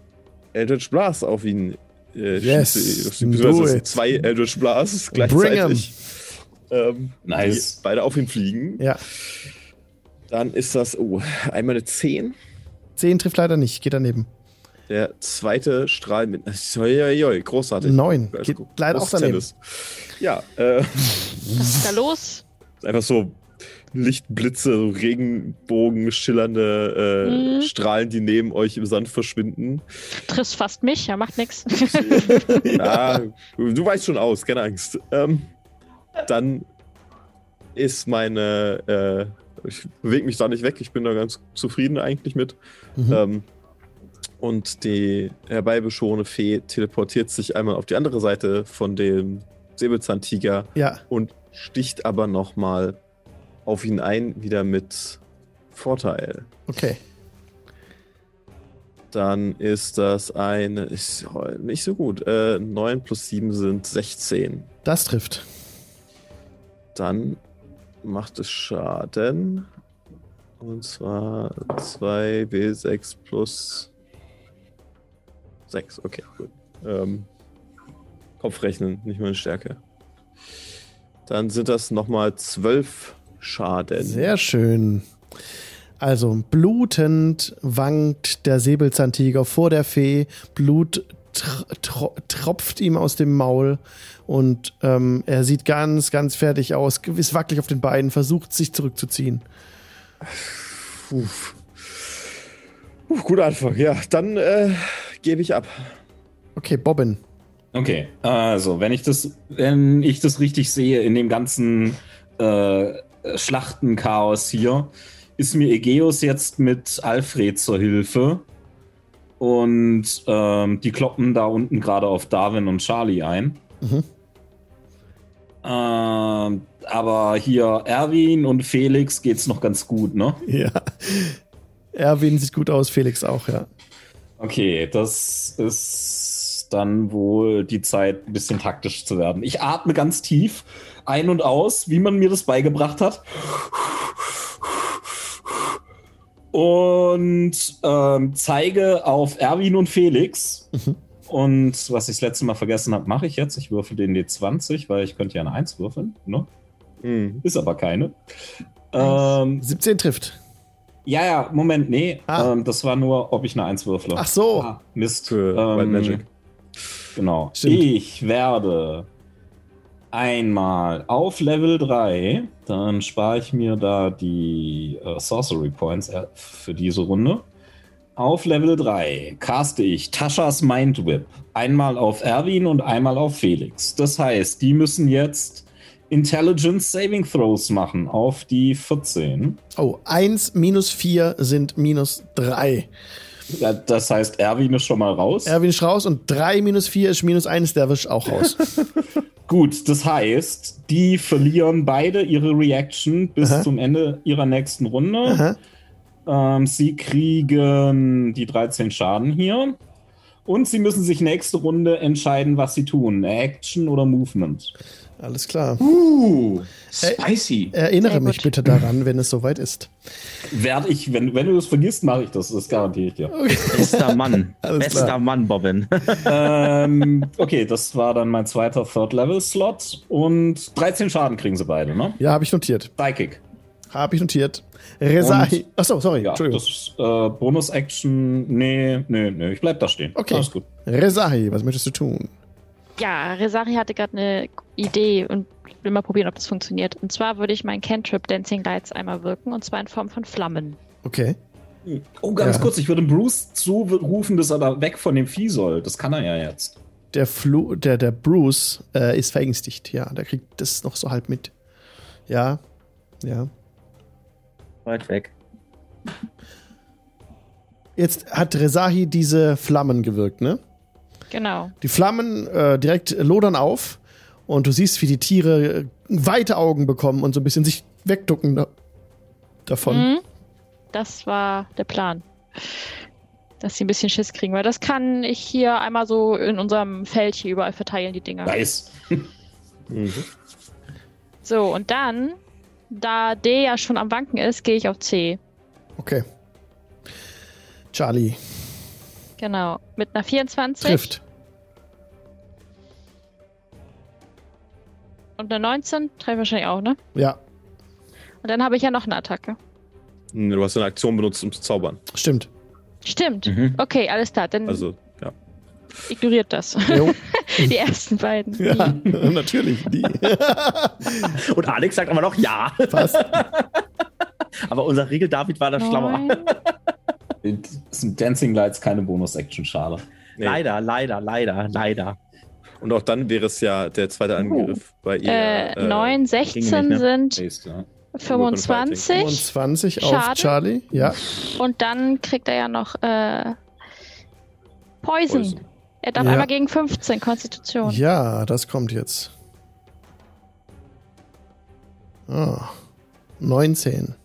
[SPEAKER 2] Eldritch Blast auf ihn äh,
[SPEAKER 1] Yes,
[SPEAKER 2] schießen.
[SPEAKER 1] do
[SPEAKER 2] Beziehungsweise es
[SPEAKER 1] it.
[SPEAKER 2] sind zwei Eldritch Blasts
[SPEAKER 1] Bring 'em.
[SPEAKER 2] gleichzeitig. Ähm,
[SPEAKER 6] Nice.
[SPEAKER 2] die beide auf ihn fliegen.
[SPEAKER 1] Ja.
[SPEAKER 2] Dann ist das, oh, einmal eine 10.
[SPEAKER 1] 10 trifft leider nicht, geht daneben.
[SPEAKER 2] Der zweite Strahl mit. Uiuiui, großartig.
[SPEAKER 1] 9
[SPEAKER 2] Also,
[SPEAKER 1] geht
[SPEAKER 2] großes
[SPEAKER 1] leider auch daneben.
[SPEAKER 2] Tennis. Ja, äh,
[SPEAKER 7] Was ist da los?
[SPEAKER 2] einfach so Lichtblitze, so Regenbogen, schillernde äh,
[SPEAKER 7] Mhm.
[SPEAKER 2] Strahlen, die neben euch im Sand verschwinden.
[SPEAKER 7] Triffst fast mich, ja, macht nix.
[SPEAKER 2] ja, Ah, du weißt schon aus, keine Angst. Ähm, dann ist meine. Äh, ich bewege mich da nicht weg, ich bin da ganz zufrieden eigentlich mit.
[SPEAKER 1] Mhm.
[SPEAKER 2] Ähm, und die herbeibeschworene Fee teleportiert sich einmal auf die andere Seite von dem Säbelzahntiger
[SPEAKER 1] Ja,
[SPEAKER 2] und sticht aber nochmal auf ihn ein, wieder mit Vorteil.
[SPEAKER 1] okay.
[SPEAKER 2] Dann ist das eine. Ist oh, nicht so gut. Äh, 9 plus 7 sind 16.
[SPEAKER 1] Das trifft.
[SPEAKER 2] Dann macht es Schaden. Und zwar 2W6 plus 6. Okay, gut. Ähm, Kopfrechnen, nicht meine Stärke. Dann sind das nochmal 12 Schaden.
[SPEAKER 1] Sehr schön. Also, blutend wankt der Säbelzahntiger vor der Fee. Blut tr tro tropft ihm aus dem Maul und ähm, er sieht ganz, ganz fertig aus, ist wackelig auf den Beinen, versucht sich zurückzuziehen.
[SPEAKER 2] Puh. Puh, guter Anfang. Ja, dann äh, gebe ich ab.
[SPEAKER 1] Okay, Bobbin.
[SPEAKER 6] Okay, also wenn ich das, wenn ich das richtig sehe, in dem ganzen äh, Schlachtenchaos hier, ist mir Egeus jetzt mit Alfred zur Hilfe. Und ähm, die kloppen da unten gerade auf Darwin und Charlie ein.
[SPEAKER 1] Mhm.
[SPEAKER 6] Ähm, aber hier Erwin und Felix geht's noch ganz gut, ne?
[SPEAKER 1] Ja. Erwin sieht gut aus, Felix auch, ja.
[SPEAKER 6] Okay, das ist dann wohl die Zeit, ein bisschen taktisch zu werden. Ich atme ganz tief ein und aus, wie man mir das beigebracht hat. Und ähm, zeige auf Erwin und Felix.
[SPEAKER 1] Mhm.
[SPEAKER 6] Und was ich das letzte Mal vergessen habe, mache ich jetzt. Ich würfel den D20, weil ich könnte ja eine 1 würfeln. Ne?
[SPEAKER 2] Mhm.
[SPEAKER 6] Ist aber keine. Ähm,
[SPEAKER 1] 17 trifft.
[SPEAKER 6] ja, ja, Moment, nee.
[SPEAKER 1] Ah.
[SPEAKER 6] Ähm, das war nur, ob ich eine 1 würfle.
[SPEAKER 1] Ach so.
[SPEAKER 6] Ah, Mist.
[SPEAKER 2] Für White Magic.
[SPEAKER 6] Genau.
[SPEAKER 1] Stimmt.
[SPEAKER 6] Ich werde einmal auf Level 3, dann spare ich mir da die äh, Sorcery Points äh, für diese Runde. Auf Level 3 caste ich Taschas Mind Whip. Einmal auf Erwin und einmal auf Felix. Das heißt, die müssen jetzt Intelligence Saving Throws machen auf die 14.
[SPEAKER 1] Oh, 1 minus 4 sind minus 3.
[SPEAKER 6] Ja, Das heißt, Erwin ist schon mal raus.
[SPEAKER 1] Erwin ist raus und 3 minus 4 ist minus 1, der wischt auch raus.
[SPEAKER 6] Gut, das heißt, die verlieren beide ihre Reaction bis
[SPEAKER 1] Aha.
[SPEAKER 6] zum Ende ihrer nächsten Runde.
[SPEAKER 1] Aha.
[SPEAKER 6] Ähm, sie kriegen die 13 Schaden hier. Und sie müssen sich nächste Runde entscheiden, was sie tun. Action oder Movement.
[SPEAKER 1] Alles klar.
[SPEAKER 3] Uh, spicy.
[SPEAKER 1] Erinnere
[SPEAKER 7] Sehr
[SPEAKER 1] mich
[SPEAKER 7] gut.
[SPEAKER 1] bitte daran, wenn es soweit ist.
[SPEAKER 6] Werd ich, wenn, wenn du das vergisst, mache ich das. Das garantiere ich dir.
[SPEAKER 4] Bester Mann.
[SPEAKER 1] Alles
[SPEAKER 4] Bester
[SPEAKER 1] klar.
[SPEAKER 4] Mann, Bobbin.
[SPEAKER 6] ähm, okay, das war dann mein zweiter Third-Level-Slot. Und 13 Schaden kriegen sie beide, ne?
[SPEAKER 1] Ja, habe ich notiert.
[SPEAKER 6] Psychic.
[SPEAKER 1] Habe ich notiert. Resai. Achso, sorry,
[SPEAKER 6] Ja,
[SPEAKER 1] Entschuldigung.
[SPEAKER 6] das ist äh, Bonus-Action. Nee, nee, nee, ich bleib da stehen.
[SPEAKER 1] Okay.
[SPEAKER 6] Alles gut.
[SPEAKER 1] Resahi, was möchtest du tun?
[SPEAKER 7] Ja, Resari hatte gerade eine Idee und will mal probieren, ob das funktioniert. Und zwar würde ich meinen Cantrip Dancing Lights einmal wirken und zwar in Form von Flammen.
[SPEAKER 1] Okay.
[SPEAKER 6] Oh, ganz
[SPEAKER 1] Ja.
[SPEAKER 6] kurz, ich würde Bruce zurufen, dass er da weg von dem Vieh soll. Das kann er ja jetzt.
[SPEAKER 1] Der, Flu der, der Bruce äh, ist verängstigt, ja. Der kriegt das noch so halb mit. Ja. Ja.
[SPEAKER 4] Weit weg.
[SPEAKER 1] Jetzt hat Resahi diese Flammen gewirkt, ne?
[SPEAKER 7] Genau.
[SPEAKER 1] Die Flammen äh, direkt lodern auf und du siehst, wie die Tiere äh, weite Augen bekommen und so ein bisschen sich wegducken da davon.
[SPEAKER 7] Mhm. Das war der Plan. Dass sie ein bisschen Schiss kriegen, weil das kann ich hier einmal so in unserem Feld hier überall verteilen, die Dinger.
[SPEAKER 6] Nice.
[SPEAKER 7] So, und dann, da D ja schon am Wanken ist, gehe ich auf C.
[SPEAKER 1] Okay. Charlie
[SPEAKER 7] Genau. Mit einer 24
[SPEAKER 1] trifft.
[SPEAKER 7] und einer 19 treffe wahrscheinlich auch, ne?
[SPEAKER 1] Ja,
[SPEAKER 7] Und dann habe ich ja noch eine Attacke.
[SPEAKER 2] Hm, Du hast eine Aktion benutzt, um zu zaubern.
[SPEAKER 1] stimmt.
[SPEAKER 7] Stimmt.
[SPEAKER 4] Mhm.
[SPEAKER 7] Okay, alles klar. Dann
[SPEAKER 2] Also, ja.
[SPEAKER 7] ignoriert das.
[SPEAKER 1] Jo.
[SPEAKER 7] Die ersten beiden.
[SPEAKER 1] ja, natürlich. Die.
[SPEAKER 4] Und Alex sagt aber noch ja.
[SPEAKER 1] Passt.
[SPEAKER 4] Aber unser Riegel David war da schlauer.
[SPEAKER 7] Neun.
[SPEAKER 6] Das sind Dancing Lights keine Bonus-Action, schade.
[SPEAKER 2] Nee.
[SPEAKER 4] Leider, leider, leider, leider.
[SPEAKER 2] Und auch dann wäre es ja der zweite Angriff bei ihr.
[SPEAKER 7] Äh, 9,
[SPEAKER 4] ging
[SPEAKER 7] 16
[SPEAKER 4] nicht,
[SPEAKER 7] sind
[SPEAKER 6] Ist, ja.
[SPEAKER 7] 25.
[SPEAKER 1] 25 auf
[SPEAKER 7] Schaden?
[SPEAKER 1] Charlie. Ja,
[SPEAKER 7] Und dann kriegt er ja noch äh, Poison.
[SPEAKER 2] Poison.
[SPEAKER 7] Er darf
[SPEAKER 1] Ja.
[SPEAKER 7] einmal gegen 15 Konstitution.
[SPEAKER 1] ja, das kommt jetzt. Ah, 19.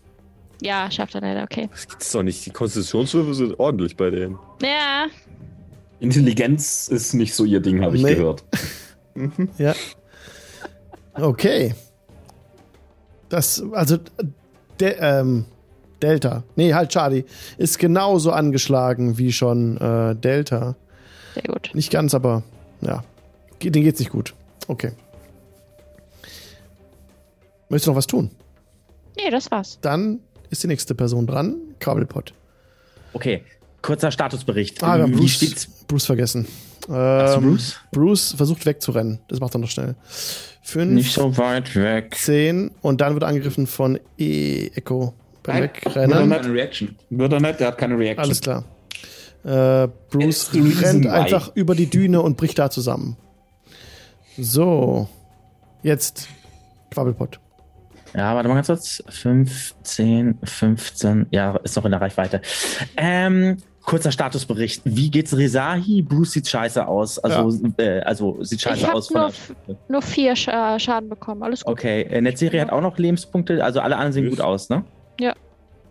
[SPEAKER 7] Ja, schafft er leider, okay.
[SPEAKER 2] Das gibt's doch nicht. Die Konstitutionswürfe sind ordentlich bei denen.
[SPEAKER 7] Ja,
[SPEAKER 6] Intelligenz ist nicht so ihr Ding, habe ich
[SPEAKER 1] Nee.
[SPEAKER 6] gehört.
[SPEAKER 1] Ja. Okay. Das, also, de, ähm, Delta, nee, halt Charlie, ist genauso angeschlagen wie schon äh, Delta.
[SPEAKER 7] sehr gut.
[SPEAKER 1] Nicht ganz, aber ja. Ge- Den geht's nicht gut. Okay. Möchtest du noch was tun?
[SPEAKER 7] Nee, das war's.
[SPEAKER 1] Dann ist die nächste Person dran. Kabelpott.
[SPEAKER 4] Okay, kurzer Statusbericht. Hm,
[SPEAKER 1] Ah, wir haben
[SPEAKER 4] Wie
[SPEAKER 1] Bruce,
[SPEAKER 4] steht's?
[SPEAKER 1] Bruce vergessen. Ähm,
[SPEAKER 4] Bruce?
[SPEAKER 1] Bruce versucht wegzurennen. Das macht er noch schnell. Fünf.
[SPEAKER 4] Nicht so weit weg.
[SPEAKER 1] 10 und dann wird angegriffen von E Echo beim
[SPEAKER 3] Nein.
[SPEAKER 1] Wegrennen.
[SPEAKER 3] Eine Reaction.
[SPEAKER 6] Wird er nicht, der hat keine Reaction.
[SPEAKER 1] Alles klar. Äh, Bruce
[SPEAKER 6] Es ist
[SPEAKER 1] rennt
[SPEAKER 6] Riesenwei.
[SPEAKER 1] einfach über die Düne und bricht da zusammen. So. Jetzt Quabbelpott.
[SPEAKER 4] Ja, warte mal ganz kurz. 15, 15. Ja, ist noch in der Reichweite. Ähm, kurzer Statusbericht. Wie geht's Resahi? Bruce sieht scheiße aus. Also, äh, also sieht scheiße
[SPEAKER 7] Ich hab
[SPEAKER 4] aus.
[SPEAKER 7] nur
[SPEAKER 4] der-
[SPEAKER 7] f- Nur vier Sch äh, Schaden bekommen, alles gut.
[SPEAKER 4] Okay, äh, Netzeri hat auch noch Lebenspunkte, also alle anderen sehen gut aus, ne?
[SPEAKER 7] Ja.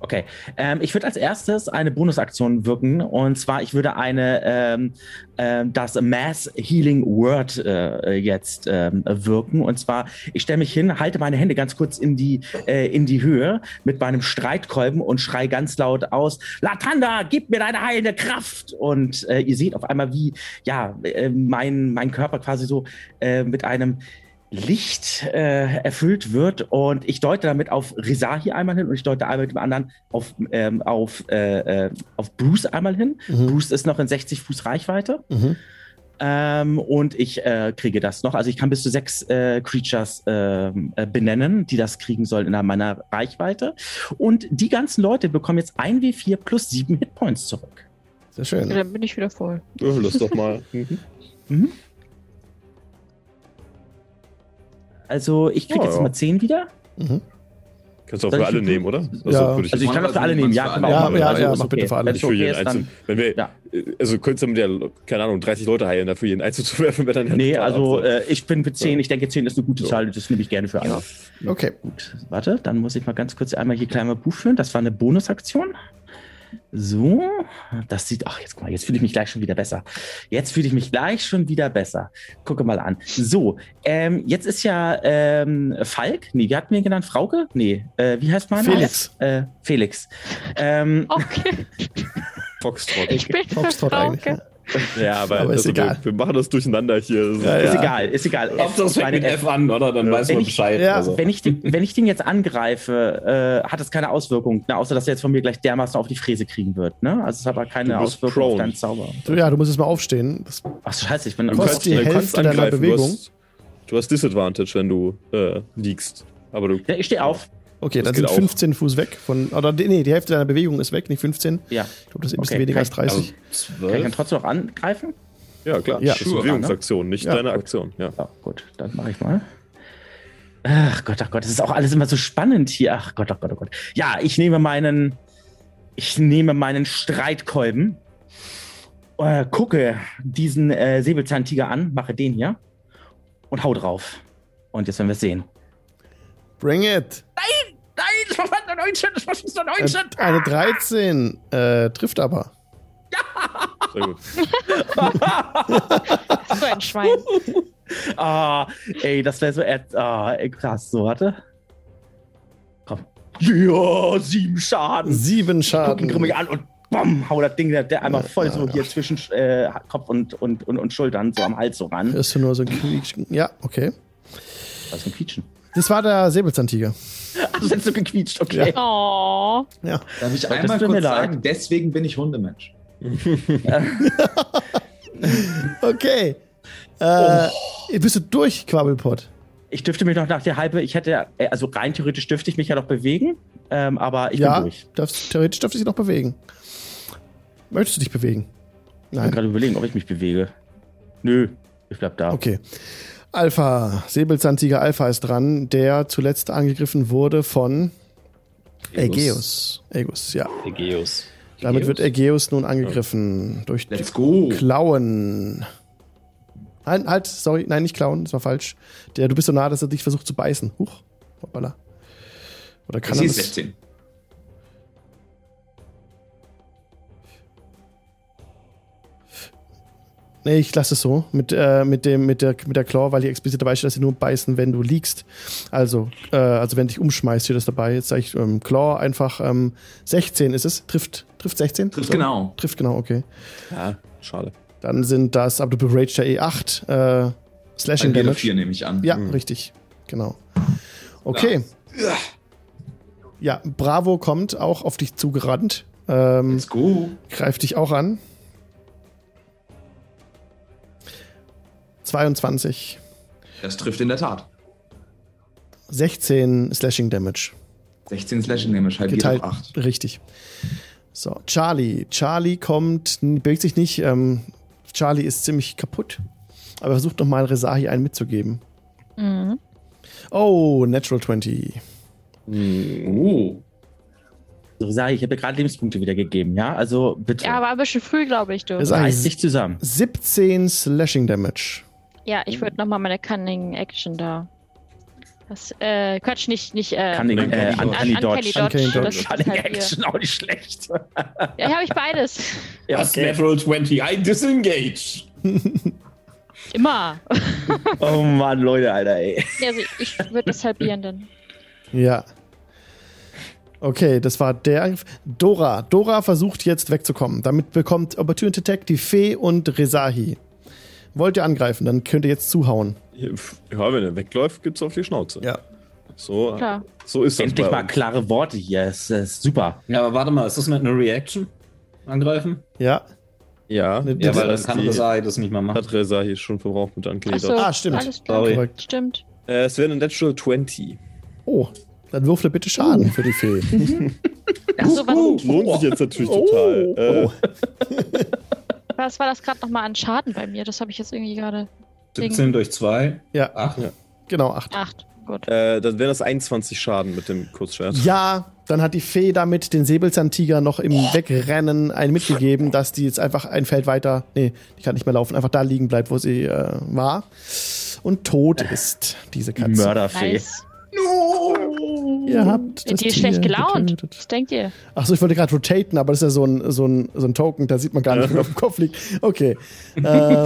[SPEAKER 4] Okay, ähm, ich würde als erstes eine Bonusaktion wirken und zwar ich würde eine ähm, ähm, das Mass Healing Word äh, jetzt ähm, wirken und zwar ich stelle mich hin, halte meine Hände ganz kurz in die äh, in die Höhe mit meinem Streitkolben und schrei ganz laut aus: Latanda, gib mir deine heilende Kraft! Und äh, ihr seht auf einmal wie ja äh, mein mein Körper quasi so äh, mit einem Licht äh, erfüllt wird und ich deute damit auf Rizahi einmal hin und ich deute einmal mit dem anderen auf, ähm, auf, äh, äh, auf Bruce einmal hin. Bruce ist noch in 60 Fuß Reichweite
[SPEAKER 1] Mhm.
[SPEAKER 4] ähm, und ich äh, kriege das noch. Also ich kann bis zu sechs äh, Creatures ähm, äh, benennen, die das kriegen sollen innerhalb meiner Reichweite und die ganzen Leute bekommen jetzt 1w4 plus 7 Hitpoints zurück.
[SPEAKER 1] Sehr
[SPEAKER 7] Ja,
[SPEAKER 1] schön.
[SPEAKER 7] dann bin ich wieder voll.
[SPEAKER 2] Würfel das doch mal. Mhm.
[SPEAKER 4] Also ich kriege
[SPEAKER 2] Oh,
[SPEAKER 4] jetzt
[SPEAKER 2] ja.
[SPEAKER 4] mal 10 wieder.
[SPEAKER 1] Mhm.
[SPEAKER 2] Kannst du auch
[SPEAKER 4] Soll
[SPEAKER 2] für
[SPEAKER 4] ich
[SPEAKER 2] alle
[SPEAKER 4] den-
[SPEAKER 2] nehmen, oder? Also,
[SPEAKER 1] Ja.
[SPEAKER 2] würde ich
[SPEAKER 4] Also ich kann das für alle nehmen. Ja, können wir
[SPEAKER 1] Ja,
[SPEAKER 4] auch machen.
[SPEAKER 1] ja,
[SPEAKER 4] Also
[SPEAKER 1] ja,
[SPEAKER 4] ist
[SPEAKER 1] mach bitte für alle.
[SPEAKER 4] Wenn es
[SPEAKER 2] nicht für
[SPEAKER 4] okay
[SPEAKER 2] jeden
[SPEAKER 4] ist, dann
[SPEAKER 2] Einzelnen. Wenn wir,
[SPEAKER 4] Ja.
[SPEAKER 2] also könntest du mit der, keine Ahnung, 30 Leute heilen, dafür jeden Einzelnen zu werfen, wäre dann ja
[SPEAKER 4] Nee,
[SPEAKER 2] total
[SPEAKER 4] also
[SPEAKER 2] absurd.
[SPEAKER 4] äh, ich bin für 10. Ich denke, 10 ist eine gute
[SPEAKER 2] Ja.
[SPEAKER 4] Zahl. Das nehme ich gerne für alle.
[SPEAKER 1] Okay.
[SPEAKER 4] Gut, warte, dann muss ich mal ganz kurz einmal hier kleiner Buch führen. Das war eine Bonusaktion. So, das sieht, ach, jetzt guck mal, jetzt fühle ich mich gleich schon wieder besser. Jetzt fühle ich mich gleich schon wieder besser. Gucke mal an. So, ähm, jetzt ist ja ähm, Falk, nee, wie hatten wir ihn genannt? Frauke? Nee, äh, wie heißt man?
[SPEAKER 1] Felix.
[SPEAKER 4] Äh, Felix. Ähm,
[SPEAKER 7] Okay,
[SPEAKER 2] Foxtrot.
[SPEAKER 7] ich bin
[SPEAKER 1] Foxtrot eigentlich.
[SPEAKER 7] Frauke.
[SPEAKER 1] ne?
[SPEAKER 2] Ja, aber,
[SPEAKER 1] Aber ist
[SPEAKER 2] also,
[SPEAKER 1] egal.
[SPEAKER 2] Wir, wir machen das durcheinander hier. Das
[SPEAKER 1] Ja,
[SPEAKER 2] ist-
[SPEAKER 4] ist
[SPEAKER 1] ja.
[SPEAKER 4] egal, ist egal.
[SPEAKER 6] Ob das fängt
[SPEAKER 4] meine
[SPEAKER 6] mit F an, oder? Dann weiß
[SPEAKER 4] Wenn
[SPEAKER 6] man
[SPEAKER 4] ich-
[SPEAKER 6] Bescheid.
[SPEAKER 1] Ja.
[SPEAKER 6] also.
[SPEAKER 4] Wenn ich, den, wenn ich den jetzt angreife, äh, hat das keine Auswirkung, ne? außer dass er jetzt von mir gleich dermaßen auf die Fräse kriegen wird. Ne? Also es hat aber keine
[SPEAKER 2] Du bist
[SPEAKER 4] Auswirkung auf
[SPEAKER 2] prone.
[SPEAKER 4] deinen Zauber.
[SPEAKER 1] So, ja, du musst jetzt mal aufstehen. Das,
[SPEAKER 4] Ach scheiße, ich bin
[SPEAKER 2] Du
[SPEAKER 1] Kostet
[SPEAKER 2] kannst,
[SPEAKER 1] die
[SPEAKER 2] du kannst
[SPEAKER 1] Hälfte deiner
[SPEAKER 2] angreifen. Du
[SPEAKER 1] Bewegung.
[SPEAKER 2] hast, du hast Disadvantage, wenn du äh, liegst. Aber du.
[SPEAKER 4] Ja, ich stehe auf.
[SPEAKER 1] okay,
[SPEAKER 2] Das
[SPEAKER 1] dann sind
[SPEAKER 2] geht auch.
[SPEAKER 1] 15 Fuß weg von. Oder nee, die Hälfte deiner Bewegung ist weg, nicht 15.
[SPEAKER 4] Ja.
[SPEAKER 1] Ich glaube, das ist ein bisschen
[SPEAKER 4] Okay,
[SPEAKER 1] weniger als
[SPEAKER 4] kann
[SPEAKER 1] 30.
[SPEAKER 4] Kann ich
[SPEAKER 6] Zwölf?
[SPEAKER 4] dann trotzdem noch angreifen?
[SPEAKER 2] Ja, klar.
[SPEAKER 1] Ja.
[SPEAKER 2] das ist eine Bewegungsaktion, nicht
[SPEAKER 1] Ja,
[SPEAKER 2] deine Aktion. Ja.
[SPEAKER 4] Ja, gut, dann mache ich mal. Ach Gott, ach Gott, das ist auch alles immer so spannend hier. Ach Gott, ach Gott, oh Gott. Ja, ich nehme meinen, ich nehme meinen Streitkolben, äh, gucke diesen äh, Säbelzahntiger an, mache den hier und hau drauf. Und jetzt werden wir es sehen.
[SPEAKER 1] Bring it!
[SPEAKER 4] Nein, das war 19, das war 19.
[SPEAKER 1] Äh, Eine 13 äh, trifft aber.
[SPEAKER 2] Sehr gut.
[SPEAKER 7] So ein Schwein.
[SPEAKER 4] Ah, ey, das wäre so et- ah, ey, krass. So, warte. Komm. Ja, sieben Schaden.
[SPEAKER 1] Sieben
[SPEAKER 4] Guck ihn
[SPEAKER 1] Schaden.
[SPEAKER 4] grimmig an und bam, hau das Ding der, der einmal voll so hier zwischen äh, Kopf und, und, und, und Schultern, so am Hals so ran.
[SPEAKER 1] Hörst du nur so ein Quietschen? Ja, okay.
[SPEAKER 4] Was für ein Quietschen.
[SPEAKER 1] Das war der Säbelzahntiger.
[SPEAKER 4] Ach, das hättest du gequietscht, okay.
[SPEAKER 7] Oh,
[SPEAKER 3] Darf ich
[SPEAKER 4] das
[SPEAKER 3] einmal
[SPEAKER 4] tut mir
[SPEAKER 3] kurz
[SPEAKER 4] leid.
[SPEAKER 3] sagen, deswegen bin ich Hundemensch.
[SPEAKER 1] Okay. Äh,
[SPEAKER 4] Oh.
[SPEAKER 1] Bist du durch, Quabbelpott?
[SPEAKER 4] Ich dürfte mich noch nach der halbe, ich hätte, äh, also rein theoretisch dürfte ich mich ja noch bewegen, ähm, aber ich
[SPEAKER 1] ja,
[SPEAKER 4] bin durch.
[SPEAKER 1] darfst, theoretisch darfst du dich noch bewegen. Möchtest du dich bewegen?
[SPEAKER 4] Ich bin
[SPEAKER 1] Nein.
[SPEAKER 4] gerade überlegen, ob ich mich bewege. Nö, ich bleib da.
[SPEAKER 1] Okay. Alpha, Säbelzahntiger Alpha ist dran, der zuletzt angegriffen wurde von Aegeus. Aegeus, ja.
[SPEAKER 6] Egeus.
[SPEAKER 1] Damit wird Aegeus nun angegriffen durch die
[SPEAKER 3] Let's go.
[SPEAKER 1] Klauen. Halt, halt, sorry, nein, nicht klauen, das war falsch. Der, du bist so nah, dass er dich versucht zu beißen. Huch, hoppala. Oder kann
[SPEAKER 3] Ich
[SPEAKER 1] er
[SPEAKER 3] ist
[SPEAKER 1] das?
[SPEAKER 3] 16.
[SPEAKER 1] Nee, ich lasse es so. Mit, äh, mit, dem, mit, der, mit der Claw, weil hier explizit dabei steht, dass sie nur beißen, wenn du liegst. Also, äh, also wenn dich umschmeißt, steht das dabei. Jetzt sage ich ähm, Claw einfach ähm, 16 ist es. Trifft, trifft 16?
[SPEAKER 3] Trifft
[SPEAKER 1] So.
[SPEAKER 3] genau.
[SPEAKER 1] Trifft genau, okay.
[SPEAKER 2] Ja, schade.
[SPEAKER 1] Dann sind das, aber du beraged ja eh 8 äh, Slashing
[SPEAKER 3] Ein Gelo
[SPEAKER 1] Damage.
[SPEAKER 3] 4 nehme ich an.
[SPEAKER 1] Ja, richtig. Genau. Okay. Ja, Bravo kommt auch auf dich zugerannt. Ähm,
[SPEAKER 3] Let's go.
[SPEAKER 1] greift dich auch an. 22.
[SPEAKER 3] Das trifft in der Tat.
[SPEAKER 1] 16 Slashing Damage.
[SPEAKER 3] 16 Slashing nehme ich, halbiert
[SPEAKER 1] Geteilt.
[SPEAKER 3] auf 8.
[SPEAKER 1] Richtig. So, Charlie. Charlie kommt, n- bewegt sich nicht. Ähm, Charlie ist ziemlich kaputt. Aber versucht nochmal Resahi einen mitzugeben.
[SPEAKER 7] Mhm.
[SPEAKER 1] Oh, Natural 20.
[SPEAKER 8] Oh.
[SPEAKER 4] So sage Also, ich, ich habe dir gerade Lebenspunkte wieder gegeben, ja? Also bitte.
[SPEAKER 7] Ja, war ein bisschen früh, glaube ich, du.
[SPEAKER 1] Das ist
[SPEAKER 4] reiß
[SPEAKER 1] eigentlich
[SPEAKER 4] dich zusammen.
[SPEAKER 1] 17 Slashing Damage.
[SPEAKER 7] Ja, ich würde nochmal meine Cunning Action da. Das, äh, Quatsch, nicht, nicht, äh,
[SPEAKER 4] Kann den, äh,
[SPEAKER 7] an,
[SPEAKER 4] an,
[SPEAKER 7] an,
[SPEAKER 4] Dodge.
[SPEAKER 7] Kelly Dodge.
[SPEAKER 1] Uncanny Dodge.
[SPEAKER 7] Das ist
[SPEAKER 4] Cunning
[SPEAKER 7] halt hier.
[SPEAKER 4] Action, auch nicht schlecht.
[SPEAKER 7] Ja, hier habe ich beides.
[SPEAKER 4] Ja,
[SPEAKER 6] Das Natural 20. I disengage.
[SPEAKER 7] Immer.
[SPEAKER 4] Oh Mann, Leute, Alter, ey.
[SPEAKER 7] Ja, Also ich würde das halbieren dann.
[SPEAKER 1] Ja. Okay, das war der Angriff. Dora. Dora versucht jetzt wegzukommen. Damit bekommt Opportunity Attack die Fee und Resahi. Wollt ihr angreifen, dann könnt ihr jetzt zuhauen.
[SPEAKER 2] Ja, pf, ja, wenn er wegläuft, gibt's auf die Schnauze.
[SPEAKER 1] Ja.
[SPEAKER 2] So,
[SPEAKER 7] Klar.
[SPEAKER 2] so ist das.
[SPEAKER 4] Endlich
[SPEAKER 2] bei
[SPEAKER 4] mal
[SPEAKER 2] uns.
[SPEAKER 4] klare Worte hier. Es ist super.
[SPEAKER 6] Ja, aber warte mal, ist das nicht eine Reaction? Angreifen?
[SPEAKER 1] Ja.
[SPEAKER 2] Ja,
[SPEAKER 1] Ne,
[SPEAKER 6] Ja,
[SPEAKER 1] Das-
[SPEAKER 6] weil
[SPEAKER 2] das
[SPEAKER 6] dann kann
[SPEAKER 2] die-
[SPEAKER 6] Rasai das nicht mal machen.
[SPEAKER 2] hat Reza hier schon verbraucht mit angelegt.
[SPEAKER 7] Achso,
[SPEAKER 1] Ah, stimmt.
[SPEAKER 7] Alles klar.
[SPEAKER 6] Sorry.
[SPEAKER 1] Korrekt.
[SPEAKER 7] Stimmt.
[SPEAKER 2] Äh, es wäre eine Natural 20.
[SPEAKER 1] Oh, dann würfle bitte Schaden für die Fee.
[SPEAKER 7] Achso, was,
[SPEAKER 2] Lohnt sich jetzt natürlich total. Äh,
[SPEAKER 7] was war das gerade nochmal an Schaden bei mir? Das habe ich jetzt irgendwie gerade.
[SPEAKER 6] 17 durch 2,
[SPEAKER 1] Ja,
[SPEAKER 6] 8.
[SPEAKER 1] genau, acht.
[SPEAKER 7] Acht. Gut.
[SPEAKER 2] äh, dann wären das 21 Schaden mit dem Kurzschwert.
[SPEAKER 1] Ja, dann hat die Fee damit den Säbelzahntiger noch im Wegrennen ein mitgegeben, dass die jetzt einfach ein Feld weiter, nee, die kann nicht mehr laufen, einfach da liegen bleibt, wo sie äh, war. Und tot ist diese
[SPEAKER 4] Die
[SPEAKER 1] Katze.
[SPEAKER 4] Mörderfee.
[SPEAKER 7] Nice.
[SPEAKER 1] Ihr habt
[SPEAKER 7] Sind die
[SPEAKER 1] Tier
[SPEAKER 7] Mhm. schlecht gelaunt?
[SPEAKER 1] getötet.
[SPEAKER 7] Was denkt ihr?
[SPEAKER 1] Achso, ich wollte gerade rotaten, aber das ist ja so ein, so ein, so ein Token, da sieht man gar nicht, wie auf dem Kopf liegt. Okay. ähm,
[SPEAKER 6] Na,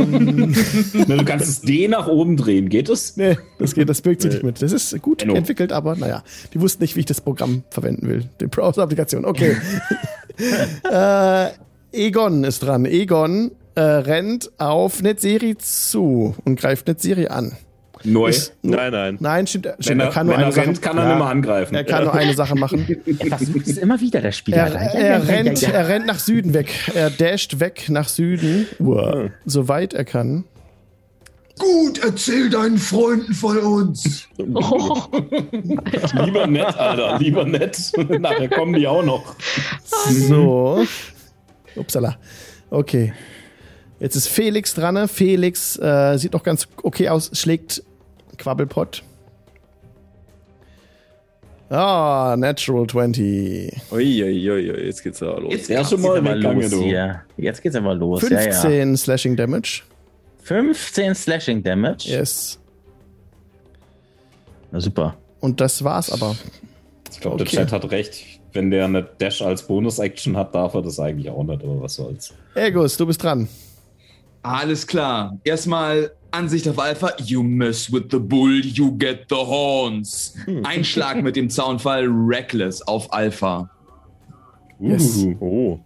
[SPEAKER 6] Ne, du kannst es D nach oben drehen, geht es?
[SPEAKER 1] nee, das geht, das birgt sich nicht mit. Das ist gut
[SPEAKER 6] Enno.
[SPEAKER 1] entwickelt, aber naja. Die wussten nicht, wie ich das Programm verwenden will. Die Browser-Applikation. Okay. äh, Egon ist dran. Egon äh, rennt auf Netzeri zu und greift Netzeri an.
[SPEAKER 6] Neu.
[SPEAKER 1] Ist nur-
[SPEAKER 2] Nein, nein.
[SPEAKER 1] Nein, stimmt,
[SPEAKER 6] Wenn
[SPEAKER 1] stimmt
[SPEAKER 6] er,
[SPEAKER 1] er kann nur
[SPEAKER 6] wenn
[SPEAKER 1] eine
[SPEAKER 6] er
[SPEAKER 1] Sache
[SPEAKER 6] rennt, kann er
[SPEAKER 1] Ja,
[SPEAKER 6] nicht mehr angreifen.
[SPEAKER 1] Er kann nur eine Sache machen.
[SPEAKER 4] Er versucht es immer wieder, der Spieler.
[SPEAKER 1] Er, er, rennt, er rennt nach Süden weg. Er dasht weg nach Süden, soweit er kann.
[SPEAKER 3] Gut, erzähl deinen Freunden von uns.
[SPEAKER 7] Oh,
[SPEAKER 6] Lieber nett, Alter, lieber nett. Nachher kommen die auch noch.
[SPEAKER 4] Mhm.
[SPEAKER 1] So. Upsala. Okay. Jetzt ist Felix dran. Felix äh, sieht noch ganz okay aus, schlägt Quabbelpott. Ah, Natural 20.
[SPEAKER 2] Uiuiui, jetzt geht's ja los.
[SPEAKER 3] Jetzt
[SPEAKER 6] Der ist schon
[SPEAKER 4] Mal
[SPEAKER 6] mal
[SPEAKER 4] mal
[SPEAKER 6] weggegangen,
[SPEAKER 4] los
[SPEAKER 6] du.
[SPEAKER 4] hier. Jetzt geht's aber los.
[SPEAKER 1] 15
[SPEAKER 4] Ja, ja.
[SPEAKER 1] Slashing Damage.
[SPEAKER 4] 15 Slashing Damage.
[SPEAKER 1] Yes.
[SPEAKER 4] Na, super.
[SPEAKER 1] Und das war's aber.
[SPEAKER 6] Ich glaube, der
[SPEAKER 1] Okay.
[SPEAKER 6] Chat hat recht. Wenn der eine Dash als Bonus-Action hat, darf er das eigentlich auch nicht, aber was soll's.
[SPEAKER 1] Ergus, du bist dran.
[SPEAKER 3] Alles klar. Erstmal Ansicht auf Alpha. You mess with the bull, you get the horns.
[SPEAKER 1] Hm.
[SPEAKER 3] Einschlag mit dem Zaunfall Reckless auf Alpha.
[SPEAKER 1] Yes.
[SPEAKER 6] Uhuhu.
[SPEAKER 2] Oh.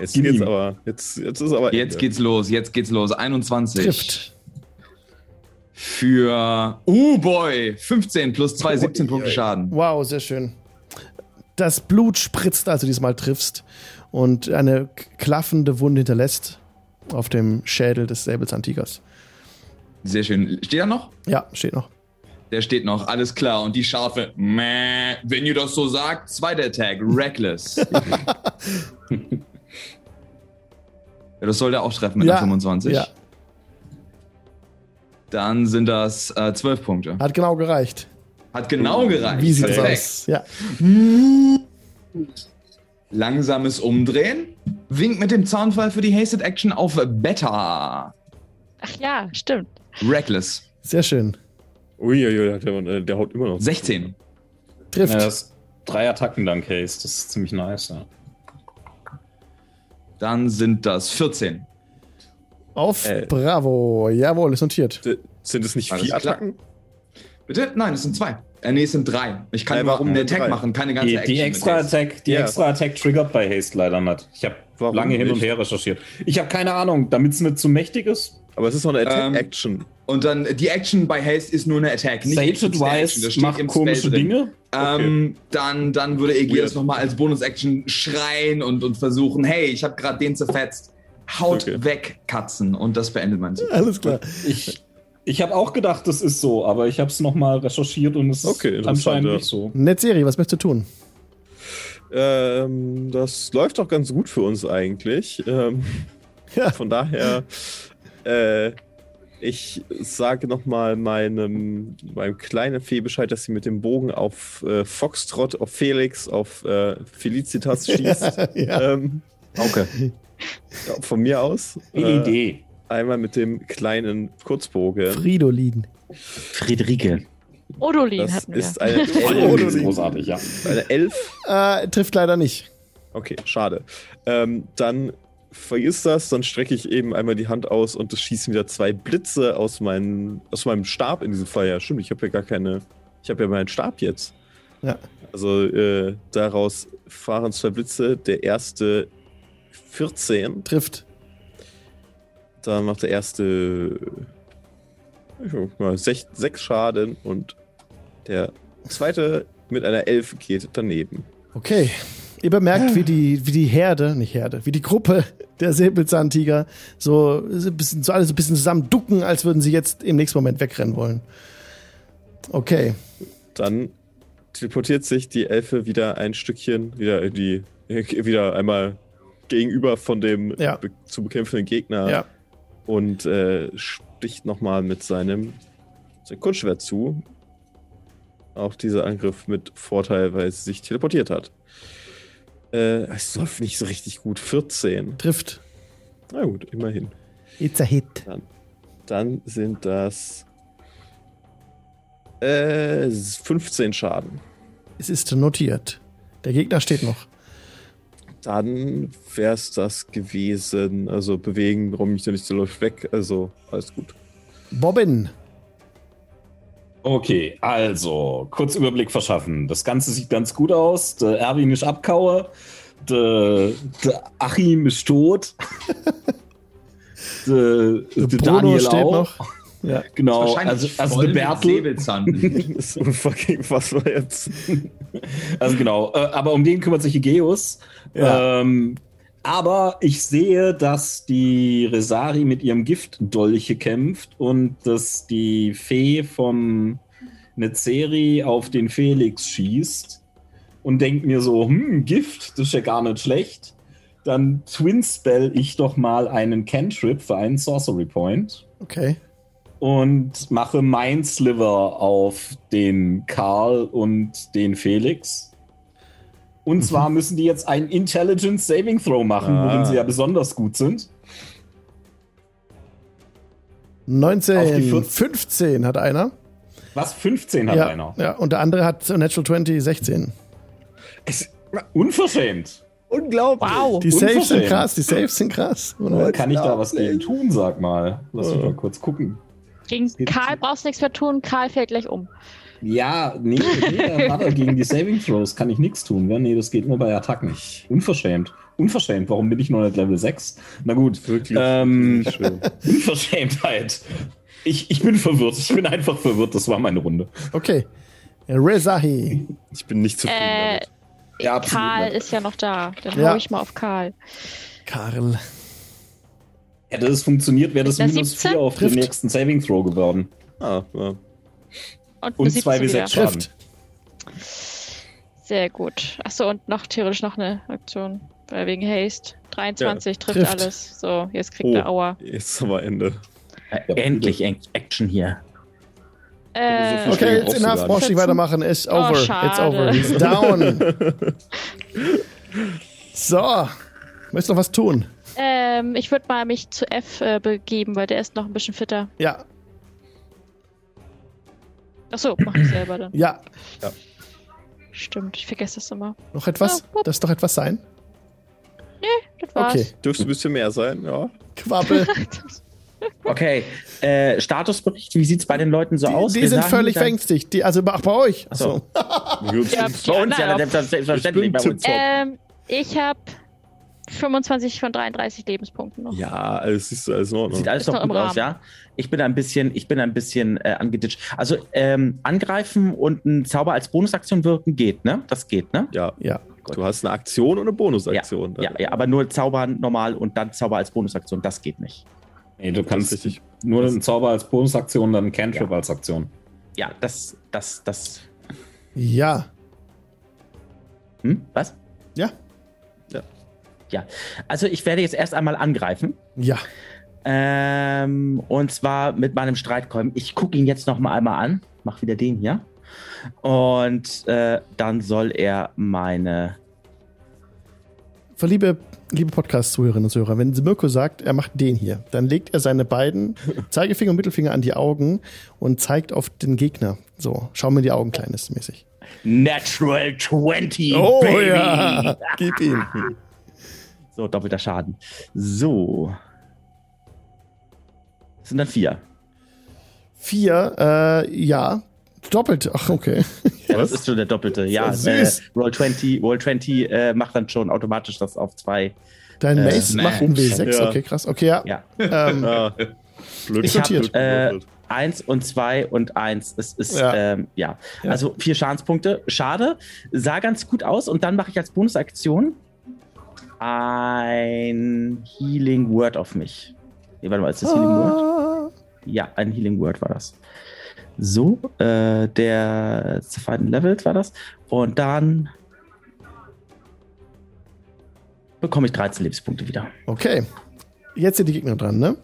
[SPEAKER 2] Jetzt
[SPEAKER 6] Gib
[SPEAKER 2] geht's
[SPEAKER 6] ihm.
[SPEAKER 2] aber. Jetzt, jetzt ist aber.
[SPEAKER 3] Jetzt
[SPEAKER 2] Ende.
[SPEAKER 3] geht's los, jetzt geht's los. 21.
[SPEAKER 1] Trifft.
[SPEAKER 3] Für uh boy 15 plus 2, 17 Punkte Schaden.
[SPEAKER 1] Wow, sehr schön. Das Blut spritzt, als du diesmal triffst und eine k- klaffende Wunde hinterlässt auf dem Schädel des Säbelzahntigers.
[SPEAKER 3] Sehr schön. Steht er noch?
[SPEAKER 1] Ja, steht noch.
[SPEAKER 3] Der steht noch, alles klar. Und die Schafe, meh, wenn ihr das so sagt, zweiter Attack, Reckless. ja, das soll der auch treffen mit
[SPEAKER 1] Ja,
[SPEAKER 3] der 25.
[SPEAKER 1] ja.
[SPEAKER 3] Dann sind das äh, 12 Punkte.
[SPEAKER 1] Hat genau gereicht.
[SPEAKER 3] Hat genau gereicht.
[SPEAKER 1] Wie sieht das
[SPEAKER 3] Perfekt.
[SPEAKER 1] aus? Ja.
[SPEAKER 3] Langsames Umdrehen. Wink mit dem Zaunfall für die Hasted Action auf Beta.
[SPEAKER 7] ach ja, stimmt.
[SPEAKER 3] Reckless.
[SPEAKER 1] Sehr schön.
[SPEAKER 2] Uiuiui, hat der, äh, der haut immer noch.
[SPEAKER 3] 16.
[SPEAKER 1] Trifft.
[SPEAKER 6] Ja, das ist drei Attacken lang, Case. Das ist ziemlich nice, ja.
[SPEAKER 3] Dann sind das 14.
[SPEAKER 1] Auf
[SPEAKER 2] Äh.
[SPEAKER 1] Bravo. Jawohl, ist notiert.
[SPEAKER 2] D- Sind es nicht
[SPEAKER 3] Alles
[SPEAKER 2] vier
[SPEAKER 3] klar.
[SPEAKER 2] Attacken?
[SPEAKER 3] Bitte? Nein, es sind zwei. Äh, nee, es sind drei. Ich kann
[SPEAKER 2] Nein,
[SPEAKER 3] nur
[SPEAKER 2] warum
[SPEAKER 3] einen
[SPEAKER 2] nur
[SPEAKER 3] Attack
[SPEAKER 2] drei?
[SPEAKER 3] machen, keine ganze
[SPEAKER 6] Die,
[SPEAKER 3] Action.
[SPEAKER 6] die
[SPEAKER 3] mit
[SPEAKER 6] extra
[SPEAKER 3] Haste.
[SPEAKER 6] Attack, die
[SPEAKER 2] Ja.
[SPEAKER 6] extra Attack triggert bei Haste leider nicht. Ich habe
[SPEAKER 2] Warum
[SPEAKER 6] lange hin
[SPEAKER 2] nicht?
[SPEAKER 6] und her recherchiert. Ich habe keine Ahnung, damit es nicht zu mächtig ist.
[SPEAKER 2] Aber es ist noch eine
[SPEAKER 3] Ähm,
[SPEAKER 2] Attack-Action.
[SPEAKER 3] Und dann äh, die Action bei Haste ist nur eine Attack. Nicht
[SPEAKER 6] Sage
[SPEAKER 3] Action, Action. Das
[SPEAKER 6] Advice
[SPEAKER 3] steht
[SPEAKER 6] macht
[SPEAKER 3] im
[SPEAKER 6] komische
[SPEAKER 3] Spell drin.
[SPEAKER 6] Dinge.
[SPEAKER 3] Ähm, dann, dann würde Aegeus
[SPEAKER 2] Weird.
[SPEAKER 3] nochmal als Bonus-Action schreien und, und versuchen, hey, ich habe gerade den zerfetzt. Haut
[SPEAKER 2] Okay.
[SPEAKER 3] weg, Katzen. Und das beendet mein Zug.
[SPEAKER 1] Alles klar.
[SPEAKER 6] Ich, ich habe auch gedacht, das ist so, aber ich habe es nochmal recherchiert und es
[SPEAKER 2] Okay,
[SPEAKER 6] ist
[SPEAKER 2] interessant,
[SPEAKER 6] anscheinend
[SPEAKER 2] ja.
[SPEAKER 6] nicht so.
[SPEAKER 1] Netzeri, was möchtest du tun?
[SPEAKER 2] Ähm, das läuft doch ganz gut für uns eigentlich. Ähm,
[SPEAKER 1] Ja.
[SPEAKER 2] Von daher, äh, Ich sage nochmal meinem, meinem kleinen Fee Bescheid, dass sie mit dem Bogen auf äh, Foxtrot, auf Felix, auf äh, Felicitas schießt.
[SPEAKER 1] ja.
[SPEAKER 2] ähm,
[SPEAKER 5] Okay.
[SPEAKER 2] ja, von mir aus.
[SPEAKER 6] Die
[SPEAKER 2] Äh,
[SPEAKER 6] Idee.
[SPEAKER 2] Einmal mit dem kleinen Kurzbogen.
[SPEAKER 1] Fridolin.
[SPEAKER 4] Friederike.
[SPEAKER 7] Odolin
[SPEAKER 2] Das
[SPEAKER 7] hatten wir.
[SPEAKER 2] ist eine
[SPEAKER 6] Oh, das ist
[SPEAKER 2] Elf.
[SPEAKER 6] großartig, ja.
[SPEAKER 2] Eine Elf.
[SPEAKER 1] Äh, trifft leider nicht.
[SPEAKER 2] Okay, schade. Ähm, dann vergiss das, dann strecke ich eben einmal die Hand aus und es schießen wieder zwei Blitze aus, meinen, aus meinem Stab in diesem Fall. Ja, stimmt, ich habe ja gar keine. Ich habe ja meinen Stab jetzt.
[SPEAKER 1] Ja.
[SPEAKER 2] Also äh, daraus fahren zwei Blitze. Der erste 14,
[SPEAKER 1] Trifft.
[SPEAKER 2] dann macht der erste ich guck mal, sech, sechs Schaden und der zweite mit einer 11 geht daneben.
[SPEAKER 1] Okay. Ihr bemerkt, wie die, wie die Herde, nicht Herde, wie die Gruppe der Säbelzahntiger so, so, ein bisschen, so alle so ein bisschen zusammen ducken, als würden sie jetzt im nächsten Moment wegrennen wollen. Okay.
[SPEAKER 2] Dann teleportiert sich die Elfe wieder ein Stückchen, wieder in die, wieder einmal gegenüber von dem
[SPEAKER 1] Ja.
[SPEAKER 2] be zu bekämpfenden Gegner
[SPEAKER 1] Ja.
[SPEAKER 2] und äh, sticht nochmal mit seinem, seinem Kurzschwert zu. Auch dieser Angriff mit Vorteil, weil es sich teleportiert hat. Äh, es läuft nicht so richtig gut. 14.
[SPEAKER 1] Trifft.
[SPEAKER 2] Na gut, immerhin.
[SPEAKER 1] It's a hit.
[SPEAKER 2] Dann sind das äh, 15 Schaden.
[SPEAKER 1] Es ist notiert. Der Gegner steht noch.
[SPEAKER 2] Dann wäre es das gewesen. Also bewegen, warum mich da nicht so läuft weg. Also alles gut.
[SPEAKER 1] Bobbin.
[SPEAKER 6] Okay, also, kurz Überblick verschaffen. Das Ganze sieht ganz gut aus. Der Erwin ist Abkauer. Der, der Achim ist tot. der, der, Daniel auch.
[SPEAKER 1] Ja.
[SPEAKER 6] Genau,
[SPEAKER 3] Wahrscheinlich
[SPEAKER 6] also, also
[SPEAKER 3] voll
[SPEAKER 6] der
[SPEAKER 3] mit
[SPEAKER 6] Bertel.
[SPEAKER 3] Säbelzahnten.
[SPEAKER 2] Das ist fucking was war jetzt?
[SPEAKER 6] Also genau, äh, aber um den kümmert sich Egeus.
[SPEAKER 1] Ja.
[SPEAKER 6] Ähm, aber ich sehe, dass die Resari mit ihrem Giftdolche kämpft und dass die Fee vom Nezeri auf den Felix schießt und denkt mir so, hm, Gift, das ist ja gar nicht schlecht. Dann Twinspell ich doch mal einen Cantrip für einen Sorcery Point
[SPEAKER 1] Okay.
[SPEAKER 6] und mache mein Sliver auf den Karl und den Felix. Und zwar müssen die jetzt einen Intelligence Saving Throw machen,
[SPEAKER 2] Ah.
[SPEAKER 6] worin sie ja besonders gut sind.
[SPEAKER 1] 19,
[SPEAKER 6] Auf die 14.
[SPEAKER 1] 15 hat einer.
[SPEAKER 6] Was? 15 hat
[SPEAKER 1] ja,
[SPEAKER 6] einer.
[SPEAKER 1] ja, und der andere hat Natural 20, 16.
[SPEAKER 6] Unverschämt.
[SPEAKER 2] Unglaublich.
[SPEAKER 7] wow.
[SPEAKER 1] Die Saves sind
[SPEAKER 6] Unverschämt.
[SPEAKER 1] krass, die Saves sind krass. Oder?
[SPEAKER 6] Kann ich da was gegen tun, sag mal. Lass mich
[SPEAKER 2] Ja.
[SPEAKER 6] mal kurz gucken.
[SPEAKER 7] Gegen Karl brauchst du nichts mehr tun, Karl fällt gleich um.
[SPEAKER 6] Ja, nee, nee warte, gegen die Saving Throws kann ich nichts tun. Gell? Nee, das geht nur bei Attacken. Unverschämt. Unverschämt. Warum bin ich noch nicht Level 6? Na gut.
[SPEAKER 2] Wirklich.
[SPEAKER 6] Ähm,
[SPEAKER 2] Schön.
[SPEAKER 6] Unverschämtheit. Ich, ich bin verwirrt. Ich bin einfach verwirrt. Das war meine Runde.
[SPEAKER 1] Okay. Rezahi.
[SPEAKER 2] Ich bin nicht zufrieden.
[SPEAKER 7] Äh,
[SPEAKER 2] damit.
[SPEAKER 6] Ja, absolut.
[SPEAKER 7] Karl ist ja noch da. Dann
[SPEAKER 1] Ja.
[SPEAKER 7] hau ich mal auf Karl.
[SPEAKER 1] Karl.
[SPEAKER 6] Hätte es funktioniert, wäre das
[SPEAKER 7] Der
[SPEAKER 6] minus
[SPEAKER 7] 17
[SPEAKER 6] 4 auf
[SPEAKER 1] trifft.
[SPEAKER 6] den nächsten Saving Throw geworden.
[SPEAKER 2] Ah, ja.
[SPEAKER 7] Und,
[SPEAKER 6] Und
[SPEAKER 7] eine 17
[SPEAKER 6] 2 bis
[SPEAKER 7] wieder.
[SPEAKER 6] 6 Schaden.
[SPEAKER 1] Trifft.
[SPEAKER 7] Sehr gut. Achso, und noch theoretisch noch eine Aktion. Weil wegen Haste. 23 trifft,
[SPEAKER 1] Trifft.
[SPEAKER 7] alles. So, jetzt kriegt
[SPEAKER 2] Oh.
[SPEAKER 7] er Aua.
[SPEAKER 2] Jetzt ist aber Ende.
[SPEAKER 4] Äh, endlich Eng- Action hier.
[SPEAKER 2] so viel
[SPEAKER 7] Äh,
[SPEAKER 1] Okay,
[SPEAKER 2] brauchst
[SPEAKER 1] it's
[SPEAKER 2] du
[SPEAKER 1] enough.
[SPEAKER 2] gar
[SPEAKER 1] Brauchst nicht
[SPEAKER 7] nicht.
[SPEAKER 1] weitermachen. It's
[SPEAKER 7] Oh,
[SPEAKER 1] over. It's
[SPEAKER 7] schade.
[SPEAKER 1] over. He's down. so. Möchtest du noch was tun?
[SPEAKER 7] ähm, ich würde mal mich zu F äh, begeben, weil der ist noch ein bisschen fitter.
[SPEAKER 1] Ja,
[SPEAKER 7] Achso, mach ich selber dann.
[SPEAKER 1] ja.
[SPEAKER 7] Stimmt, ich vergesse das immer.
[SPEAKER 1] Noch etwas?
[SPEAKER 7] Ja, wupp.
[SPEAKER 1] Darf noch etwas sein?
[SPEAKER 7] Das war's.
[SPEAKER 1] Okay.
[SPEAKER 2] Dürfte ein bisschen mehr sein, ja.
[SPEAKER 1] Quabbel.
[SPEAKER 4] Okay, äh, Statusbericht, wie sieht's bei den Leuten so aus?
[SPEAKER 1] Die, die
[SPEAKER 4] Wir
[SPEAKER 1] sind
[SPEAKER 4] sagen
[SPEAKER 1] völlig
[SPEAKER 4] dann-
[SPEAKER 1] verängstigt. Die, also ach, bei euch.
[SPEAKER 4] Ach so.
[SPEAKER 1] So.
[SPEAKER 2] Gut.
[SPEAKER 7] Ja,
[SPEAKER 4] Bei uns,
[SPEAKER 7] ja,
[SPEAKER 4] ja,
[SPEAKER 7] na,
[SPEAKER 4] selbst- selbstverständlich.
[SPEAKER 2] Ich bin
[SPEAKER 4] Bei uns.
[SPEAKER 2] Tipp.
[SPEAKER 7] ähm, ich habe 25 von 33 Lebenspunkten noch.
[SPEAKER 2] Ja, alles siehst du, alles in Ordnung.
[SPEAKER 4] Sieht alles
[SPEAKER 7] Ist noch
[SPEAKER 4] doch
[SPEAKER 7] im
[SPEAKER 4] gut aus,
[SPEAKER 7] Rahmen.
[SPEAKER 4] ja? Ich bin ein bisschen, ich bin ein bisschen äh, angeditscht. Also ähm, angreifen und einen Zauber als Bonusaktion wirken geht, ne? Das geht, ne?
[SPEAKER 2] ja.
[SPEAKER 1] Ja.
[SPEAKER 2] Du hast eine Aktion und eine Bonusaktion.
[SPEAKER 4] Ja, ja, aber nur Zauber normal und dann Zauber als Bonusaktion, das geht nicht.
[SPEAKER 6] Nee, du
[SPEAKER 2] Das ist
[SPEAKER 6] kannst
[SPEAKER 2] richtig.
[SPEAKER 6] nur einen Zauber als Bonusaktion, dann einen Cantrip
[SPEAKER 4] Ja.
[SPEAKER 6] als Aktion.
[SPEAKER 4] Ja, das, das, das.
[SPEAKER 1] Ja.
[SPEAKER 4] Hm? Was?
[SPEAKER 1] Ja.
[SPEAKER 4] Also ich werde jetzt erst einmal angreifen.
[SPEAKER 1] Ja.
[SPEAKER 4] Ähm, und zwar mit meinem Streitkolben. Ich gucke ihn jetzt noch mal einmal an. Mach wieder den hier. Und äh, dann soll er meine.
[SPEAKER 1] Für liebe, liebe Podcast-Zuhörerinnen und Zuhörer, wenn Mirko sagt, er macht den hier, dann legt er seine beiden Zeigefinger und Mittelfinger an die Augen und zeigt auf den Gegner. So, schau mir die Augen kleines mäßig.
[SPEAKER 4] Natural 20.
[SPEAKER 1] Oh
[SPEAKER 4] baby.
[SPEAKER 1] ja, gib ihn.
[SPEAKER 4] So, doppelter Schaden. So. Das sind dann vier.
[SPEAKER 1] Vier, äh, ja, doppelt. Ach, okay.
[SPEAKER 4] Ja, das ist schon der doppelte. Ja,
[SPEAKER 1] So
[SPEAKER 4] äh,
[SPEAKER 1] süß.
[SPEAKER 4] Roll 20, Roll 20 äh, macht dann schon automatisch das auf zwei.
[SPEAKER 1] Dein
[SPEAKER 4] Äh,
[SPEAKER 1] Mace macht ein
[SPEAKER 8] Mensch.
[SPEAKER 1] W6,
[SPEAKER 2] Ja.
[SPEAKER 1] okay, krass. Okay, ja.
[SPEAKER 4] Ja.
[SPEAKER 1] Ähm,
[SPEAKER 2] Ah, blöd.
[SPEAKER 1] Ich hab,
[SPEAKER 2] Blöd
[SPEAKER 4] äh,
[SPEAKER 2] gewürfelt.
[SPEAKER 4] Eins und zwei und eins. Es ist,
[SPEAKER 1] Ja.
[SPEAKER 4] ja. Ähm, ja. Also vier Schadenspunkte. Schade. Sah ganz gut aus. Und dann mache ich als Bonusaktion ein Healing Word auf mich. Nee, warte mal, ist das Healing Word? Ja, ein Healing Word war das. So, äh, der zweiten Levels war das. Und dann bekomme ich 13 Lebenspunkte wieder.
[SPEAKER 1] Okay. Jetzt sind die Gegner dran, ne?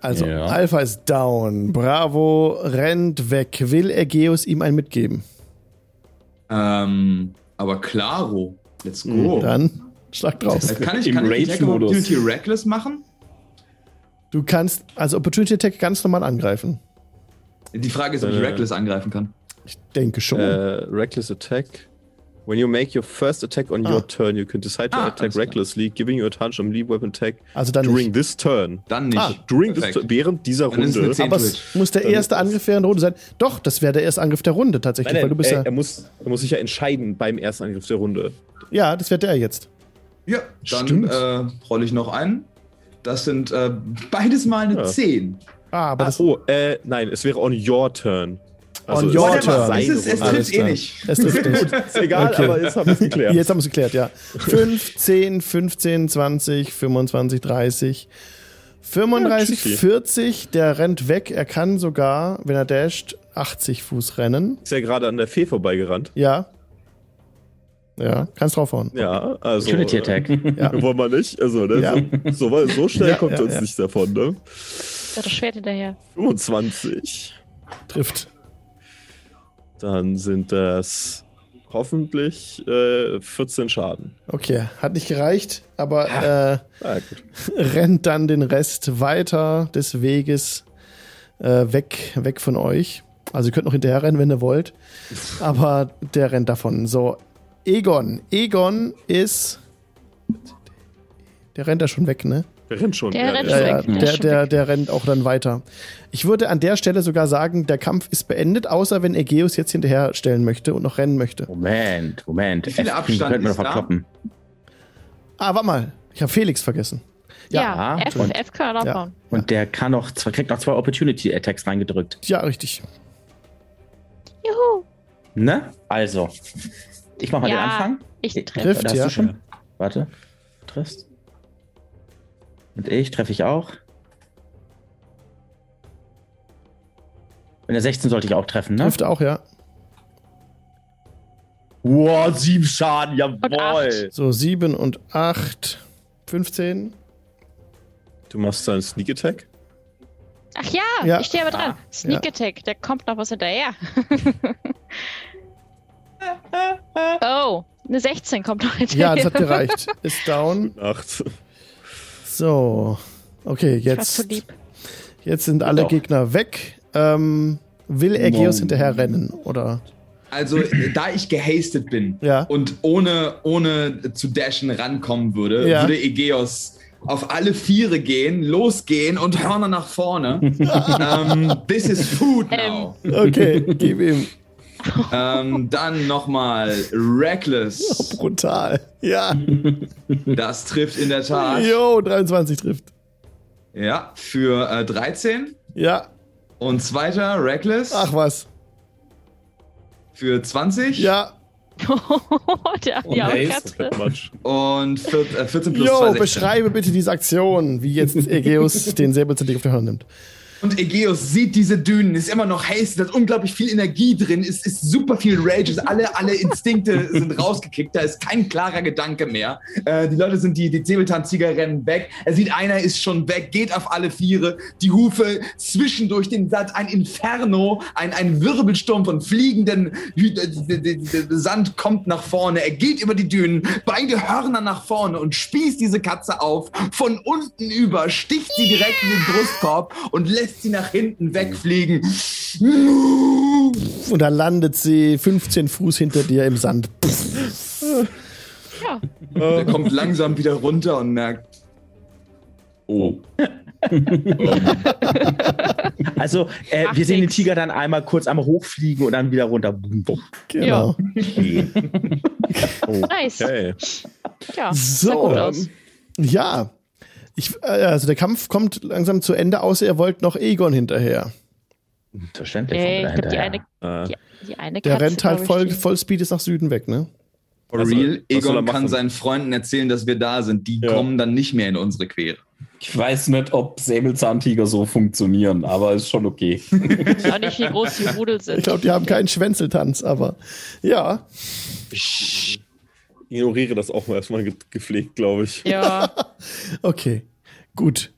[SPEAKER 1] Also,
[SPEAKER 6] Ja.
[SPEAKER 1] Alpha ist down. Bravo rennt weg. Will Ägäus ihm einen mitgeben?
[SPEAKER 3] Ähm, aber klaro, let's go. Äh,
[SPEAKER 1] Oh. Dann schlag drauf.
[SPEAKER 3] Kann ich,
[SPEAKER 6] Im
[SPEAKER 3] kann ich Attack of
[SPEAKER 6] Rage-Modus.
[SPEAKER 3] Opportunity Reckless machen?
[SPEAKER 1] Du kannst, also Opportunity Attack ganz normal angreifen.
[SPEAKER 3] Die Frage ist, ob ich
[SPEAKER 2] Äh.
[SPEAKER 3] Reckless angreifen kann.
[SPEAKER 1] Ich denke schon.
[SPEAKER 2] Äh, reckless attack. When you make your first attack on
[SPEAKER 1] Ah.
[SPEAKER 2] your turn, you can decide to
[SPEAKER 3] Ah, alles
[SPEAKER 2] attack
[SPEAKER 3] klar.
[SPEAKER 2] recklessly, giving your touch on lead weapon attack
[SPEAKER 1] also dann
[SPEAKER 2] during
[SPEAKER 1] nicht.
[SPEAKER 2] this turn.
[SPEAKER 3] Dann nicht.
[SPEAKER 1] Ah,
[SPEAKER 2] During this
[SPEAKER 3] Perfekt.
[SPEAKER 2] turn, während dieser
[SPEAKER 3] Dann ist es eine
[SPEAKER 2] Runde.
[SPEAKER 3] Zehn.
[SPEAKER 1] Aber es muss der erste Angriff während der Runde sein. Doch, das wäre der erste Angriff der Runde tatsächlich,
[SPEAKER 2] Nein, nein,
[SPEAKER 1] weil du bist
[SPEAKER 2] er,
[SPEAKER 1] ja.
[SPEAKER 2] er, muss, er muss sich ja entscheiden beim ersten Angriff der Runde.
[SPEAKER 1] Ja, das wäre der jetzt.
[SPEAKER 3] Ja, dann
[SPEAKER 2] Stimmt.
[SPEAKER 3] äh, rolle ich noch ein. Das sind äh, beides mal eine
[SPEAKER 2] Ja.
[SPEAKER 3] 10.
[SPEAKER 1] Ah, aber
[SPEAKER 2] Ah,
[SPEAKER 1] das.
[SPEAKER 2] oh, äh, nein, es wäre on your turn.
[SPEAKER 1] On
[SPEAKER 2] Also es
[SPEAKER 1] your
[SPEAKER 2] ist Ah,
[SPEAKER 1] turn.
[SPEAKER 2] seine
[SPEAKER 3] Es, ist, es
[SPEAKER 2] Runde.
[SPEAKER 1] Alles
[SPEAKER 3] trifft eh
[SPEAKER 1] klar.
[SPEAKER 3] nicht.
[SPEAKER 1] Es trifft nicht.
[SPEAKER 2] Ist egal,
[SPEAKER 1] Okay.
[SPEAKER 2] aber jetzt haben wir es geklärt.
[SPEAKER 1] Jetzt haben wir es geklärt, ja. 5, 10, 15, 20, 25, 30, 35,
[SPEAKER 2] Ja, tschüssi.
[SPEAKER 1] 40. Der rennt weg. Er kann sogar, wenn er dasht, 80 Fuß rennen.
[SPEAKER 2] Ist ja gerade an der Fee vorbeigerannt.
[SPEAKER 1] Ja. Ja, kannst draufhauen.
[SPEAKER 2] Ja, also.
[SPEAKER 4] Trinity Attack.
[SPEAKER 2] Äh, wollen wir nicht? Also, ne,
[SPEAKER 1] Ja.
[SPEAKER 2] so, so, so schnell
[SPEAKER 1] Ja,
[SPEAKER 2] kommt
[SPEAKER 1] ja,
[SPEAKER 2] uns
[SPEAKER 1] ja.
[SPEAKER 2] nicht davon, ne?
[SPEAKER 7] Da hat das Schwert hinterher.
[SPEAKER 2] 25.
[SPEAKER 1] Trifft.
[SPEAKER 2] Dann sind das hoffentlich äh, 14 Schaden.
[SPEAKER 1] Okay, hat nicht gereicht, aber äh,
[SPEAKER 2] Ah, gut.
[SPEAKER 1] rennt dann den Rest weiter des Weges äh, weg, weg von euch. Also ihr könnt noch hinterher rennen, wenn ihr wollt. Aber der rennt davon. So, Egon. Egon ist. Der rennt da schon weg, ne?
[SPEAKER 2] Der rennt schon.
[SPEAKER 7] Der rennt
[SPEAKER 1] Ja,
[SPEAKER 7] schon
[SPEAKER 1] ja,
[SPEAKER 7] weg, der
[SPEAKER 1] der,
[SPEAKER 7] ist schon
[SPEAKER 1] der,
[SPEAKER 7] weg.
[SPEAKER 1] der rennt auch dann weiter. Ich würde an der Stelle sogar sagen, der Kampf ist beendet, außer wenn Aegeus jetzt hinterherstellen möchte und noch rennen möchte.
[SPEAKER 4] Moment, Moment.
[SPEAKER 3] Wie viel
[SPEAKER 4] F-
[SPEAKER 3] Abstand
[SPEAKER 4] könnten wir
[SPEAKER 3] ist
[SPEAKER 4] noch
[SPEAKER 3] da?
[SPEAKER 4] verkloppen.
[SPEAKER 1] Ah, warte mal. Ich habe Felix vergessen.
[SPEAKER 4] Ja,
[SPEAKER 7] Ja, F,
[SPEAKER 4] und-
[SPEAKER 7] F kann er
[SPEAKER 1] Ja.
[SPEAKER 7] abbauen.
[SPEAKER 4] Und der kann noch, zwei- kriegt noch zwei Opportunity Attacks reingedrückt.
[SPEAKER 1] Ja, richtig.
[SPEAKER 7] Juhu.
[SPEAKER 4] Ne? Also, ich mach mal
[SPEAKER 7] Ja,
[SPEAKER 4] den Anfang.
[SPEAKER 7] Ich
[SPEAKER 4] Ich-
[SPEAKER 7] treffe.
[SPEAKER 1] Trifft,
[SPEAKER 4] Oder hast
[SPEAKER 1] ja.
[SPEAKER 4] du schon? Warte. Triffst. Und ich treffe ich auch. Und der 16 sollte ich auch treffen, ne?
[SPEAKER 1] Trifft auch, ja.
[SPEAKER 4] Wow, sieben Schaden, jawoll.
[SPEAKER 7] acht.
[SPEAKER 1] So, 7 und 8, 15.
[SPEAKER 2] Du machst deinen Sneak Attack?
[SPEAKER 7] Ach ja,
[SPEAKER 1] Ja. Ah,
[SPEAKER 7] ich stehe aber dran. Sneak Attack, da kommt noch was hinterher. oh, eine 16 kommt noch
[SPEAKER 1] Ja,
[SPEAKER 7] hinterher.
[SPEAKER 1] das hat gereicht. Ist down.
[SPEAKER 2] Acht.
[SPEAKER 1] So. Okay,
[SPEAKER 7] ich war zu
[SPEAKER 1] jetzt,
[SPEAKER 7] lieb.
[SPEAKER 1] jetzt sind alle
[SPEAKER 4] Doch.
[SPEAKER 1] Gegner weg. Ähm, will Aegeus
[SPEAKER 6] Wow.
[SPEAKER 1] hinterher rennen? Oder?
[SPEAKER 3] Also, da ich gehastet bin
[SPEAKER 1] Ja.
[SPEAKER 3] und ohne, ohne zu dashen rankommen würde,
[SPEAKER 1] Ja.
[SPEAKER 3] würde Egeos auf alle Viere gehen, losgehen und Hörner nach vorne. ähm, this is food now.
[SPEAKER 1] Okay, gib ihm.
[SPEAKER 3] Ähm, dann nochmal Reckless.
[SPEAKER 1] Brutal. Ja.
[SPEAKER 3] Das trifft in der Tat.
[SPEAKER 1] Jo, 23 trifft.
[SPEAKER 3] Ja, für äh, 13.
[SPEAKER 1] Ja.
[SPEAKER 3] Und zweiter Reckless
[SPEAKER 1] Ach was.
[SPEAKER 3] für 20.
[SPEAKER 1] Ja.
[SPEAKER 7] Oh, der
[SPEAKER 6] Und
[SPEAKER 7] ja,
[SPEAKER 6] Ace.
[SPEAKER 7] Katze.
[SPEAKER 2] Quatsch.
[SPEAKER 3] Und vier, äh, 14 plus 2.
[SPEAKER 1] Jo,
[SPEAKER 3] 16.
[SPEAKER 1] beschreibe bitte diese Aktion, wie jetzt Aegeus den Säbelzahntiger auf die Hand nimmt.
[SPEAKER 3] Und Aegeus sieht diese Dünen, ist immer noch hasty, hat unglaublich viel Energie drin, ist, ist super viel Rage, ist alle, alle Instinkte sind rausgekickt, da ist kein klarer Gedanke mehr. Äh, die Leute sind, die, die Säbeltanzieger rennen weg. Er sieht, einer ist schon weg, geht auf alle Viere, die Hufe zwischendurch den Satz, ein Inferno, ein, ein Wirbelsturm von fliegenden Hü- äh, d- d- d- Sand kommt nach vorne. Er geht über die Dünen, beide Hörner nach vorne und spießt diese Katze auf. Von unten über sticht sie direkt in den Brustkorb und lässt sie nach hinten wegfliegen.
[SPEAKER 1] Und da landet sie 15 Fuß hinter dir im Sand.
[SPEAKER 7] Ja,
[SPEAKER 3] Er kommt langsam wieder runter und merkt,
[SPEAKER 8] Oh.
[SPEAKER 4] Also, äh,
[SPEAKER 7] Macht
[SPEAKER 4] wir sehen den
[SPEAKER 7] nix.
[SPEAKER 4] Tiger dann einmal kurz einmal hochfliegen und dann wieder runter. Bum, bum.
[SPEAKER 1] Genau.
[SPEAKER 7] nice.
[SPEAKER 2] Oh, Okay.
[SPEAKER 7] Ja, sah
[SPEAKER 1] So.
[SPEAKER 7] gut aus.
[SPEAKER 1] Ja. Ich, äh, also der Kampf kommt langsam zu Ende, außer ihr wollt noch Egon hinterher.
[SPEAKER 4] Verständlich.
[SPEAKER 7] Nee, ich
[SPEAKER 4] kommt
[SPEAKER 7] glaube,
[SPEAKER 4] er
[SPEAKER 7] die
[SPEAKER 4] hinterher.
[SPEAKER 7] eine,
[SPEAKER 2] Äh,
[SPEAKER 7] die, die eine
[SPEAKER 1] Der
[SPEAKER 7] Katze,
[SPEAKER 1] rennt halt
[SPEAKER 7] glaub
[SPEAKER 1] voll,
[SPEAKER 7] ich, die-
[SPEAKER 1] Vollspeed ist nach Süden weg, ne?
[SPEAKER 3] for
[SPEAKER 2] Also,
[SPEAKER 3] real,
[SPEAKER 2] was soll er
[SPEAKER 3] Egon
[SPEAKER 2] machen?
[SPEAKER 3] kann seinen Freunden erzählen, dass wir da sind. Die
[SPEAKER 2] Ja.
[SPEAKER 3] kommen dann nicht mehr in unsere Quere.
[SPEAKER 6] Ich weiß nicht, ob Säbelzahntiger so funktionieren, aber ist schon okay.
[SPEAKER 7] Ist auch nicht, wie groß die Rudel sind.
[SPEAKER 1] Ich glaube, die haben keinen Schwänzeltanz, aber ja.
[SPEAKER 2] ignoriere das auch mal erstmal ge gepflegt, glaube ich.
[SPEAKER 7] Ja,
[SPEAKER 1] Okay, gut.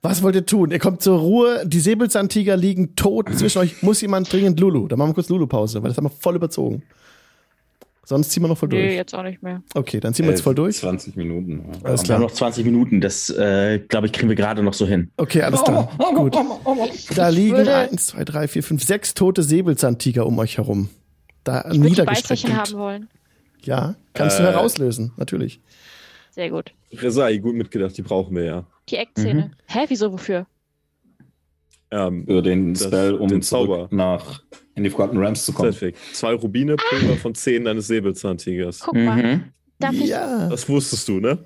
[SPEAKER 1] Was wollt ihr tun? Ihr kommt zur Ruhe, die Säbelzahntiger liegen tot zwischen euch. Muss jemand dringend Lulu? Dann machen wir kurz Lulu-Pause, weil das haben wir voll überzogen. Sonst ziehen wir noch voll durch.
[SPEAKER 7] nee, jetzt auch nicht mehr.
[SPEAKER 1] Okay, dann ziehen wir jetzt voll durch.
[SPEAKER 6] 20 Minuten.
[SPEAKER 1] Alles
[SPEAKER 6] ja.
[SPEAKER 4] Wir Äh, haben
[SPEAKER 1] klar.
[SPEAKER 4] noch 20 Minuten, das äh, glaube ich, kriegen wir gerade noch so hin.
[SPEAKER 1] Okay, alles klar.
[SPEAKER 7] Oh,
[SPEAKER 1] Gut. Da liegen eins, zwei, drei, vier, fünf, sechs tote Säbelzahntiger um euch herum. Da
[SPEAKER 7] Ich würde die Beißerchen haben
[SPEAKER 1] niedergestreckt.
[SPEAKER 7] wollen.
[SPEAKER 1] Ja, kannst du
[SPEAKER 2] Äh.
[SPEAKER 1] herauslösen, natürlich.
[SPEAKER 7] Sehr gut.
[SPEAKER 2] Resai, gut mitgedacht, die brauchen wir ja.
[SPEAKER 7] Die Eckzähne.
[SPEAKER 1] Mhm.
[SPEAKER 7] Hä, wieso, wofür?
[SPEAKER 2] Ähm,
[SPEAKER 6] Für den
[SPEAKER 2] Das-
[SPEAKER 6] Spell, um
[SPEAKER 2] den Zauber.
[SPEAKER 6] zurück nach in die Forgotten Rams zu kommen.
[SPEAKER 2] Perfekt. Zwei Rubine, Pulver von Zehen deines Säbelzahntigers.
[SPEAKER 7] Guck mal,
[SPEAKER 4] Mhm.
[SPEAKER 7] darf ich?
[SPEAKER 1] Ja.
[SPEAKER 2] Das wusstest du, ne?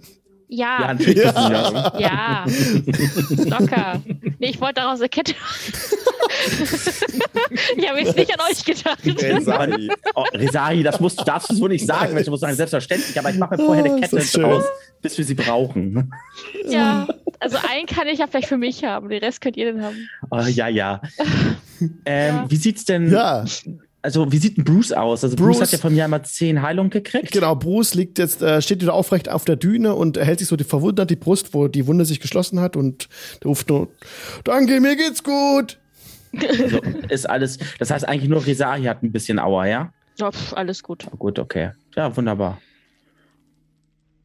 [SPEAKER 4] Ja,
[SPEAKER 7] Ja,
[SPEAKER 4] natürlich. Ja.
[SPEAKER 7] ja. Locker. Nee, ich wollte daraus erkennen. ich habe jetzt nicht an euch gedacht.
[SPEAKER 2] Resai.
[SPEAKER 4] Oh, Resari, das musst, darfst du so nicht sagen, weil du musst sagen, selbstverständlich, aber ich mache mir vorher
[SPEAKER 1] Oh,
[SPEAKER 4] eine
[SPEAKER 1] ist
[SPEAKER 4] Kette
[SPEAKER 1] das schön.
[SPEAKER 4] draus, bis wir sie brauchen.
[SPEAKER 7] Ja, also einen kann ich ja vielleicht für mich haben, den Rest könnt ihr dann haben.
[SPEAKER 4] Oh, ja, ja. Ähm,
[SPEAKER 7] Ja.
[SPEAKER 4] Wie sieht's denn,
[SPEAKER 1] Ja,
[SPEAKER 4] also wie sieht denn Bruce aus? Also Bruce,
[SPEAKER 1] Bruce-
[SPEAKER 4] hat ja von mir einmal 10 Heilung gekriegt.
[SPEAKER 1] Genau, Bruce liegt jetzt, äh, steht wieder aufrecht auf der Düne und hält sich so die, verwundert die Brust, wo die Wunde sich geschlossen hat und der ruft nur, danke, mir geht's gut.
[SPEAKER 4] Also, ist alles, das heißt eigentlich nur Resari hat ein bisschen Aua, ja?
[SPEAKER 7] Ja, pf, alles gut.
[SPEAKER 4] Gut, okay. Ja, wunderbar.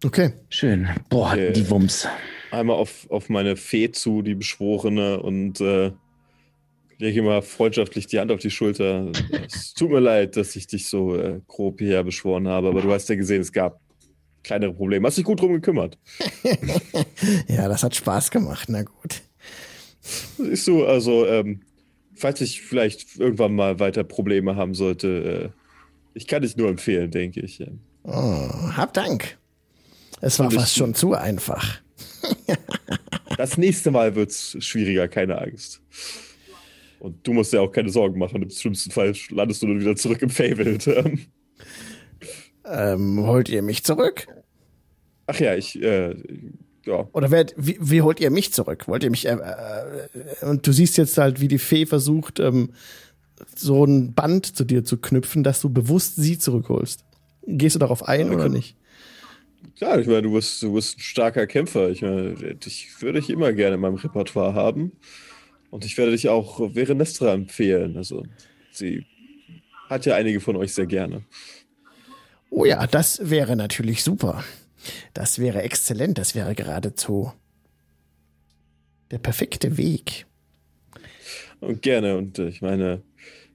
[SPEAKER 1] Okay,
[SPEAKER 4] Schön. Boah,
[SPEAKER 2] Okay.
[SPEAKER 4] die Wumms.
[SPEAKER 2] Einmal auf, auf meine Fee zu, die Beschworene, und äh, lege ihm mal freundschaftlich die Hand auf die Schulter. Es tut mir leid, dass ich dich so äh, grob hierher beschworen habe, aber du hast ja gesehen, es gab kleinere Probleme. Hast dich gut drum gekümmert.
[SPEAKER 1] ja, das hat Spaß gemacht, na gut.
[SPEAKER 2] Siehst du, also, ähm, falls ich vielleicht irgendwann mal weiter Probleme haben sollte, äh, ich kann dich nur empfehlen, denke ich. Ähm,
[SPEAKER 1] Oh, hab Dank. Es war
[SPEAKER 2] Ein
[SPEAKER 1] fast schon zu einfach.
[SPEAKER 2] Das nächste Mal wird es schwieriger, keine Angst. Und du musst ja auch keine Sorgen machen. Im schlimmsten Fall landest du dann wieder zurück im Fabled.
[SPEAKER 1] Ähm, holt ihr mich zurück?
[SPEAKER 2] Ach ja, ich, äh, ja.
[SPEAKER 1] Oder wer, wie, wie holt ihr mich zurück? Wollt ihr mich, äh, äh, und du siehst jetzt halt, wie die Fee versucht, ähm, so ein Band zu dir zu knüpfen, dass du bewusst sie zurückholst. Gehst du darauf ein oder
[SPEAKER 2] können-
[SPEAKER 1] nicht?
[SPEAKER 2] Klar, ich meine, du bist, du bist ein starker Kämpfer. Ich meine, dich würde ich immer gerne in meinem Repertoire haben. Und ich werde dich auch Verenestra empfehlen. Also, sie hat ja einige von euch sehr gerne.
[SPEAKER 1] Oh ja, das wäre natürlich super. Das wäre exzellent, das wäre geradezu der perfekte Weg.
[SPEAKER 2] Und gerne. Und äh, ich meine,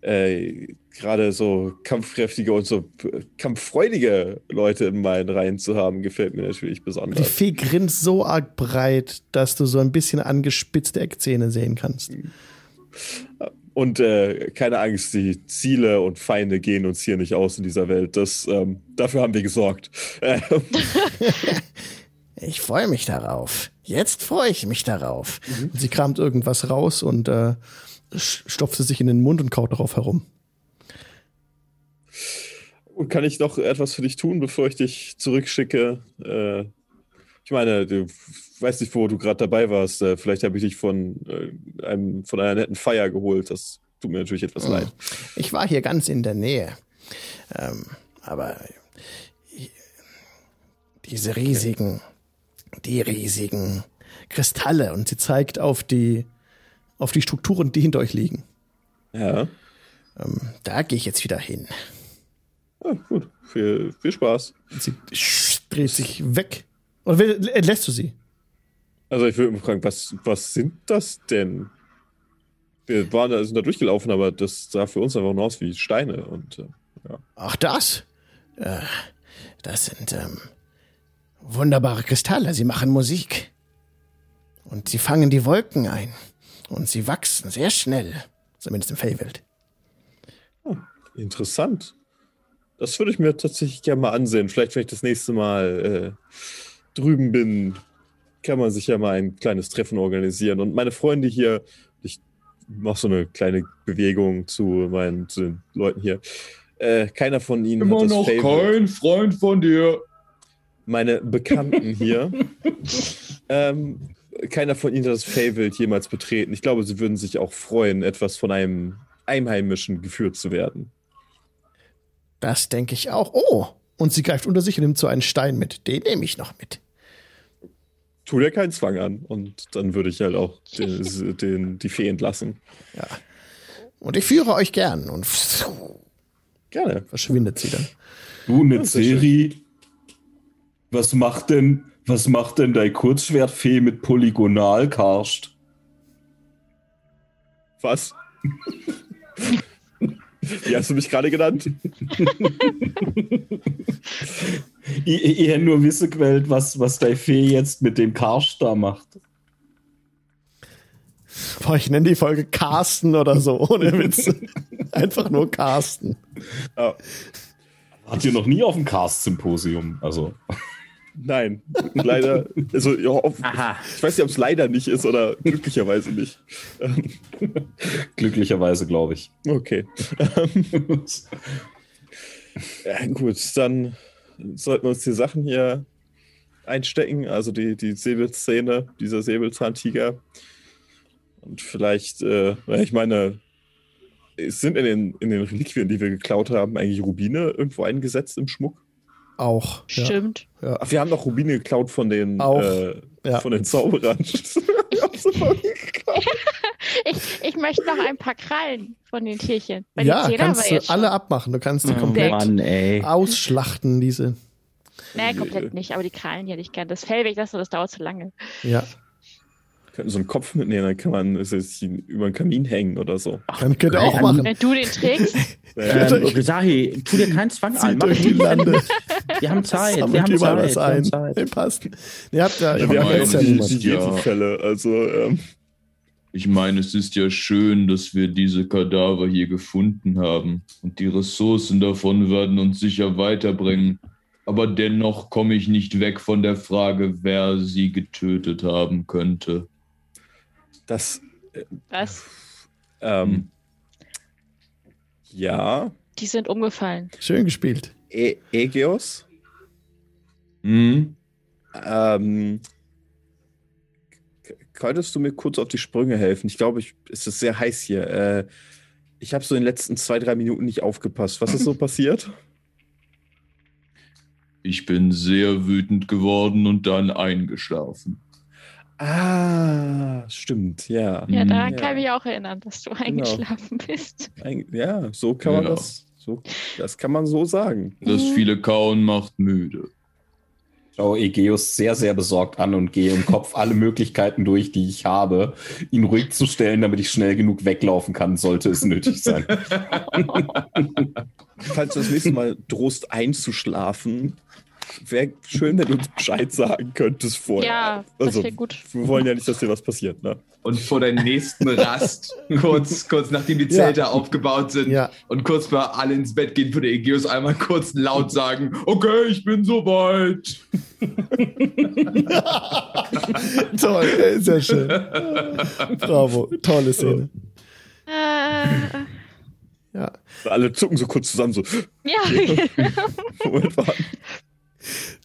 [SPEAKER 2] äh, gerade so kampfkräftige und so äh, kampffreudige Leute in meinen Reihen zu haben, gefällt mir natürlich
[SPEAKER 1] Die
[SPEAKER 2] besonders.
[SPEAKER 1] Fee grinst so arg breit, dass du so ein bisschen angespitzte Eckzähne sehen kannst.
[SPEAKER 2] Und äh, keine Angst, die Ziele und Feinde gehen uns hier nicht aus in dieser Welt. Das, ähm, dafür haben wir gesorgt. Äh,
[SPEAKER 1] Ich freue mich darauf. Jetzt freue ich mich darauf. Mhm. Und sie kramt irgendwas raus und äh, sch- stopft es sich in den Mund und kaut darauf herum.
[SPEAKER 2] und kann ich noch etwas für dich tun, bevor ich dich zurückschicke? Äh, Ich meine, du weißt nicht, wo du gerade dabei warst. Äh, Vielleicht habe ich dich von, äh, einem, von einer netten Feier geholt. Das tut mir natürlich
[SPEAKER 1] Oh.
[SPEAKER 2] etwas leid.
[SPEAKER 1] Ich war hier ganz in der Nähe. Ähm, aber ich- diese riesigen, die riesigen Kristalle. Und sie zeigt auf die, auf die Strukturen, die hinter euch liegen.
[SPEAKER 2] Ja.
[SPEAKER 1] Da gehe ich jetzt wieder hin.
[SPEAKER 2] ja gut. Viel, viel Spaß.
[SPEAKER 1] Und sie dreht sich weg. Oder will- entlässt du sie?
[SPEAKER 2] Also ich würde mal fragen, was, was sind das denn? Wir waren da, sind da durchgelaufen, aber das sah für uns einfach nur aus wie Steine. Und äh,
[SPEAKER 1] Ach, das? Äh, das sind ähm, wunderbare Kristalle. Sie machen Musik. Und sie fangen die Wolken ein. Und sie wachsen sehr schnell. Zumindest im Feywild.
[SPEAKER 2] interessant. Das würde ich mir tatsächlich gerne mal ansehen. Vielleicht, wenn ich das nächste Mal äh, drüben bin, kann man sich ja mal ein kleines Treffen organisieren. Und meine Freunde hier, ich mache so eine kleine Bewegung zu meinen zu den Leuten hier. Äh, keiner von ihnen
[SPEAKER 8] Immer
[SPEAKER 2] hat das
[SPEAKER 8] noch
[SPEAKER 2] Favorit.
[SPEAKER 8] kein Freund von dir.
[SPEAKER 2] meine Bekannten hier. ähm, keiner von ihnen hat das Feywild jemals betreten. Ich glaube, sie würden sich auch freuen, etwas von einem Einheimischen geführt zu werden.
[SPEAKER 1] Das denke ich auch. Oh! Und sie greift unter sich und nimmt so einen Stein mit. Den nehme ich noch mit.
[SPEAKER 2] Tu dir keinen Zwang an. Und dann würde ich halt auch den, den, die Fee entlassen.
[SPEAKER 1] Und ich führe euch gern. Und
[SPEAKER 2] Gerne.
[SPEAKER 1] verschwindet sie dann.
[SPEAKER 6] Du, eine
[SPEAKER 2] ist ja schön.
[SPEAKER 6] Serie. Was macht denn, was macht denn dein Kurzschwertfee mit Polygonalkarst?
[SPEAKER 2] Was? Wie hast du mich gerade genannt?
[SPEAKER 6] Ich, ich, ich hätte E-, nur wissen gewählt, was, was dein Fee jetzt mit dem Karst da macht.
[SPEAKER 1] Boah, ich nenne die Folge Carsten oder so. Ohne Witz. Einfach nur Carsten.
[SPEAKER 2] Ah,
[SPEAKER 6] Hat ihr noch nie auf dem Karst-Symposium? Also,
[SPEAKER 2] Nein, leider. Also, ja, auf,
[SPEAKER 4] Aha.
[SPEAKER 2] ich weiß nicht, ob es leider nicht ist oder glücklicherweise nicht.
[SPEAKER 6] glücklicherweise, glaube ich.
[SPEAKER 2] Okay. Ja, gut, dann sollten wir uns die Sachen hier einstecken, also die, die Säbelszene, dieser Säbelzahntiger. Und vielleicht, äh, ja, ich meine, es sind in den, in den Reliquien, die wir geklaut haben, eigentlich Rubine irgendwo eingesetzt im Schmuck?
[SPEAKER 1] Auch. Ja.
[SPEAKER 7] Stimmt.
[SPEAKER 2] Ach, wir haben doch Rubine geklaut von den,
[SPEAKER 1] Auch,
[SPEAKER 2] äh,
[SPEAKER 1] ja.
[SPEAKER 2] von den Zauberern. Ich hab's davon geklaut.
[SPEAKER 7] Ich, ich möchte noch ein paar Krallen von den Tierchen. Bei
[SPEAKER 1] Ja,
[SPEAKER 7] den Zehner
[SPEAKER 1] kannst
[SPEAKER 7] war
[SPEAKER 1] du
[SPEAKER 7] jetzt
[SPEAKER 1] alle abmachen. Du kannst die komplett
[SPEAKER 4] Mann, ey.
[SPEAKER 1] Ah, ausschlachten, diese.
[SPEAKER 7] Schon. Nee, komplett nicht, aber die Krallen hätte ich gern. Das Fell weglassen, das dauert zu lange.
[SPEAKER 1] Ja.
[SPEAKER 2] Wir könnten so einen Kopf mitnehmen, dann kann man es jetzt über den Kamin hängen oder so. Äh,
[SPEAKER 1] Dann könnt ihr auch
[SPEAKER 4] Mann.
[SPEAKER 1] machen.
[SPEAKER 7] Wenn du den trägst,
[SPEAKER 4] Ähm, Rizahi, tu dir keinen Zwang an.
[SPEAKER 1] Zieht
[SPEAKER 4] Mach
[SPEAKER 1] euch die
[SPEAKER 4] nicht.
[SPEAKER 1] Lande.
[SPEAKER 4] Wir haben Zeit.
[SPEAKER 1] Sammelt
[SPEAKER 4] Wir haben
[SPEAKER 1] überall
[SPEAKER 4] Zeit.
[SPEAKER 1] was
[SPEAKER 4] Wir haben
[SPEAKER 1] ein.
[SPEAKER 4] Zeit.
[SPEAKER 1] Nee, passt. Ihr habt ja,
[SPEAKER 8] Ja,
[SPEAKER 1] ihr habt
[SPEAKER 2] Wir haben
[SPEAKER 1] ja
[SPEAKER 8] meine,
[SPEAKER 1] jetzt
[SPEAKER 2] jetzt
[SPEAKER 1] ja
[SPEAKER 2] die,
[SPEAKER 1] niemanden.
[SPEAKER 2] die Jesu-Fälle, also ähm,
[SPEAKER 8] Ich meine, es ist ja schön, dass wir diese Kadaver hier gefunden haben. Und die Ressourcen davon werden uns sicher weiterbringen. Aber dennoch komme ich nicht weg von der Frage, wer sie getötet haben könnte.
[SPEAKER 2] das,
[SPEAKER 7] was?
[SPEAKER 2] ähm, ja,
[SPEAKER 7] Die sind umgefallen.
[SPEAKER 1] Schön gespielt.
[SPEAKER 2] e Egeos,
[SPEAKER 8] Hm?
[SPEAKER 2] ähm, k- könntest du mir kurz auf die Sprünge helfen? Ich glaube, ich, es ist sehr heiß hier. Äh, ich habe so in den letzten zwei, drei Minuten nicht aufgepasst. Was ist so passiert?
[SPEAKER 8] Ich bin sehr wütend geworden und dann eingeschlafen.
[SPEAKER 2] Ah, stimmt, ja.
[SPEAKER 7] Ja,
[SPEAKER 8] Mhm.
[SPEAKER 7] daran
[SPEAKER 2] Ja. Genau.
[SPEAKER 7] kann ich mich auch erinnern, dass du eingeschlafen bist.
[SPEAKER 2] Ein, ja, so kann man
[SPEAKER 8] Ja.
[SPEAKER 2] das, so, das kann man so sagen.
[SPEAKER 8] Das
[SPEAKER 7] Mhm.
[SPEAKER 8] viele Kauen macht müde.
[SPEAKER 6] Schau Egeus sehr, sehr besorgt an und gehe im Kopf alle Möglichkeiten durch, die ich habe, ihn ruhig zu stellen, damit ich schnell genug weglaufen kann, sollte es nötig sein.
[SPEAKER 2] Falls du das nächste Mal drohst einzuschlafen, wäre schön, wenn du uns Bescheid sagen könntest vorher.
[SPEAKER 7] Ja, das
[SPEAKER 2] also,
[SPEAKER 7] wäre gut.
[SPEAKER 2] wir wollen ja nicht, dass dir was passiert, ne?
[SPEAKER 3] Und vor der nächsten Rast, kurz, kurz nachdem die Zelte aufgebaut sind
[SPEAKER 1] Ja.
[SPEAKER 3] und kurz bevor alle ins Bett gehen, würde Egeus einmal kurz laut sagen, okay, ich bin soweit.
[SPEAKER 1] Toll, ey, sehr schön. Bravo, tolle Szene.
[SPEAKER 7] Äh,
[SPEAKER 1] Ja.
[SPEAKER 2] Alle zucken so kurz zusammen, so,
[SPEAKER 7] ja,
[SPEAKER 2] Moment, warte.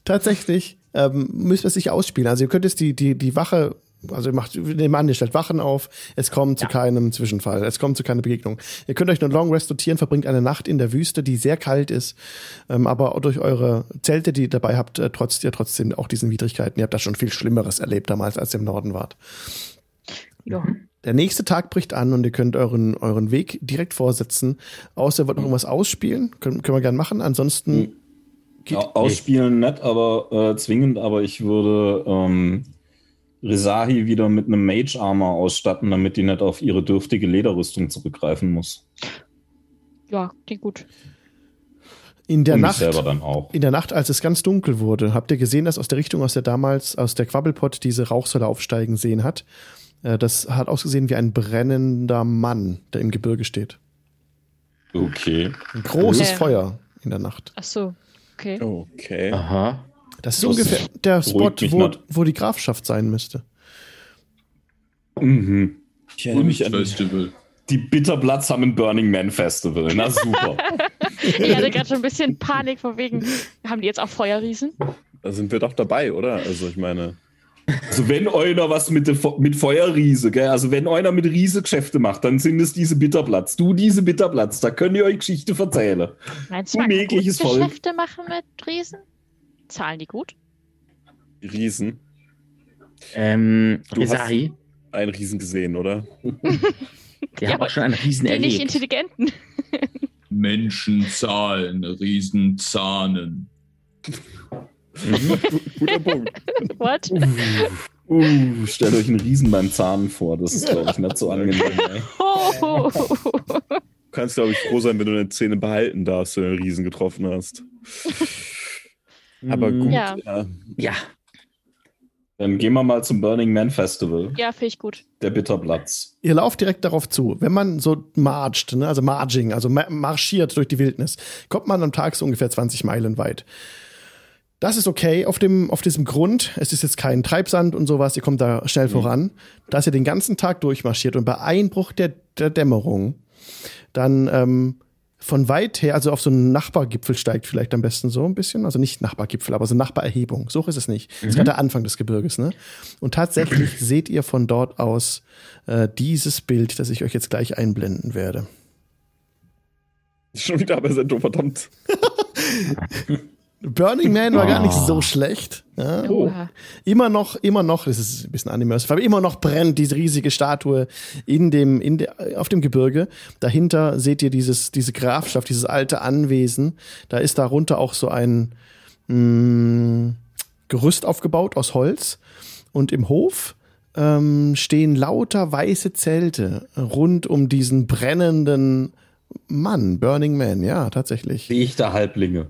[SPEAKER 1] Tatsächlich ähm, müsst ihr es sich ausspielen. Also ihr könnt jetzt die, die, die Wache, also ihr macht, nehmt an, ihr stellt Wachen auf, es kommt zu keinem Zwischenfall, es kommt zu keiner Begegnung. Ihr könnt euch einen Long Rest notieren, verbringt eine Nacht in der Wüste, die sehr kalt ist, ähm, aber durch eure Zelte, die ihr dabei habt, äh, trotzt ihr trotzdem auch diesen Widrigkeiten. Ihr habt da schon viel Schlimmeres erlebt damals, als ihr im Norden wart.
[SPEAKER 7] Ja.
[SPEAKER 1] Der nächste Tag bricht an und ihr könnt euren, euren Weg direkt vorsetzen. Außer ihr wollt noch irgendwas ausspielen. Können, können wir gerne machen. Ansonsten
[SPEAKER 6] Ja, ausspielen nicht, aber äh, zwingend, aber ich würde ähm, Resahi wieder mit einem Mage Armor ausstatten, damit die nicht auf ihre dürftige Lederrüstung zurückgreifen muss.
[SPEAKER 7] Ja, klingt gut.
[SPEAKER 1] in der
[SPEAKER 6] Und mich
[SPEAKER 1] Nacht.
[SPEAKER 6] Hm, selber dann auch.
[SPEAKER 1] In der Nacht, als es ganz dunkel wurde, habt ihr gesehen, dass aus der Richtung, aus der damals, aus der Quabbelpott diese Rauchsäule aufsteigen sehen hat. Äh, Das hat ausgesehen wie ein brennender Mann, der im Gebirge steht.
[SPEAKER 6] Okay.
[SPEAKER 1] Ein großes
[SPEAKER 7] Okay.
[SPEAKER 1] Feuer in der Nacht.
[SPEAKER 7] Ach so, okay.
[SPEAKER 2] Okay.
[SPEAKER 4] Aha.
[SPEAKER 1] Das ist ungefähr der Spot,
[SPEAKER 6] mich
[SPEAKER 1] wo,
[SPEAKER 6] nicht.
[SPEAKER 1] wo die Grafschaft sein müsste.
[SPEAKER 6] Mhm.
[SPEAKER 2] Ich erinnere mich an
[SPEAKER 8] Festival.
[SPEAKER 6] Die Bitterblatts haben ein Burning Man Festival. Na super.
[SPEAKER 7] Ich hatte gerade schon ein bisschen Panik von wegen, haben die jetzt auch Feuerriesen?
[SPEAKER 2] Da sind wir doch dabei, oder? Also ich meine,
[SPEAKER 6] also wenn einer was mit, de, mit Feuerriese, gell? also wenn einer mit Riese Geschäfte macht, dann sind es diese Bitterblatts. Du diese Bitterblatts, da könnt ihr euch Geschichte erzählen.
[SPEAKER 7] Meinst du, man kann gut
[SPEAKER 6] Unmögliches Volk.
[SPEAKER 7] Geschäfte machen mit Riesen? Zahlen die gut?
[SPEAKER 2] die Riesen.
[SPEAKER 4] Ähm,
[SPEAKER 2] Du hast-
[SPEAKER 4] Isari,
[SPEAKER 2] Einen Riesen gesehen, oder?
[SPEAKER 4] wir
[SPEAKER 7] Ja,
[SPEAKER 4] haben auch schon einen Riesen
[SPEAKER 7] Die nicht
[SPEAKER 4] erlebt.
[SPEAKER 7] intelligenten.
[SPEAKER 8] Menschen zahlen, Riesen zahnen.
[SPEAKER 2] Mhm. Guter Punkt.
[SPEAKER 7] What?
[SPEAKER 6] Uh, stellt euch einen Riesen beim Zahn vor. Das ist, glaube ich, nicht so angenehm.
[SPEAKER 7] Oh.
[SPEAKER 2] Du kannst, glaube ich, froh sein, wenn du deine Zähne behalten darfst, wenn du einen Riesen getroffen hast. Aber gut,
[SPEAKER 7] Ja.
[SPEAKER 2] ja.
[SPEAKER 4] Ja,
[SPEAKER 6] Dann gehen wir mal zum Burning Man Festival,
[SPEAKER 7] Ja, finde ich gut.
[SPEAKER 6] der Bitterblatz.
[SPEAKER 1] Ihr lauft direkt darauf zu. Wenn man so marcht, ne, also marching, also ma- marschiert durch die Wildnis, kommt man am Tag so ungefähr 20 Meilen weit. Das ist okay auf, dem, auf diesem Grund. Es ist jetzt kein Treibsand und sowas. Ihr kommt da schnell voran. Dass ihr den ganzen Tag durchmarschiert und bei Einbruch der, der Dämmerung dann ähm, von weit her, also auf so einen Nachbargipfel steigt vielleicht am besten so ein bisschen. Also nicht Nachbargipfel, aber so Nachbarerhebung. So ist es nicht. Das ist gerade der Anfang des Gebirges. Ne? Und tatsächlich seht ihr von dort aus äh, dieses Bild, das ich euch jetzt gleich einblenden werde.
[SPEAKER 2] schon wieder aber Sento, verdammt.
[SPEAKER 1] Burning Man war gar nicht so schlecht. Ja?
[SPEAKER 4] Oh.
[SPEAKER 7] Oha.
[SPEAKER 1] Immer noch, immer noch, das ist ein bisschen animös, aber immer noch brennt diese riesige Statue in dem, in der, auf dem Gebirge. Dahinter seht ihr dieses, diese Grafschaft, dieses alte Anwesen. Da ist darunter auch so ein mh, Gerüst aufgebaut aus Holz. Und im Hof ähm, stehen lauter weiße Zelte rund um diesen brennenden Mann, Burning Man, ja, tatsächlich.
[SPEAKER 6] Sehe ich da Halblinge?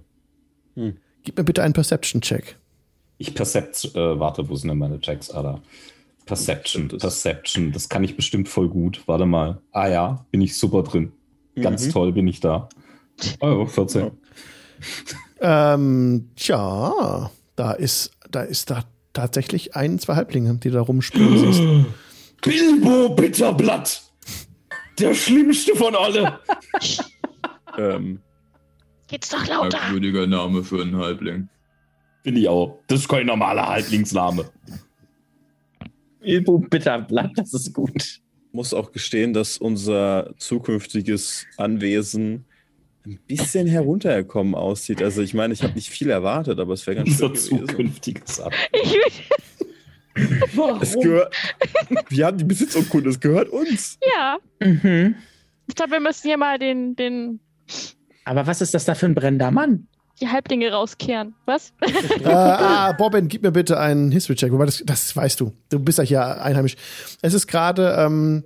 [SPEAKER 1] Gib mir bitte einen Perception-Check.
[SPEAKER 6] Ich Percept, äh, warte, wo sind denn meine Checks, Alter? Perception,
[SPEAKER 2] Das-
[SPEAKER 6] Perception, das kann ich bestimmt voll gut. Warte mal. Ah ja, bin ich super drin. Ganz toll bin ich da. Oh, 14.
[SPEAKER 1] Ähm, tja, da ist, da ist da tatsächlich ein, zwei Halblinge, die da rumspringen siehst.
[SPEAKER 6] Bilbo Bitterblatt! Der schlimmste von alle!
[SPEAKER 2] Ähm,
[SPEAKER 7] Geht's doch lauter.
[SPEAKER 8] Merkwürdiger Name für einen Halbling.
[SPEAKER 6] Finde ich auch. Das ist kein normaler Halblingsname.
[SPEAKER 4] Bilbo Bitterblatt, das ist gut.
[SPEAKER 2] muss auch gestehen, dass unser zukünftiges Anwesen ein bisschen heruntergekommen aussieht. Also ich meine, ich habe nicht viel erwartet, aber es wäre ganz schön
[SPEAKER 6] Unser
[SPEAKER 2] gewesen.
[SPEAKER 6] zukünftiges Ab.
[SPEAKER 7] Ich will,
[SPEAKER 2] Es gehört, wir haben die Besitzurkunde, es gehört uns.
[SPEAKER 7] ja.
[SPEAKER 4] Mhm.
[SPEAKER 7] Ich glaube, wir müssen hier mal den, den,
[SPEAKER 4] Aber was ist das da für ein brennender Mann?
[SPEAKER 7] die Halblinge rauskehren. Was?
[SPEAKER 1] äh, ah, Bobbin, gib mir bitte einen History-Check. Wobei, das, das weißt du. Du bist ja hier einheimisch. Es ist gerade, ähm,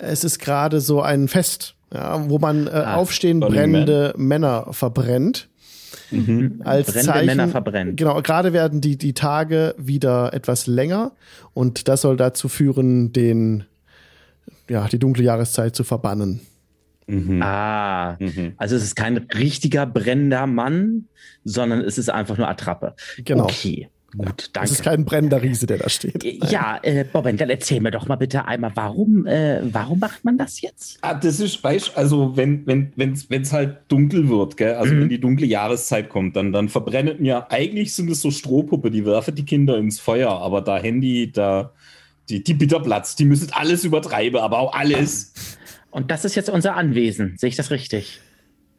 [SPEAKER 1] es ist gerade so ein Fest, ja, wo man äh,
[SPEAKER 4] Ah,
[SPEAKER 1] aufstehen
[SPEAKER 6] Burning
[SPEAKER 1] brennende Männer verbrennt. Als
[SPEAKER 4] Mhm. Brennende
[SPEAKER 1] Zeichen,
[SPEAKER 4] Männer verbrennen.
[SPEAKER 1] Genau, gerade werden die, die Tage wieder etwas länger und das soll dazu führen, den, ja, die dunkle Jahreszeit zu verbannen. Hm.
[SPEAKER 6] Mhm.
[SPEAKER 4] Ah,
[SPEAKER 6] Mhm.
[SPEAKER 4] also es ist kein richtiger brennender Mann, sondern es ist einfach nur Attrappe.
[SPEAKER 1] Genau.
[SPEAKER 4] Okay. Gut,
[SPEAKER 1] Das ist
[SPEAKER 4] danke.
[SPEAKER 1] kein brennender Riese, der da steht.
[SPEAKER 4] Ja, äh, Bobben, dann erzähl mir doch mal bitte einmal, warum, äh, warum macht man das jetzt?
[SPEAKER 6] Ah, das ist, weißt also wenn wenn wenn's, wenn's halt dunkel wird, gell? also
[SPEAKER 4] Mhm.
[SPEAKER 6] wenn die dunkle Jahreszeit kommt, dann, dann verbrennt mir, eigentlich sind es so Strohpuppe, die werfen die Kinder ins Feuer, aber da Handy, da, die, die Bitterplatz, die müssen alles übertreiben, aber auch alles.
[SPEAKER 4] Und das ist jetzt unser Anwesen, sehe ich das richtig?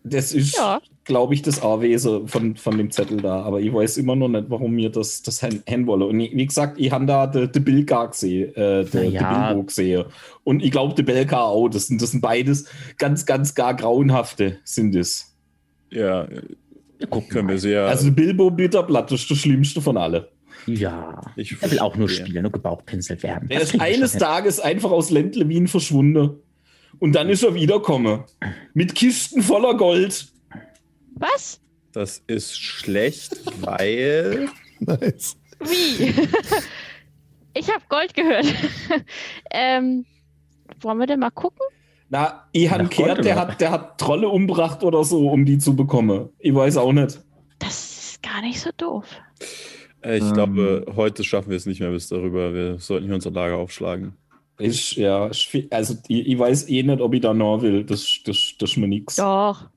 [SPEAKER 6] Das ist,
[SPEAKER 7] Ja.
[SPEAKER 6] glaube ich, das Awese von, von dem Zettel da, aber ich weiß immer noch nicht, warum mir das, das hin- hinwolle. Und ich, wie gesagt, ich habe da den de Bilgar gesehen, äh, de, de
[SPEAKER 4] Na ja.
[SPEAKER 6] Bilbo gesehen. Und ich glaube, de Belka auch, das sind, das sind beides ganz, ganz gar grauenhafte sind es.
[SPEAKER 2] Ja,
[SPEAKER 4] Wir gucken
[SPEAKER 2] können wir
[SPEAKER 4] mal.
[SPEAKER 2] sehr.
[SPEAKER 6] Also Bilbo Bitterblatt ist das Schlimmste von alle.
[SPEAKER 4] Ja,
[SPEAKER 2] ich,
[SPEAKER 4] er will auch nur
[SPEAKER 2] Ja.
[SPEAKER 4] spielen und gebauchpinselt werden.
[SPEAKER 6] Er
[SPEAKER 4] Das
[SPEAKER 6] ist
[SPEAKER 4] kriegen wir schon
[SPEAKER 6] Also eines
[SPEAKER 4] hin.
[SPEAKER 6] Tages einfach aus Ländle Wien verschwunden. Und dann ist er wiederkomme. Mit Kisten voller Gold.
[SPEAKER 7] Was?
[SPEAKER 2] Das ist schlecht, weil.
[SPEAKER 1] Nice.
[SPEAKER 7] Wie? ich habe Gold gehört. ähm, wollen wir denn mal gucken?
[SPEAKER 6] Na, ich
[SPEAKER 4] Nach
[SPEAKER 6] hab gehört,
[SPEAKER 4] Gold,
[SPEAKER 6] der
[SPEAKER 4] oder?
[SPEAKER 6] hat, der hat Trolle umbracht oder so, um die zu bekommen. Ich weiß auch nicht.
[SPEAKER 7] Das ist gar nicht so doof.
[SPEAKER 2] Äh, Ich
[SPEAKER 3] Ähm.
[SPEAKER 2] glaube, heute schaffen wir es nicht mehr bis darüber. Wir sollten hier unser Lager aufschlagen.
[SPEAKER 6] Ich, ja, ist viel- also ich, ich weiß eh nicht, ob ich da noch will. Das, das, das ist mir nix.
[SPEAKER 7] Doch.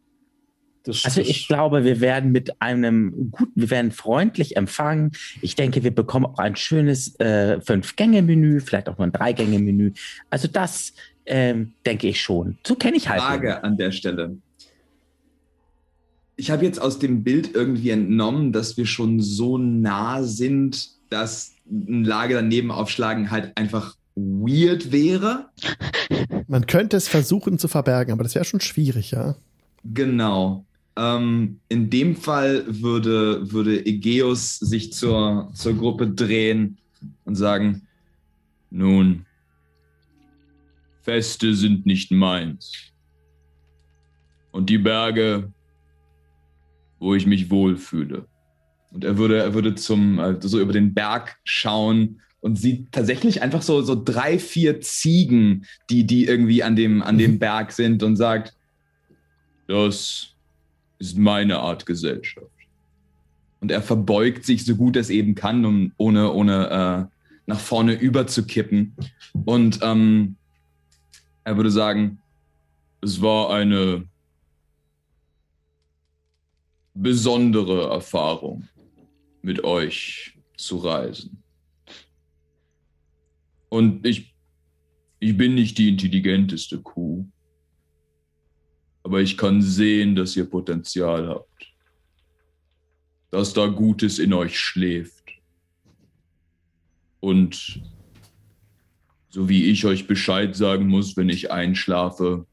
[SPEAKER 6] Das,
[SPEAKER 4] Also
[SPEAKER 6] das,
[SPEAKER 4] ich glaube, wir werden mit einem guten, wir werden freundlich empfangen. Ich denke, wir bekommen auch ein schönes äh, Fünf-Gänge-Menü, vielleicht auch mal ein Drei-Gänge-Menü. Also das ähm, denke ich schon. So kenne ich halt.
[SPEAKER 3] Frage an der Stelle. Ich habe jetzt aus dem Bild irgendwie entnommen, dass wir schon so nah sind, dass ein Lager daneben aufschlagen halt einfach weird wäre.
[SPEAKER 1] Man könnte es versuchen zu verbergen, aber das wäre schon schwierig, ja.
[SPEAKER 3] Genau. Ähm, in dem Fall würde, würde Egeus sich zur, zur Gruppe drehen und sagen,
[SPEAKER 8] Nun, Feste sind nicht meins. Und die Berge, wo ich mich wohlfühle.
[SPEAKER 3] und er würde, er würde zum, äh, so über den Berg schauen und sieht tatsächlich einfach so, so drei, vier Ziegen, die, die irgendwie an dem, an dem Berg sind und sagt,
[SPEAKER 8] Das ist meine Art Gesellschaft.
[SPEAKER 3] und er verbeugt sich so gut es eben kann, um ohne, ohne äh, nach vorne überzukippen. Und ähm, er würde sagen,
[SPEAKER 8] Es war eine besondere Erfahrung, mit euch zu reisen. Und ich, ich bin nicht die intelligenteste Kuh, aber ich kann sehen, dass ihr Potenzial habt, dass da Gutes in euch schläft. Und so wie ich euch Bescheid sagen muss, wenn ich einschlafe,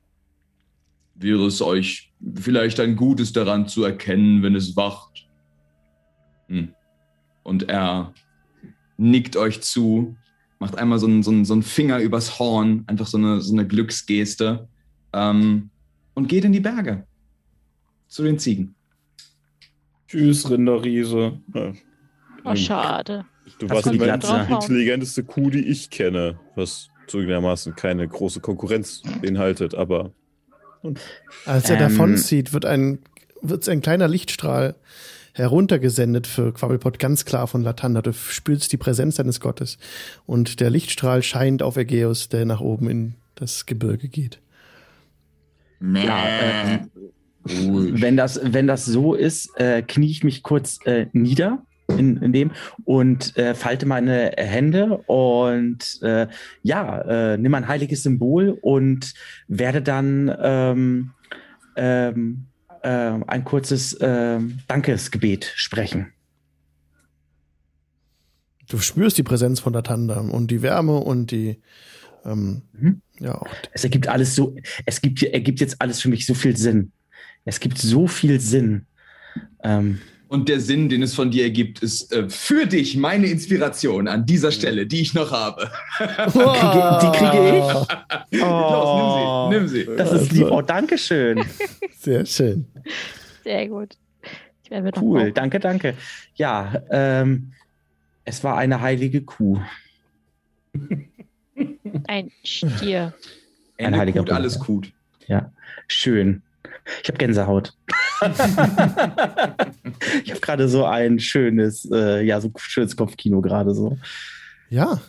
[SPEAKER 8] wäre es euch vielleicht ein Gutes daran zu erkennen, wenn es wacht. Hm.
[SPEAKER 3] und er nickt euch zu, macht einmal so einen, so einen, so einen Finger übers Horn, einfach so eine, so eine Glücksgeste ähm, und geht in die Berge zu den Ziegen.
[SPEAKER 6] tschüss, Rinderriese. Ja.
[SPEAKER 7] Oh, schade.
[SPEAKER 2] Du
[SPEAKER 4] Hast
[SPEAKER 2] warst
[SPEAKER 4] du Hm. Also die
[SPEAKER 2] immer
[SPEAKER 4] Glatze?
[SPEAKER 2] die intelligenteste Kuh, die ich kenne, was zugegebenermaßen keine große Konkurrenz beinhaltet, aber
[SPEAKER 1] Als er
[SPEAKER 4] Ähm.
[SPEAKER 1] davonzieht, wird ein, wird's ein kleiner Lichtstrahl heruntergesendet für Quabbelpot ganz klar von Latanda. Du spürst die Präsenz deines Gottes. Und der Lichtstrahl scheint auf Ägäus, der nach oben in das Gebirge geht.
[SPEAKER 4] Ja, äh,
[SPEAKER 3] äh,
[SPEAKER 8] Ruhig.
[SPEAKER 4] wenn, das, wenn das so ist, äh, knie ich mich kurz äh, nieder in, in dem und äh, falte meine Hände und äh, ja, äh, nimm ein heiliges Symbol und werde dann ähm, ähm, ähm, ein kurzes ähm, Dankesgebet sprechen.
[SPEAKER 1] Du spürst die Präsenz von Latanda und die Wärme und die, ähm,
[SPEAKER 4] Mhm.
[SPEAKER 1] ja, auch
[SPEAKER 4] Es ergibt alles so, es gibt, ergibt jetzt alles für mich so viel Sinn. Es gibt so viel Sinn. Ähm,
[SPEAKER 3] Und der Sinn, den es von dir ergibt, ist äh, für dich meine Inspiration an
[SPEAKER 4] Mhm.
[SPEAKER 3] dieser Stelle, die ich noch habe.
[SPEAKER 1] Oh.
[SPEAKER 4] die kriege ich?
[SPEAKER 3] Los, nimm sie, nimm sie.
[SPEAKER 4] das ist lieb. Oh, Dankeschön.
[SPEAKER 1] Sehr schön.
[SPEAKER 7] Sehr gut. Ich werde mir noch
[SPEAKER 4] Cool,
[SPEAKER 7] brauchen.
[SPEAKER 4] danke, danke. Ja, ähm, es war eine heilige Kuh.
[SPEAKER 7] ein Stier.
[SPEAKER 4] Ein heiliger
[SPEAKER 3] gut, alles gut.
[SPEAKER 4] Schön. Ich habe Gänsehaut. ich habe gerade so ein schönes, äh, ja, so schönes Kopfkino gerade so.
[SPEAKER 1] Ja.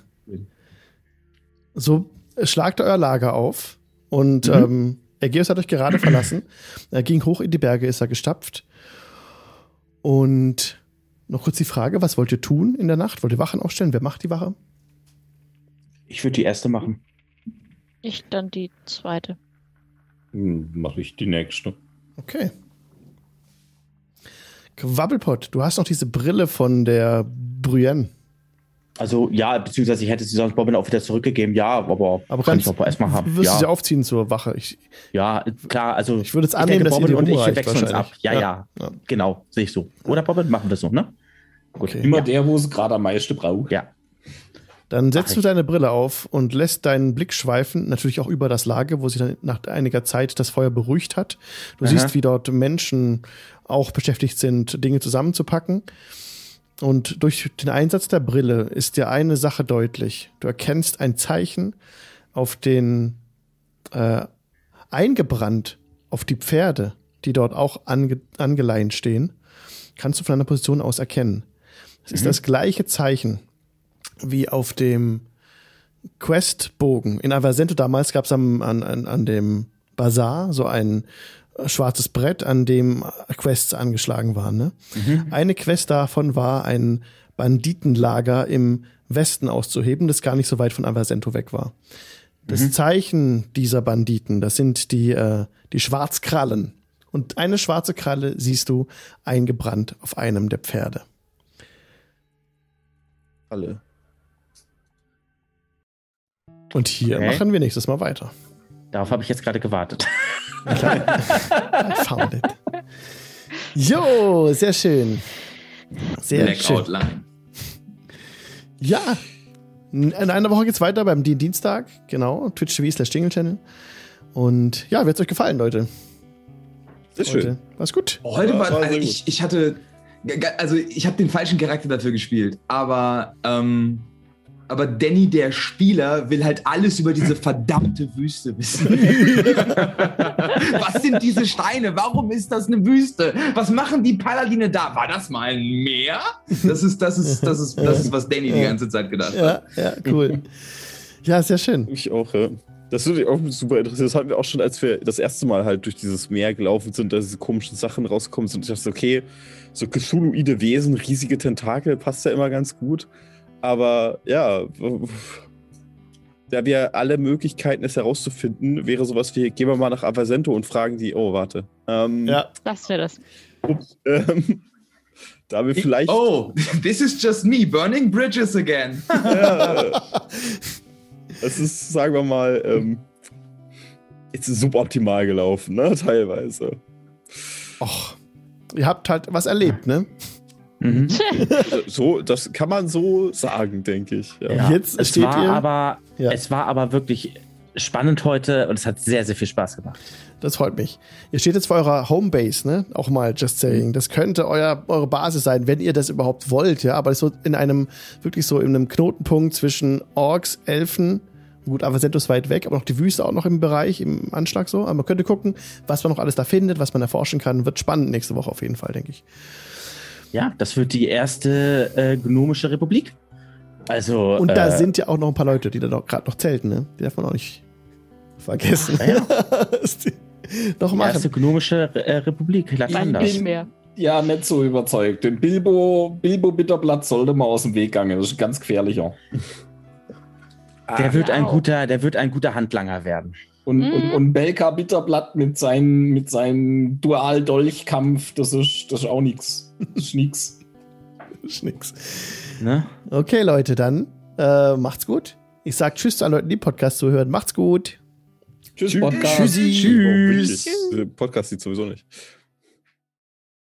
[SPEAKER 1] So schlagt euer Lager auf und
[SPEAKER 4] Mhm.
[SPEAKER 1] ähm, Ägäus hat euch gerade verlassen. Er ging hoch in die Berge, ist er gestapft. Und noch kurz die Frage, was wollt ihr tun in der Nacht? Wollt ihr Wachen aufstellen? Wer macht die Wache?
[SPEAKER 4] Ich würde die erste machen.
[SPEAKER 7] Ich dann die zweite.
[SPEAKER 6] Mache Hm, ich die nächste.
[SPEAKER 1] Okay. Quabbelpott, du hast noch diese Brille von der Brienne.
[SPEAKER 4] Also ja, beziehungsweise ich hätte sie sonst Bobbin auch wieder zurückgegeben. Ja, aber,
[SPEAKER 1] Aber
[SPEAKER 4] kann ich
[SPEAKER 1] kannst-
[SPEAKER 4] auch erstmal
[SPEAKER 1] Du
[SPEAKER 4] haben.
[SPEAKER 1] wirst sie
[SPEAKER 4] Ja,
[SPEAKER 1] aufziehen zur Wache. Ich,
[SPEAKER 4] ja, klar. Also
[SPEAKER 1] ich würde jetzt
[SPEAKER 4] Ich
[SPEAKER 1] annehmen,
[SPEAKER 4] denke,
[SPEAKER 1] dass ihr
[SPEAKER 4] Bobbin
[SPEAKER 1] die
[SPEAKER 4] und
[SPEAKER 1] Uhr
[SPEAKER 4] ich wir
[SPEAKER 1] reicht
[SPEAKER 4] wechseln uns ab.
[SPEAKER 1] wahrscheinlich.
[SPEAKER 4] Ja, ja,
[SPEAKER 1] Ja.
[SPEAKER 4] Genau, sehe ich so. Oder Bobbin, machen wir es so, ne?
[SPEAKER 1] Okay.
[SPEAKER 6] Immer der, wo es gerade am meisten braucht.
[SPEAKER 4] Ja.
[SPEAKER 1] Dann setzt
[SPEAKER 4] Ach,
[SPEAKER 1] du
[SPEAKER 4] ich-
[SPEAKER 1] deine Brille auf und lässt deinen Blick schweifen, natürlich auch über das Lager, wo sich dann nach einiger Zeit das Feuer beruhigt hat. Du
[SPEAKER 4] Aha.
[SPEAKER 1] siehst, wie dort Menschen auch beschäftigt sind, Dinge zusammenzupacken. Und durch den Einsatz der Brille ist dir eine Sache deutlich. Du erkennst ein Zeichen auf den äh, eingebrannt auf die Pferde, die dort auch ange angeleint stehen, kannst du von deiner Position aus erkennen. Es
[SPEAKER 4] Mhm.
[SPEAKER 1] ist das gleiche Zeichen wie auf dem Questbogen. In Aversento damals gab es an, an, an dem Bazar so ein äh, schwarzes Brett, an dem Quests angeschlagen waren. Ne? Eine Quest davon war, ein Banditenlager im Westen auszuheben, das gar nicht so weit von Aversento weg war. Das Zeichen dieser Banditen, das sind die, äh, die Schwarzkrallen. Und eine schwarze Kralle siehst du eingebrannt auf einem der Pferde.
[SPEAKER 2] Alle.
[SPEAKER 1] Und hier
[SPEAKER 4] Okay.
[SPEAKER 1] machen wir nächstes Mal weiter.
[SPEAKER 4] Darauf habe ich jetzt gerade gewartet.
[SPEAKER 1] I found it. Jo, sehr schön. Sehr schön.
[SPEAKER 8] Blackout Line.
[SPEAKER 1] Ja. In einer Woche geht's weiter beim D&D Dienstag, genau, twitch.tv slash Jingle Channel. Und ja, wird's euch gefallen, Leute.
[SPEAKER 2] Sehr schön.
[SPEAKER 1] Heute. War's gut.
[SPEAKER 3] Heute
[SPEAKER 2] Ja, war
[SPEAKER 3] war,
[SPEAKER 2] sehr
[SPEAKER 3] also
[SPEAKER 2] gut.
[SPEAKER 3] ich, ich hatte, also ich habe den falschen Charakter dafür gespielt, aber, ähm, aber Danny, der Spieler, will halt alles über diese verdammte Wüste wissen. Was sind diese Steine? Warum ist das eine Wüste? Was machen die Paladine da? War das mal ein Meer? Das ist, das ist, das ist, das ist was Danny die ganze Zeit gedacht hat.
[SPEAKER 1] Ja, ja, cool. Ja, sehr schön.
[SPEAKER 2] Ich auch, ja. Das würde mich auch super interessieren. Das hatten wir auch schon, als wir das erste Mal halt durch dieses Meer gelaufen sind, dass diese komischen Sachen rausgekommen sind. Ich dachte, so, okay, so Cthulhuide Wesen, riesige Tentakel, passt ja immer ganz gut. Aber ja, w- w- da wir alle Möglichkeiten, es herauszufinden, wäre sowas wie, gehen wir mal nach Aversento und fragen die, oh, warte. Ähm,
[SPEAKER 1] Ja.
[SPEAKER 7] Lass wir das.
[SPEAKER 2] ähm, da wir vielleicht.
[SPEAKER 3] Oh, this is just me burning bridges again.
[SPEAKER 2] Ja, es ist, sagen wir mal, ähm, jetzt ist suboptimal gelaufen, ne? Teilweise.
[SPEAKER 1] Och, ihr habt halt was erlebt, ne?
[SPEAKER 4] Mhm.
[SPEAKER 2] Äh, So, das kann man so sagen, denke ich. Ja.
[SPEAKER 4] Ja,
[SPEAKER 1] Jetzt
[SPEAKER 4] es
[SPEAKER 1] steht
[SPEAKER 4] war
[SPEAKER 1] ihr-
[SPEAKER 4] aber
[SPEAKER 1] Ja.
[SPEAKER 4] es war aber wirklich spannend heute und es hat sehr sehr viel Spaß gemacht.
[SPEAKER 1] Das freut mich. Ihr steht jetzt vor eurer Homebase, ne? Auch mal, just
[SPEAKER 4] Mhm.
[SPEAKER 1] saying. Das könnte euer, eure Basis sein, wenn ihr das überhaupt wollt, ja. Aber so in einem, wirklich so in einem Knotenpunkt zwischen Orks, Elfen, gut, Avacento ist weit weg, aber noch die Wüste auch noch im Bereich, im Anschlag so. Aber man könnte gucken, was man noch alles da findet, was man erforschen kann. Wird spannend nächste Woche auf jeden Fall, denke ich.
[SPEAKER 4] Ja, das wird die erste äh, gnomische Republik. Also
[SPEAKER 1] Und da
[SPEAKER 4] äh,
[SPEAKER 1] sind ja auch noch ein paar Leute, die da noch- gerade noch zelten, ne? Die darf man auch nicht vergessen.
[SPEAKER 4] na Ah, ja,
[SPEAKER 1] noch
[SPEAKER 4] die
[SPEAKER 1] machen.
[SPEAKER 4] erste gnomische äh, Republik
[SPEAKER 7] Dann
[SPEAKER 4] Latanda.
[SPEAKER 7] nicht mehr.
[SPEAKER 6] Ja, nicht so überzeugt. Den Bilbo, Bilbo Bitterblatt sollte man aus dem Weg gehen. Das ist ganz gefährlicher.
[SPEAKER 4] Der wird ein
[SPEAKER 7] Wow.
[SPEAKER 4] guter, der wird ein guter Handlanger werden.
[SPEAKER 6] Und,
[SPEAKER 7] Mhm.
[SPEAKER 6] und, und Belka Bitterblatt mit seinem mit seinem Dual-Dolchkampf, das ist, das ist auch nix. Das ist nix.
[SPEAKER 1] Ist nix.
[SPEAKER 4] Ne?
[SPEAKER 1] Okay, Leute, dann äh, macht's gut. Ich sag Tschüss zu allen Leuten, die Podcast zuhören. Macht's gut.
[SPEAKER 6] Tschüss, Podcast.
[SPEAKER 2] Tschüssi. Tschüss. Podcast sieht sowieso nicht.